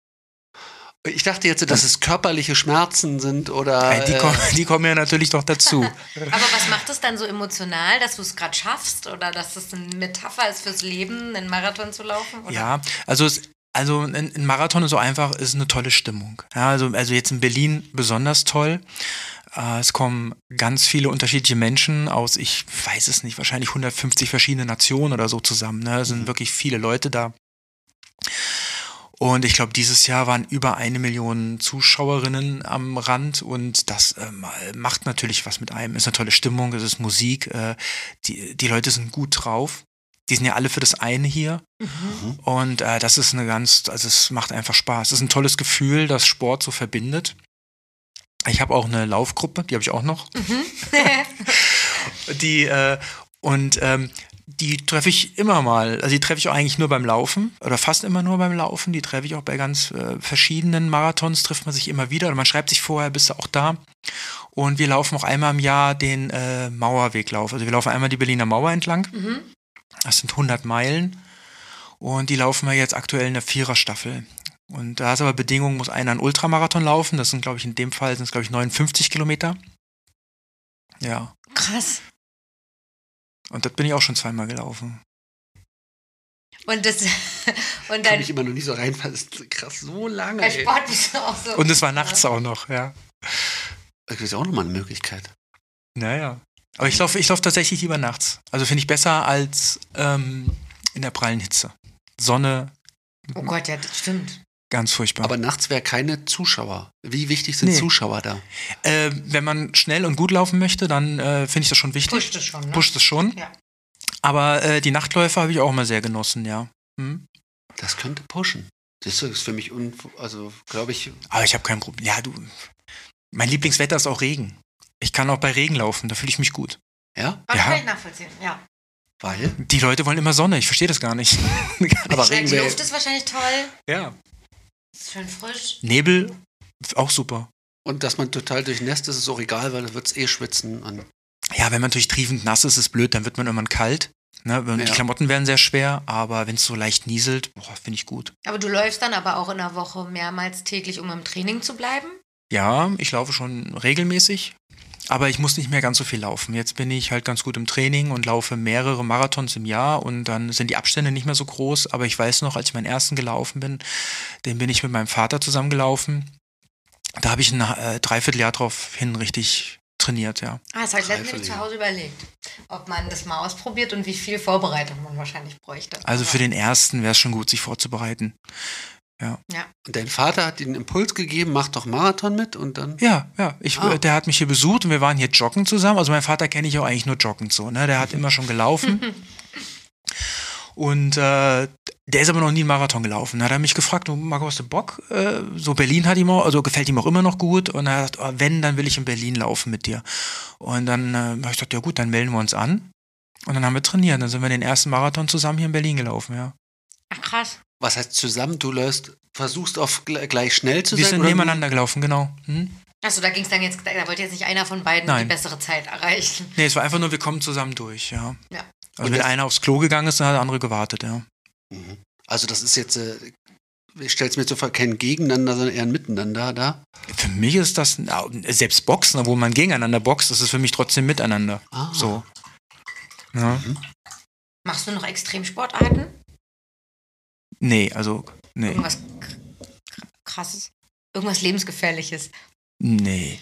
[SPEAKER 4] Ich dachte jetzt, dass es körperliche Schmerzen sind oder.
[SPEAKER 3] Äh, die, kommen, [LAUGHS] die kommen ja natürlich doch dazu.
[SPEAKER 1] Aber was macht es dann so emotional, dass du es gerade schaffst oder dass es eine Metapher ist fürs Leben, einen Marathon zu laufen? Oder?
[SPEAKER 3] Ja, also es, also ein, ein Marathon ist so einfach, ist eine tolle Stimmung. Ja, also, also jetzt in Berlin besonders toll. Äh, es kommen ganz viele unterschiedliche Menschen aus, ich weiß es nicht, wahrscheinlich 150 verschiedene Nationen oder so zusammen. Ne? Es sind wirklich viele Leute da. Und ich glaube, dieses Jahr waren über eine Million Zuschauerinnen am Rand und das ähm, macht natürlich was mit einem. Ist eine tolle Stimmung, es ist Musik, äh, die, die Leute sind gut drauf. Die sind ja alle für das eine hier. Und äh, das ist eine ganz, also es macht einfach Spaß. Es ist ein tolles Gefühl, dass Sport so verbindet. Ich habe auch eine Laufgruppe, die habe ich auch noch. [LAUGHS] die äh, und ähm, die treffe ich immer mal. Also die treffe ich auch eigentlich nur beim Laufen oder fast immer nur beim Laufen. Die treffe ich auch bei ganz äh, verschiedenen Marathons trifft man sich immer wieder. Oder man schreibt sich vorher, bist du auch da? Und wir laufen auch einmal im Jahr den äh, Mauerweglauf. Also wir laufen einmal die Berliner Mauer entlang.
[SPEAKER 1] Mhm.
[SPEAKER 3] Das sind 100 Meilen. Und die laufen wir jetzt aktuell in der Viererstaffel. Und da ist aber Bedingung, muss einer einen Ultramarathon laufen. Das sind, glaube ich, in dem Fall sind es, glaube ich, 59 Kilometer. Ja.
[SPEAKER 1] Krass.
[SPEAKER 3] Und das bin ich auch schon zweimal gelaufen.
[SPEAKER 1] Und, das, [LAUGHS] und
[SPEAKER 4] kann
[SPEAKER 1] dein
[SPEAKER 4] mich immer noch nie so reinfallen. Das ist krass, so lange.
[SPEAKER 1] dein
[SPEAKER 4] ey.
[SPEAKER 1] Sport bist du auch so.
[SPEAKER 3] Und es war nachts auch noch, ja.
[SPEAKER 4] Das ist auch nochmal eine Möglichkeit.
[SPEAKER 3] Naja. Aber ich laufe ich lauf tatsächlich lieber nachts. Also finde ich besser als ähm, in der prallen Hitze. Sonne,
[SPEAKER 1] oh Gott, ja, das stimmt.
[SPEAKER 3] ganz furchtbar.
[SPEAKER 4] Aber nachts wäre keine Zuschauer. Wie wichtig sind
[SPEAKER 3] Nee.
[SPEAKER 4] Zuschauer da?
[SPEAKER 3] äh, wenn man schnell und gut laufen möchte, dann äh, finde ich das schon wichtig.
[SPEAKER 1] Pusht es schon, ne?
[SPEAKER 3] Pusht es schon.
[SPEAKER 1] Ja.
[SPEAKER 3] Aber äh, die Nachtläufe habe ich auch immer sehr genossen, ja. Hm?
[SPEAKER 4] Das könnte pushen. Das ist für mich, un also glaube ich,
[SPEAKER 3] Aber ich habe kein Problem. Ja, du. Mein Lieblingswetter ist auch Regen. Ich kann auch bei Regen laufen, da fühle ich mich gut.
[SPEAKER 4] ja,
[SPEAKER 1] Aber
[SPEAKER 3] Ja.
[SPEAKER 1] kann ich nachvollziehen, ja.
[SPEAKER 3] [LAUGHS]
[SPEAKER 4] weil.
[SPEAKER 3] Die Leute wollen immer Sonne, ich verstehe das gar nicht.
[SPEAKER 4] Aber
[SPEAKER 1] Nein,
[SPEAKER 4] Regen
[SPEAKER 1] die
[SPEAKER 4] wäre.
[SPEAKER 1] Luft ist wahrscheinlich toll,
[SPEAKER 3] ja.
[SPEAKER 1] ist schön frisch.
[SPEAKER 3] Nebel, auch super.
[SPEAKER 4] Und dass man total durchnässt ist, ist auch egal, weil da wird es eh schwitzen. Und
[SPEAKER 3] Ja, wenn man natürlich triefend nass ist, ist blöd, dann wird man irgendwann kalt. Ne? wenn- Die
[SPEAKER 4] Ja.
[SPEAKER 3] Klamotten werden sehr schwer, aber wenn es so leicht nieselt, boah, finde ich gut.
[SPEAKER 1] Aber du läufst dann aber auch in der Woche mehrmals täglich, um im Training zu bleiben.
[SPEAKER 3] Ja, ich laufe schon regelmäßig, aber ich muss nicht mehr ganz so viel laufen. Jetzt bin ich halt ganz gut im Training und laufe mehrere Marathons im Jahr und dann sind die Abstände nicht mehr so groß. Aber ich weiß noch, als ich meinen ersten gelaufen bin, den bin ich mit meinem Vater zusammengelaufen. Da habe ich ein äh, Dreivierteljahr drauf hin richtig trainiert, ja.
[SPEAKER 1] Ah, das habe ich letztens nämlich zu Hause überlegt, ob man das mal ausprobiert und wie viel Vorbereitung man wahrscheinlich bräuchte.
[SPEAKER 3] Also
[SPEAKER 1] Aber-
[SPEAKER 3] für den ersten wäre es schon gut, sich vorzubereiten.
[SPEAKER 4] und dein Vater hat dir einen Impuls gegeben, mach doch Marathon mit und dann.
[SPEAKER 3] Ja, ja. Ich,
[SPEAKER 4] Ah.
[SPEAKER 3] äh, Der hat mich hier besucht und wir waren hier joggen zusammen. Also mein Vater kenne ich auch eigentlich nur joggend so. Ne? Der hat immer
[SPEAKER 4] [LAUGHS]
[SPEAKER 3] schon gelaufen. und äh, der ist aber noch nie einen Marathon gelaufen. Da hat er mich gefragt, du Marco, hast du Bock? Äh, so Berlin hat ihm auch, also gefällt ihm auch immer noch gut. Und er hat gesagt, "Ah, wenn, dann will ich in Berlin laufen mit dir. Und dann äh, habe ich gedacht, ja gut, dann melden wir uns an. Und dann haben wir trainiert. Dann sind wir den ersten Marathon zusammen hier in Berlin gelaufen, ja.
[SPEAKER 1] Ach, krass.
[SPEAKER 4] Was heißt zusammen? Du läufst, versuchst auf gl- gleich schnell zu
[SPEAKER 3] Wir
[SPEAKER 4] sein.
[SPEAKER 3] sind
[SPEAKER 4] oder-
[SPEAKER 3] nebeneinander gelaufen, genau. Hm?
[SPEAKER 1] Achso, da ging es dann jetzt, da wollte jetzt nicht einer von beiden
[SPEAKER 3] Nein.
[SPEAKER 1] die bessere Zeit erreichen.
[SPEAKER 3] Nee, es war einfach nur, wir kommen zusammen durch, ja.
[SPEAKER 1] Ja.
[SPEAKER 3] Also
[SPEAKER 4] Und
[SPEAKER 3] wenn
[SPEAKER 4] das-
[SPEAKER 3] einer aufs Klo gegangen ist, dann hat der andere gewartet, ja.
[SPEAKER 4] Mhm. Also das ist jetzt, äh, ich stelle es mir jetzt so vor, kein Gegeneinander, sondern eher ein Miteinander da.
[SPEAKER 3] Für mich ist das, na, selbst Boxen, obwohl man gegeneinander boxt, ist es für mich trotzdem miteinander.
[SPEAKER 4] Ah.
[SPEAKER 3] So. Ja.
[SPEAKER 1] Machst du noch Extremsportarten?
[SPEAKER 3] Nee, also, nee.
[SPEAKER 1] Irgendwas k- krasses? Irgendwas lebensgefährliches?
[SPEAKER 3] Nee.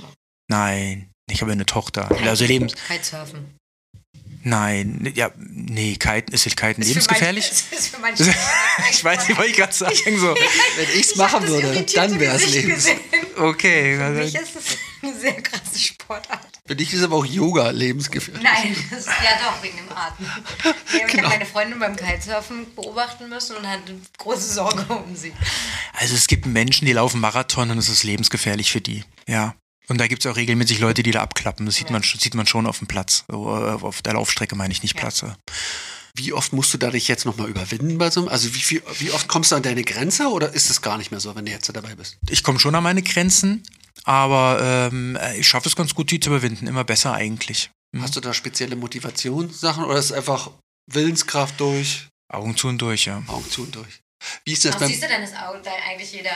[SPEAKER 3] Nein. Ich habe ja eine Tochter. Also Lebens.
[SPEAKER 1] Kitesurfen.
[SPEAKER 3] Nein, ja, nee, Kiten, ist Kiten
[SPEAKER 1] Ist für
[SPEAKER 3] lebensgefährlich?
[SPEAKER 1] Manche, ist für manche
[SPEAKER 3] ich weiß nicht, wollte ich gerade sagen.
[SPEAKER 1] [LAUGHS]
[SPEAKER 3] So.
[SPEAKER 4] Wenn ich es machen
[SPEAKER 1] das
[SPEAKER 4] würde,
[SPEAKER 1] irritierte
[SPEAKER 4] dann wäre es
[SPEAKER 1] Gesicht
[SPEAKER 4] lebens.
[SPEAKER 1] gesehen.
[SPEAKER 3] Okay,
[SPEAKER 1] Für mich
[SPEAKER 3] also,
[SPEAKER 1] ist es eine sehr krasse Sportart.
[SPEAKER 4] Für dich ist aber auch Yoga lebensgefährlich.
[SPEAKER 1] Nein, das ist, ja doch, wegen dem Atmen. Ich
[SPEAKER 4] Genau.
[SPEAKER 1] habe meine Freundin beim Kitesurfen beobachten müssen und hatte große Sorge um sie.
[SPEAKER 3] also es gibt Menschen, die laufen Marathon und es ist lebensgefährlich für die. Ja. Und da gibt es auch regelmäßig Leute, die da abklappen. Das sieht, man, sch- sieht man schon auf dem Platz. So, äh, Auf der Laufstrecke meine ich nicht Platz. ja.
[SPEAKER 4] Wie oft musst du da dich jetzt nochmal überwinden bei so einem? Also wie, viel, wie oft kommst du an deine Grenze oder ist es gar nicht mehr so, wenn du jetzt dabei bist?
[SPEAKER 3] Ich komme schon an meine Grenzen, aber ähm, äh, ich schaffe es ganz gut, die zu überwinden. Immer besser eigentlich. Mhm.
[SPEAKER 4] Hast du da spezielle Motivationssachen oder ist es einfach Willenskraft durch,
[SPEAKER 3] Augen zu und durch, ja.
[SPEAKER 4] Augen zu und durch? Wie ist das
[SPEAKER 1] Auch
[SPEAKER 4] beim...
[SPEAKER 1] siehst du dann ist Auge, dann eigentlich jeder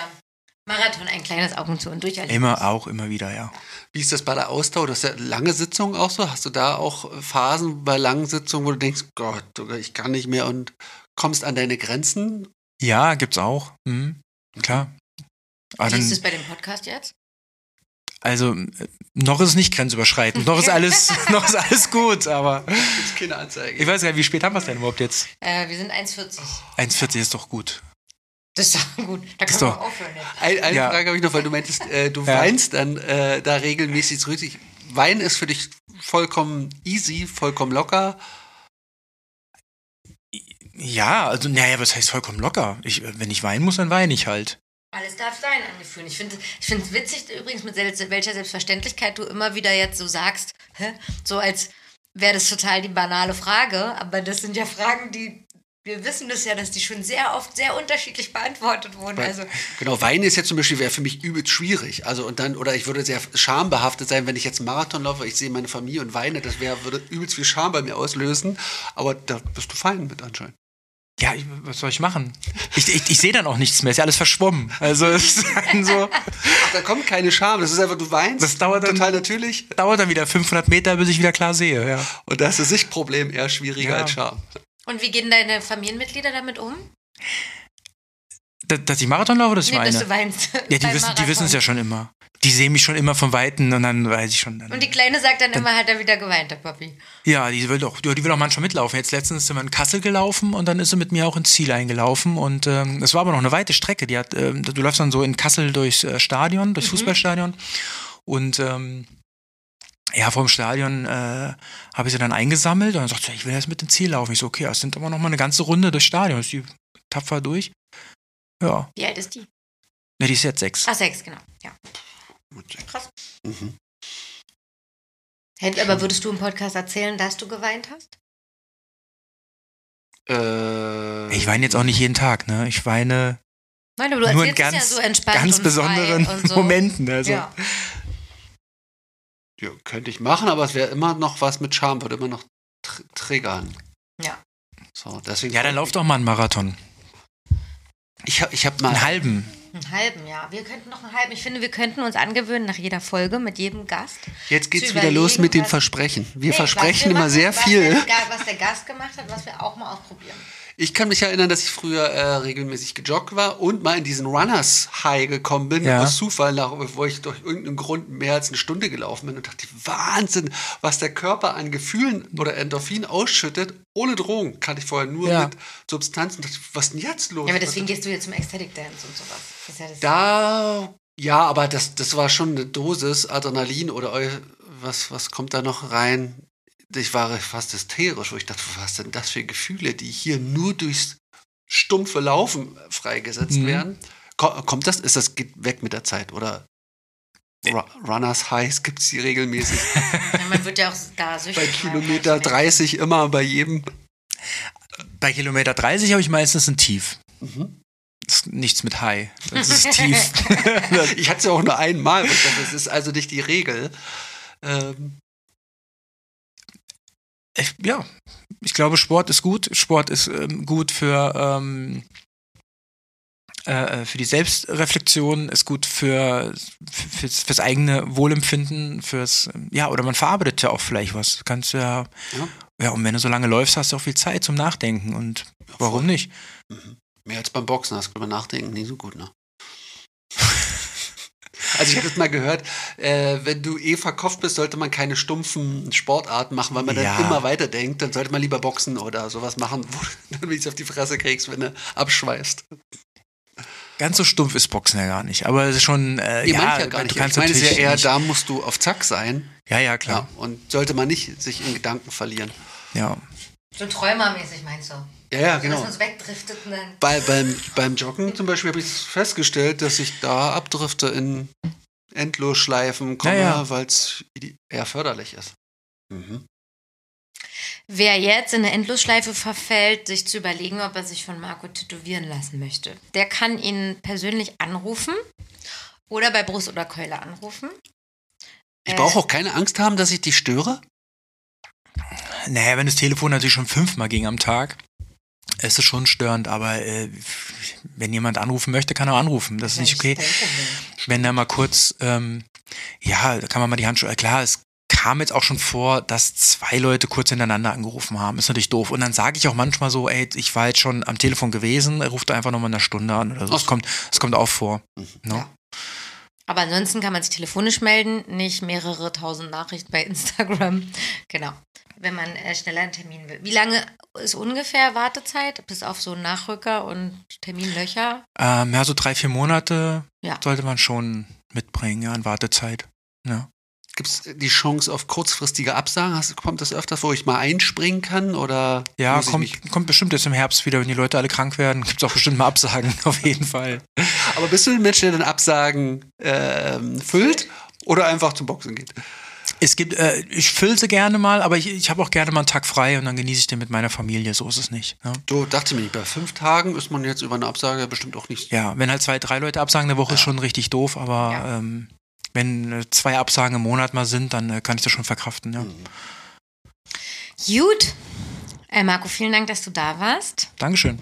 [SPEAKER 1] Marathon ein kleines Augen zu und durch.
[SPEAKER 3] Immer auch, immer wieder, ja.
[SPEAKER 4] Wie ist das bei der Ausdauer? Das ist ja lange Sitzungen auch so. Hast du da auch Phasen bei langen Sitzungen, wo du denkst, Gott, Digga, ich kann nicht mehr und kommst an deine Grenzen?
[SPEAKER 3] Ja, gibt's auch. Mhm. Klar. Aber Ah, dann-
[SPEAKER 1] Siehst du es bei dem Podcast jetzt?
[SPEAKER 3] Also äh, noch ist es nicht grenzüberschreitend, noch ist alles, noch ist alles gut, aber
[SPEAKER 4] Gibt's keine Anzeige.
[SPEAKER 3] ich weiß gar nicht, wie spät haben wir es denn überhaupt jetzt?
[SPEAKER 1] Äh, wir sind 1,40.
[SPEAKER 3] 1,40 ist doch gut.
[SPEAKER 1] Das ist doch gut. Da können
[SPEAKER 3] Ist
[SPEAKER 1] wir
[SPEAKER 3] doch-
[SPEAKER 1] auch aufhören. Jetzt.
[SPEAKER 4] Ein, eine
[SPEAKER 3] Ja.
[SPEAKER 4] Frage habe ich noch, weil du meintest, äh, du weinst dann äh, da regelmäßig zurück. Wein ist für dich vollkommen easy, vollkommen locker.
[SPEAKER 3] Ja, also naja, was heißt vollkommen locker? Ich, äh, wenn ich weinen muss, dann weine ich halt.
[SPEAKER 1] Alles darf sein angefühlt. Ich finde ich finde es witzig übrigens, mit sel- welcher Selbstverständlichkeit du immer wieder jetzt so sagst, hä? so als wäre das total die banale Frage, aber das sind ja Fragen, die wir wissen das ja, dass die schon sehr oft sehr unterschiedlich beantwortet wurden. Also
[SPEAKER 4] Genau, Wein ist jetzt zum Beispiel, wäre für mich übelst schwierig. Also und dann, oder ich würde sehr schambehaftet sein, wenn ich jetzt einen Marathon laufe, ich sehe meine Familie und weine, das wäre, würde übelst viel Scham bei mir auslösen. Aber da bist du fein mit anscheinend.
[SPEAKER 3] Ja, ich, was soll ich machen? Ich, ich, ich sehe dann auch nichts mehr, ist ja alles verschwommen. Also es ist dann so, [LAUGHS]
[SPEAKER 4] Ach, da kommt keine Scham, das ist einfach, du weinst.
[SPEAKER 3] Das dauert dann-
[SPEAKER 4] total natürlich.
[SPEAKER 3] dauert dann wieder 500 Meter, bis ich wieder klar sehe. Ja.
[SPEAKER 4] Und da ist das Sichtproblem eher schwieriger
[SPEAKER 3] Ja.
[SPEAKER 4] als Scham.
[SPEAKER 1] und wie gehen deine Familienmitglieder damit um?
[SPEAKER 3] Da- Dass ich Marathon laufe, das
[SPEAKER 1] Nee, dass
[SPEAKER 3] weine.
[SPEAKER 1] du weinst.
[SPEAKER 3] Ja, die
[SPEAKER 1] beim
[SPEAKER 3] wissen, die
[SPEAKER 1] Marathon.
[SPEAKER 3] wissen es ja schon immer. Die sehen mich schon immer von Weitem und dann weiß ich schon. Dann,
[SPEAKER 1] Und die Kleine sagt dann immer, hat er wieder geweint, der Papi.
[SPEAKER 3] Ja, die will doch, ja, die will auch manchmal mitlaufen. Jetzt letztens sind wir in Kassel gelaufen und dann ist sie mit mir auch ins Ziel eingelaufen. Und ähm, es war aber noch eine weite Strecke. Die hat, ähm, du läufst dann so in Kassel durchs äh, Stadion,
[SPEAKER 1] Mhm.
[SPEAKER 3] durchs Fußballstadion. Und ähm, ja, vor dem Stadion äh, habe ich sie dann eingesammelt und dann sagt sie, ich will jetzt mit ins Ziel laufen. Ich so, okay, das sind aber noch mal eine ganze Runde durchs Stadion. Ist die tapfer durch? Ja.
[SPEAKER 1] Wie alt ist die?
[SPEAKER 3] Ne, die ist jetzt sechs.
[SPEAKER 1] Ach, sechs, genau. Ja. Krass.
[SPEAKER 4] Mhm.
[SPEAKER 1] Hätt- Aber würdest du im Podcast erzählen, dass du geweint hast?
[SPEAKER 4] Äh,
[SPEAKER 3] Ich weine jetzt auch nicht jeden Tag, ne? Ich weine
[SPEAKER 1] Nein, aber Also du
[SPEAKER 3] nur in
[SPEAKER 1] erzählst es
[SPEAKER 3] ganz,
[SPEAKER 1] ja so entspannt
[SPEAKER 3] ganz
[SPEAKER 1] und
[SPEAKER 3] besonderen
[SPEAKER 1] frei und so.
[SPEAKER 3] Momenten. Also.
[SPEAKER 1] Ja.
[SPEAKER 4] ja, könnte ich machen, aber es wäre immer noch was mit Scham, würde immer noch tr triggern.
[SPEAKER 1] Ja.
[SPEAKER 4] So, deswegen
[SPEAKER 3] Ja, dann lauf doch mal einen Marathon.
[SPEAKER 4] Ich habe ich hab mal.
[SPEAKER 3] Einen halben.
[SPEAKER 1] Einen halben, ja. Wir könnten noch einen halben. Ich finde, wir könnten uns angewöhnen, nach jeder Folge mit jedem Gast.
[SPEAKER 4] Jetzt geht's
[SPEAKER 1] zu
[SPEAKER 4] wieder los
[SPEAKER 1] überlegen,
[SPEAKER 4] mit den
[SPEAKER 1] was-
[SPEAKER 4] Versprechen. Wir
[SPEAKER 1] Nee, was
[SPEAKER 4] versprechen
[SPEAKER 1] wir
[SPEAKER 4] immer
[SPEAKER 1] machen,
[SPEAKER 4] sehr
[SPEAKER 1] was
[SPEAKER 4] viel.
[SPEAKER 1] Der,
[SPEAKER 4] Oh,
[SPEAKER 1] Ga- was der Gast gemacht hat, was wir auch mal ausprobieren.
[SPEAKER 4] Ich kann mich erinnern, dass ich früher äh, regelmäßig gejoggt war und mal in diesen Runners High gekommen bin,
[SPEAKER 3] Ja.
[SPEAKER 4] aus Zufall, nach, wo ich durch irgendeinen Grund mehr als eine Stunde gelaufen bin und dachte, Wahnsinn, was der Körper an Gefühlen oder Endorphin ausschüttet, ohne Drogen, kannte ich vorher nur
[SPEAKER 3] Ja.
[SPEAKER 4] mit Substanzen. Dachte, was ist denn jetzt los?
[SPEAKER 1] Ja, aber deswegen gehst du jetzt zum Ecstatic Dance und sowas. Das ist ja das
[SPEAKER 4] Da, ja, aber das, das war schon eine Dosis Adrenalin oder eu- was, was kommt da noch rein? Ich war fast hysterisch, wo ich dachte, was sind das für Gefühle, die hier nur durchs stumpfe Laufen freigesetzt
[SPEAKER 3] Mhm.
[SPEAKER 4] werden? Ko kommt das? Ist das geht weg mit der Zeit oder Ru Runners Highs gibt es die regelmäßig
[SPEAKER 1] Ja, man wird ja auch da süchtig.
[SPEAKER 4] bei
[SPEAKER 1] ja.
[SPEAKER 4] Kilometer 30 immer bei jedem?
[SPEAKER 3] Bei Kilometer 30 habe ich meistens ein Tief. Das ist nichts mit High. Das ist Tief.
[SPEAKER 4] [LAUGHS] Ich hatte es ja auch nur einmal. Das ist also nicht die Regel. Ähm,
[SPEAKER 3] Ich, ja, ich glaube, Sport ist gut. Sport ist ähm, gut für, ähm, äh, für die Selbstreflexion, ist gut für, für, fürs, fürs eigene Wohlempfinden, fürs, ähm, ja, oder man verarbeitet ja auch vielleicht was. Du Kannst ja,
[SPEAKER 4] Ja.
[SPEAKER 3] ja. und wenn du so lange läufst, hast du auch viel Zeit zum Nachdenken und warum nicht?
[SPEAKER 4] Mehr als beim Boxen, hast du drüber nachdenken, nie so gut, ne? [LAUGHS] Also ich habe das mal gehört, äh, wenn du eh verkopft bist, sollte man keine stumpfen Sportarten machen, weil man
[SPEAKER 3] Ja.
[SPEAKER 4] dann immer weiterdenkt. Dann sollte man lieber Boxen oder sowas machen, wo du dann wenigstens auf die Fresse kriegst, wenn du abschweißt.
[SPEAKER 3] Ganz so stumpf ist Boxen ja gar nicht. Aber es ist schon. Äh,
[SPEAKER 4] Ihr
[SPEAKER 3] ja,
[SPEAKER 4] meint ja gar nicht.
[SPEAKER 3] Du kannst
[SPEAKER 4] ich meine es ist ja
[SPEAKER 3] natürlich
[SPEAKER 4] eher,
[SPEAKER 3] nicht-
[SPEAKER 4] da musst du auf Zack sein.
[SPEAKER 3] Ja, ja,
[SPEAKER 4] Ja.
[SPEAKER 3] klar.
[SPEAKER 4] Und sollte man nicht sich in Gedanken verlieren.
[SPEAKER 3] Ja.
[SPEAKER 1] So träumermäßig meinst du?
[SPEAKER 4] Ja, ja,
[SPEAKER 1] Dass
[SPEAKER 4] genau.
[SPEAKER 1] man so wegdriftet und dann.
[SPEAKER 4] Bei, beim, beim Joggen zum Beispiel habe ich festgestellt, dass ich da abdrifte in Endlosschleifen komme,
[SPEAKER 3] Ja, ja.
[SPEAKER 4] weil es eher förderlich ist. Mhm.
[SPEAKER 1] Wer jetzt in eine Endlosschleife verfällt, sich zu überlegen, ob er sich von Marco tätowieren lassen möchte, der kann ihn persönlich anrufen oder bei Brust oder Keule anrufen.
[SPEAKER 4] Ich
[SPEAKER 1] Äh.
[SPEAKER 4] brauche auch keine Angst haben, dass ich dich störe.
[SPEAKER 3] Naja, wenn das Telefon natürlich schon fünfmal ging am Tag, ist es schon störend. Aber äh, wenn jemand anrufen möchte, kann er anrufen. Das ist nicht okay. wenn da mal kurz, ähm, ja, da kann man mal die Handschuhe, klar, es kam jetzt auch schon vor, dass zwei Leute kurz hintereinander angerufen haben. Ist natürlich doof. Und dann sage ich auch manchmal so, ey, ich war jetzt schon am Telefon gewesen, ruft einfach nochmal in einer Stunde an oder so. Es
[SPEAKER 4] Ach.
[SPEAKER 3] kommt, es kommt auch vor. Ne?
[SPEAKER 4] Ja.
[SPEAKER 1] Aber ansonsten kann man sich telefonisch melden, nicht mehrere tausend Nachrichten bei [LAUGHS] Instagram. Genau. Wenn man äh, schneller einen Termin will. Wie lange ist ungefähr Wartezeit? Bis auf so Nachrücker und Terminlöcher?
[SPEAKER 3] Ähm, ja, so drei, vier Monate
[SPEAKER 1] Ja.
[SPEAKER 3] sollte man schon mitbringen, ja, in Wartezeit. ne? Ja.
[SPEAKER 4] Gibt es die Chance auf kurzfristige Absagen? Hast, kommt das öfters, wo ich mal einspringen kann? Oder
[SPEAKER 3] Ja,
[SPEAKER 4] muss ich mich-
[SPEAKER 3] kommt, kommt bestimmt jetzt im Herbst wieder, wenn die Leute alle krank werden, [LAUGHS] gibt es auch bestimmt mal Absagen, [LAUGHS] auf jeden Fall.
[SPEAKER 4] Aber bist du ein Mensch, der dann Absagen ähm, füllt oder einfach zum Boxen geht?
[SPEAKER 3] Es gibt, äh, ich fülle sie gerne mal, aber ich, ich habe auch gerne mal einen Tag frei und dann genieße ich den mit meiner Familie. So ist es nicht. Ne?
[SPEAKER 4] So, dachte mir, bei fünf Tagen ist man jetzt über eine Absage bestimmt auch
[SPEAKER 3] [LAUGHS]
[SPEAKER 4] nicht.
[SPEAKER 3] Ja, wenn halt zwei, drei Leute absagen eine Woche, ist schon richtig doof, aber
[SPEAKER 1] Ja.
[SPEAKER 3] ähm, wenn äh, zwei Absagen im Monat mal sind, dann äh, kann ich das schon verkraften. Ja.
[SPEAKER 4] Mhm.
[SPEAKER 1] Gut. Äh, Marco, vielen Dank, dass du da warst.
[SPEAKER 3] Dankeschön.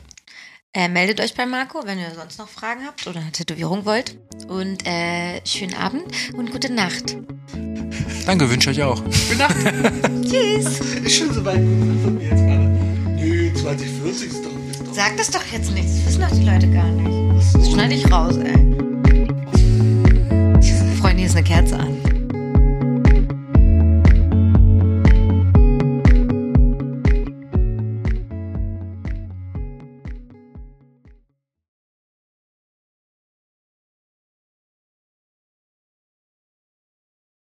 [SPEAKER 1] Äh, meldet euch bei Marco, wenn ihr sonst noch Fragen habt oder eine Tätowierung wollt. Und äh, schönen Abend und gute Nacht.
[SPEAKER 3] Danke, wünsche ich euch auch.
[SPEAKER 4] Gute Nacht.
[SPEAKER 1] Tschüss.
[SPEAKER 4] [LAUGHS] Ist schon so weit. Das haben wir jetzt gerade. Nö, 2040 ist doch. Ist doch
[SPEAKER 1] Sag das doch jetzt nicht. Das wissen doch die Leute gar nicht. Das schneide ich raus, ey. Freunde, hier ist eine Kerze an.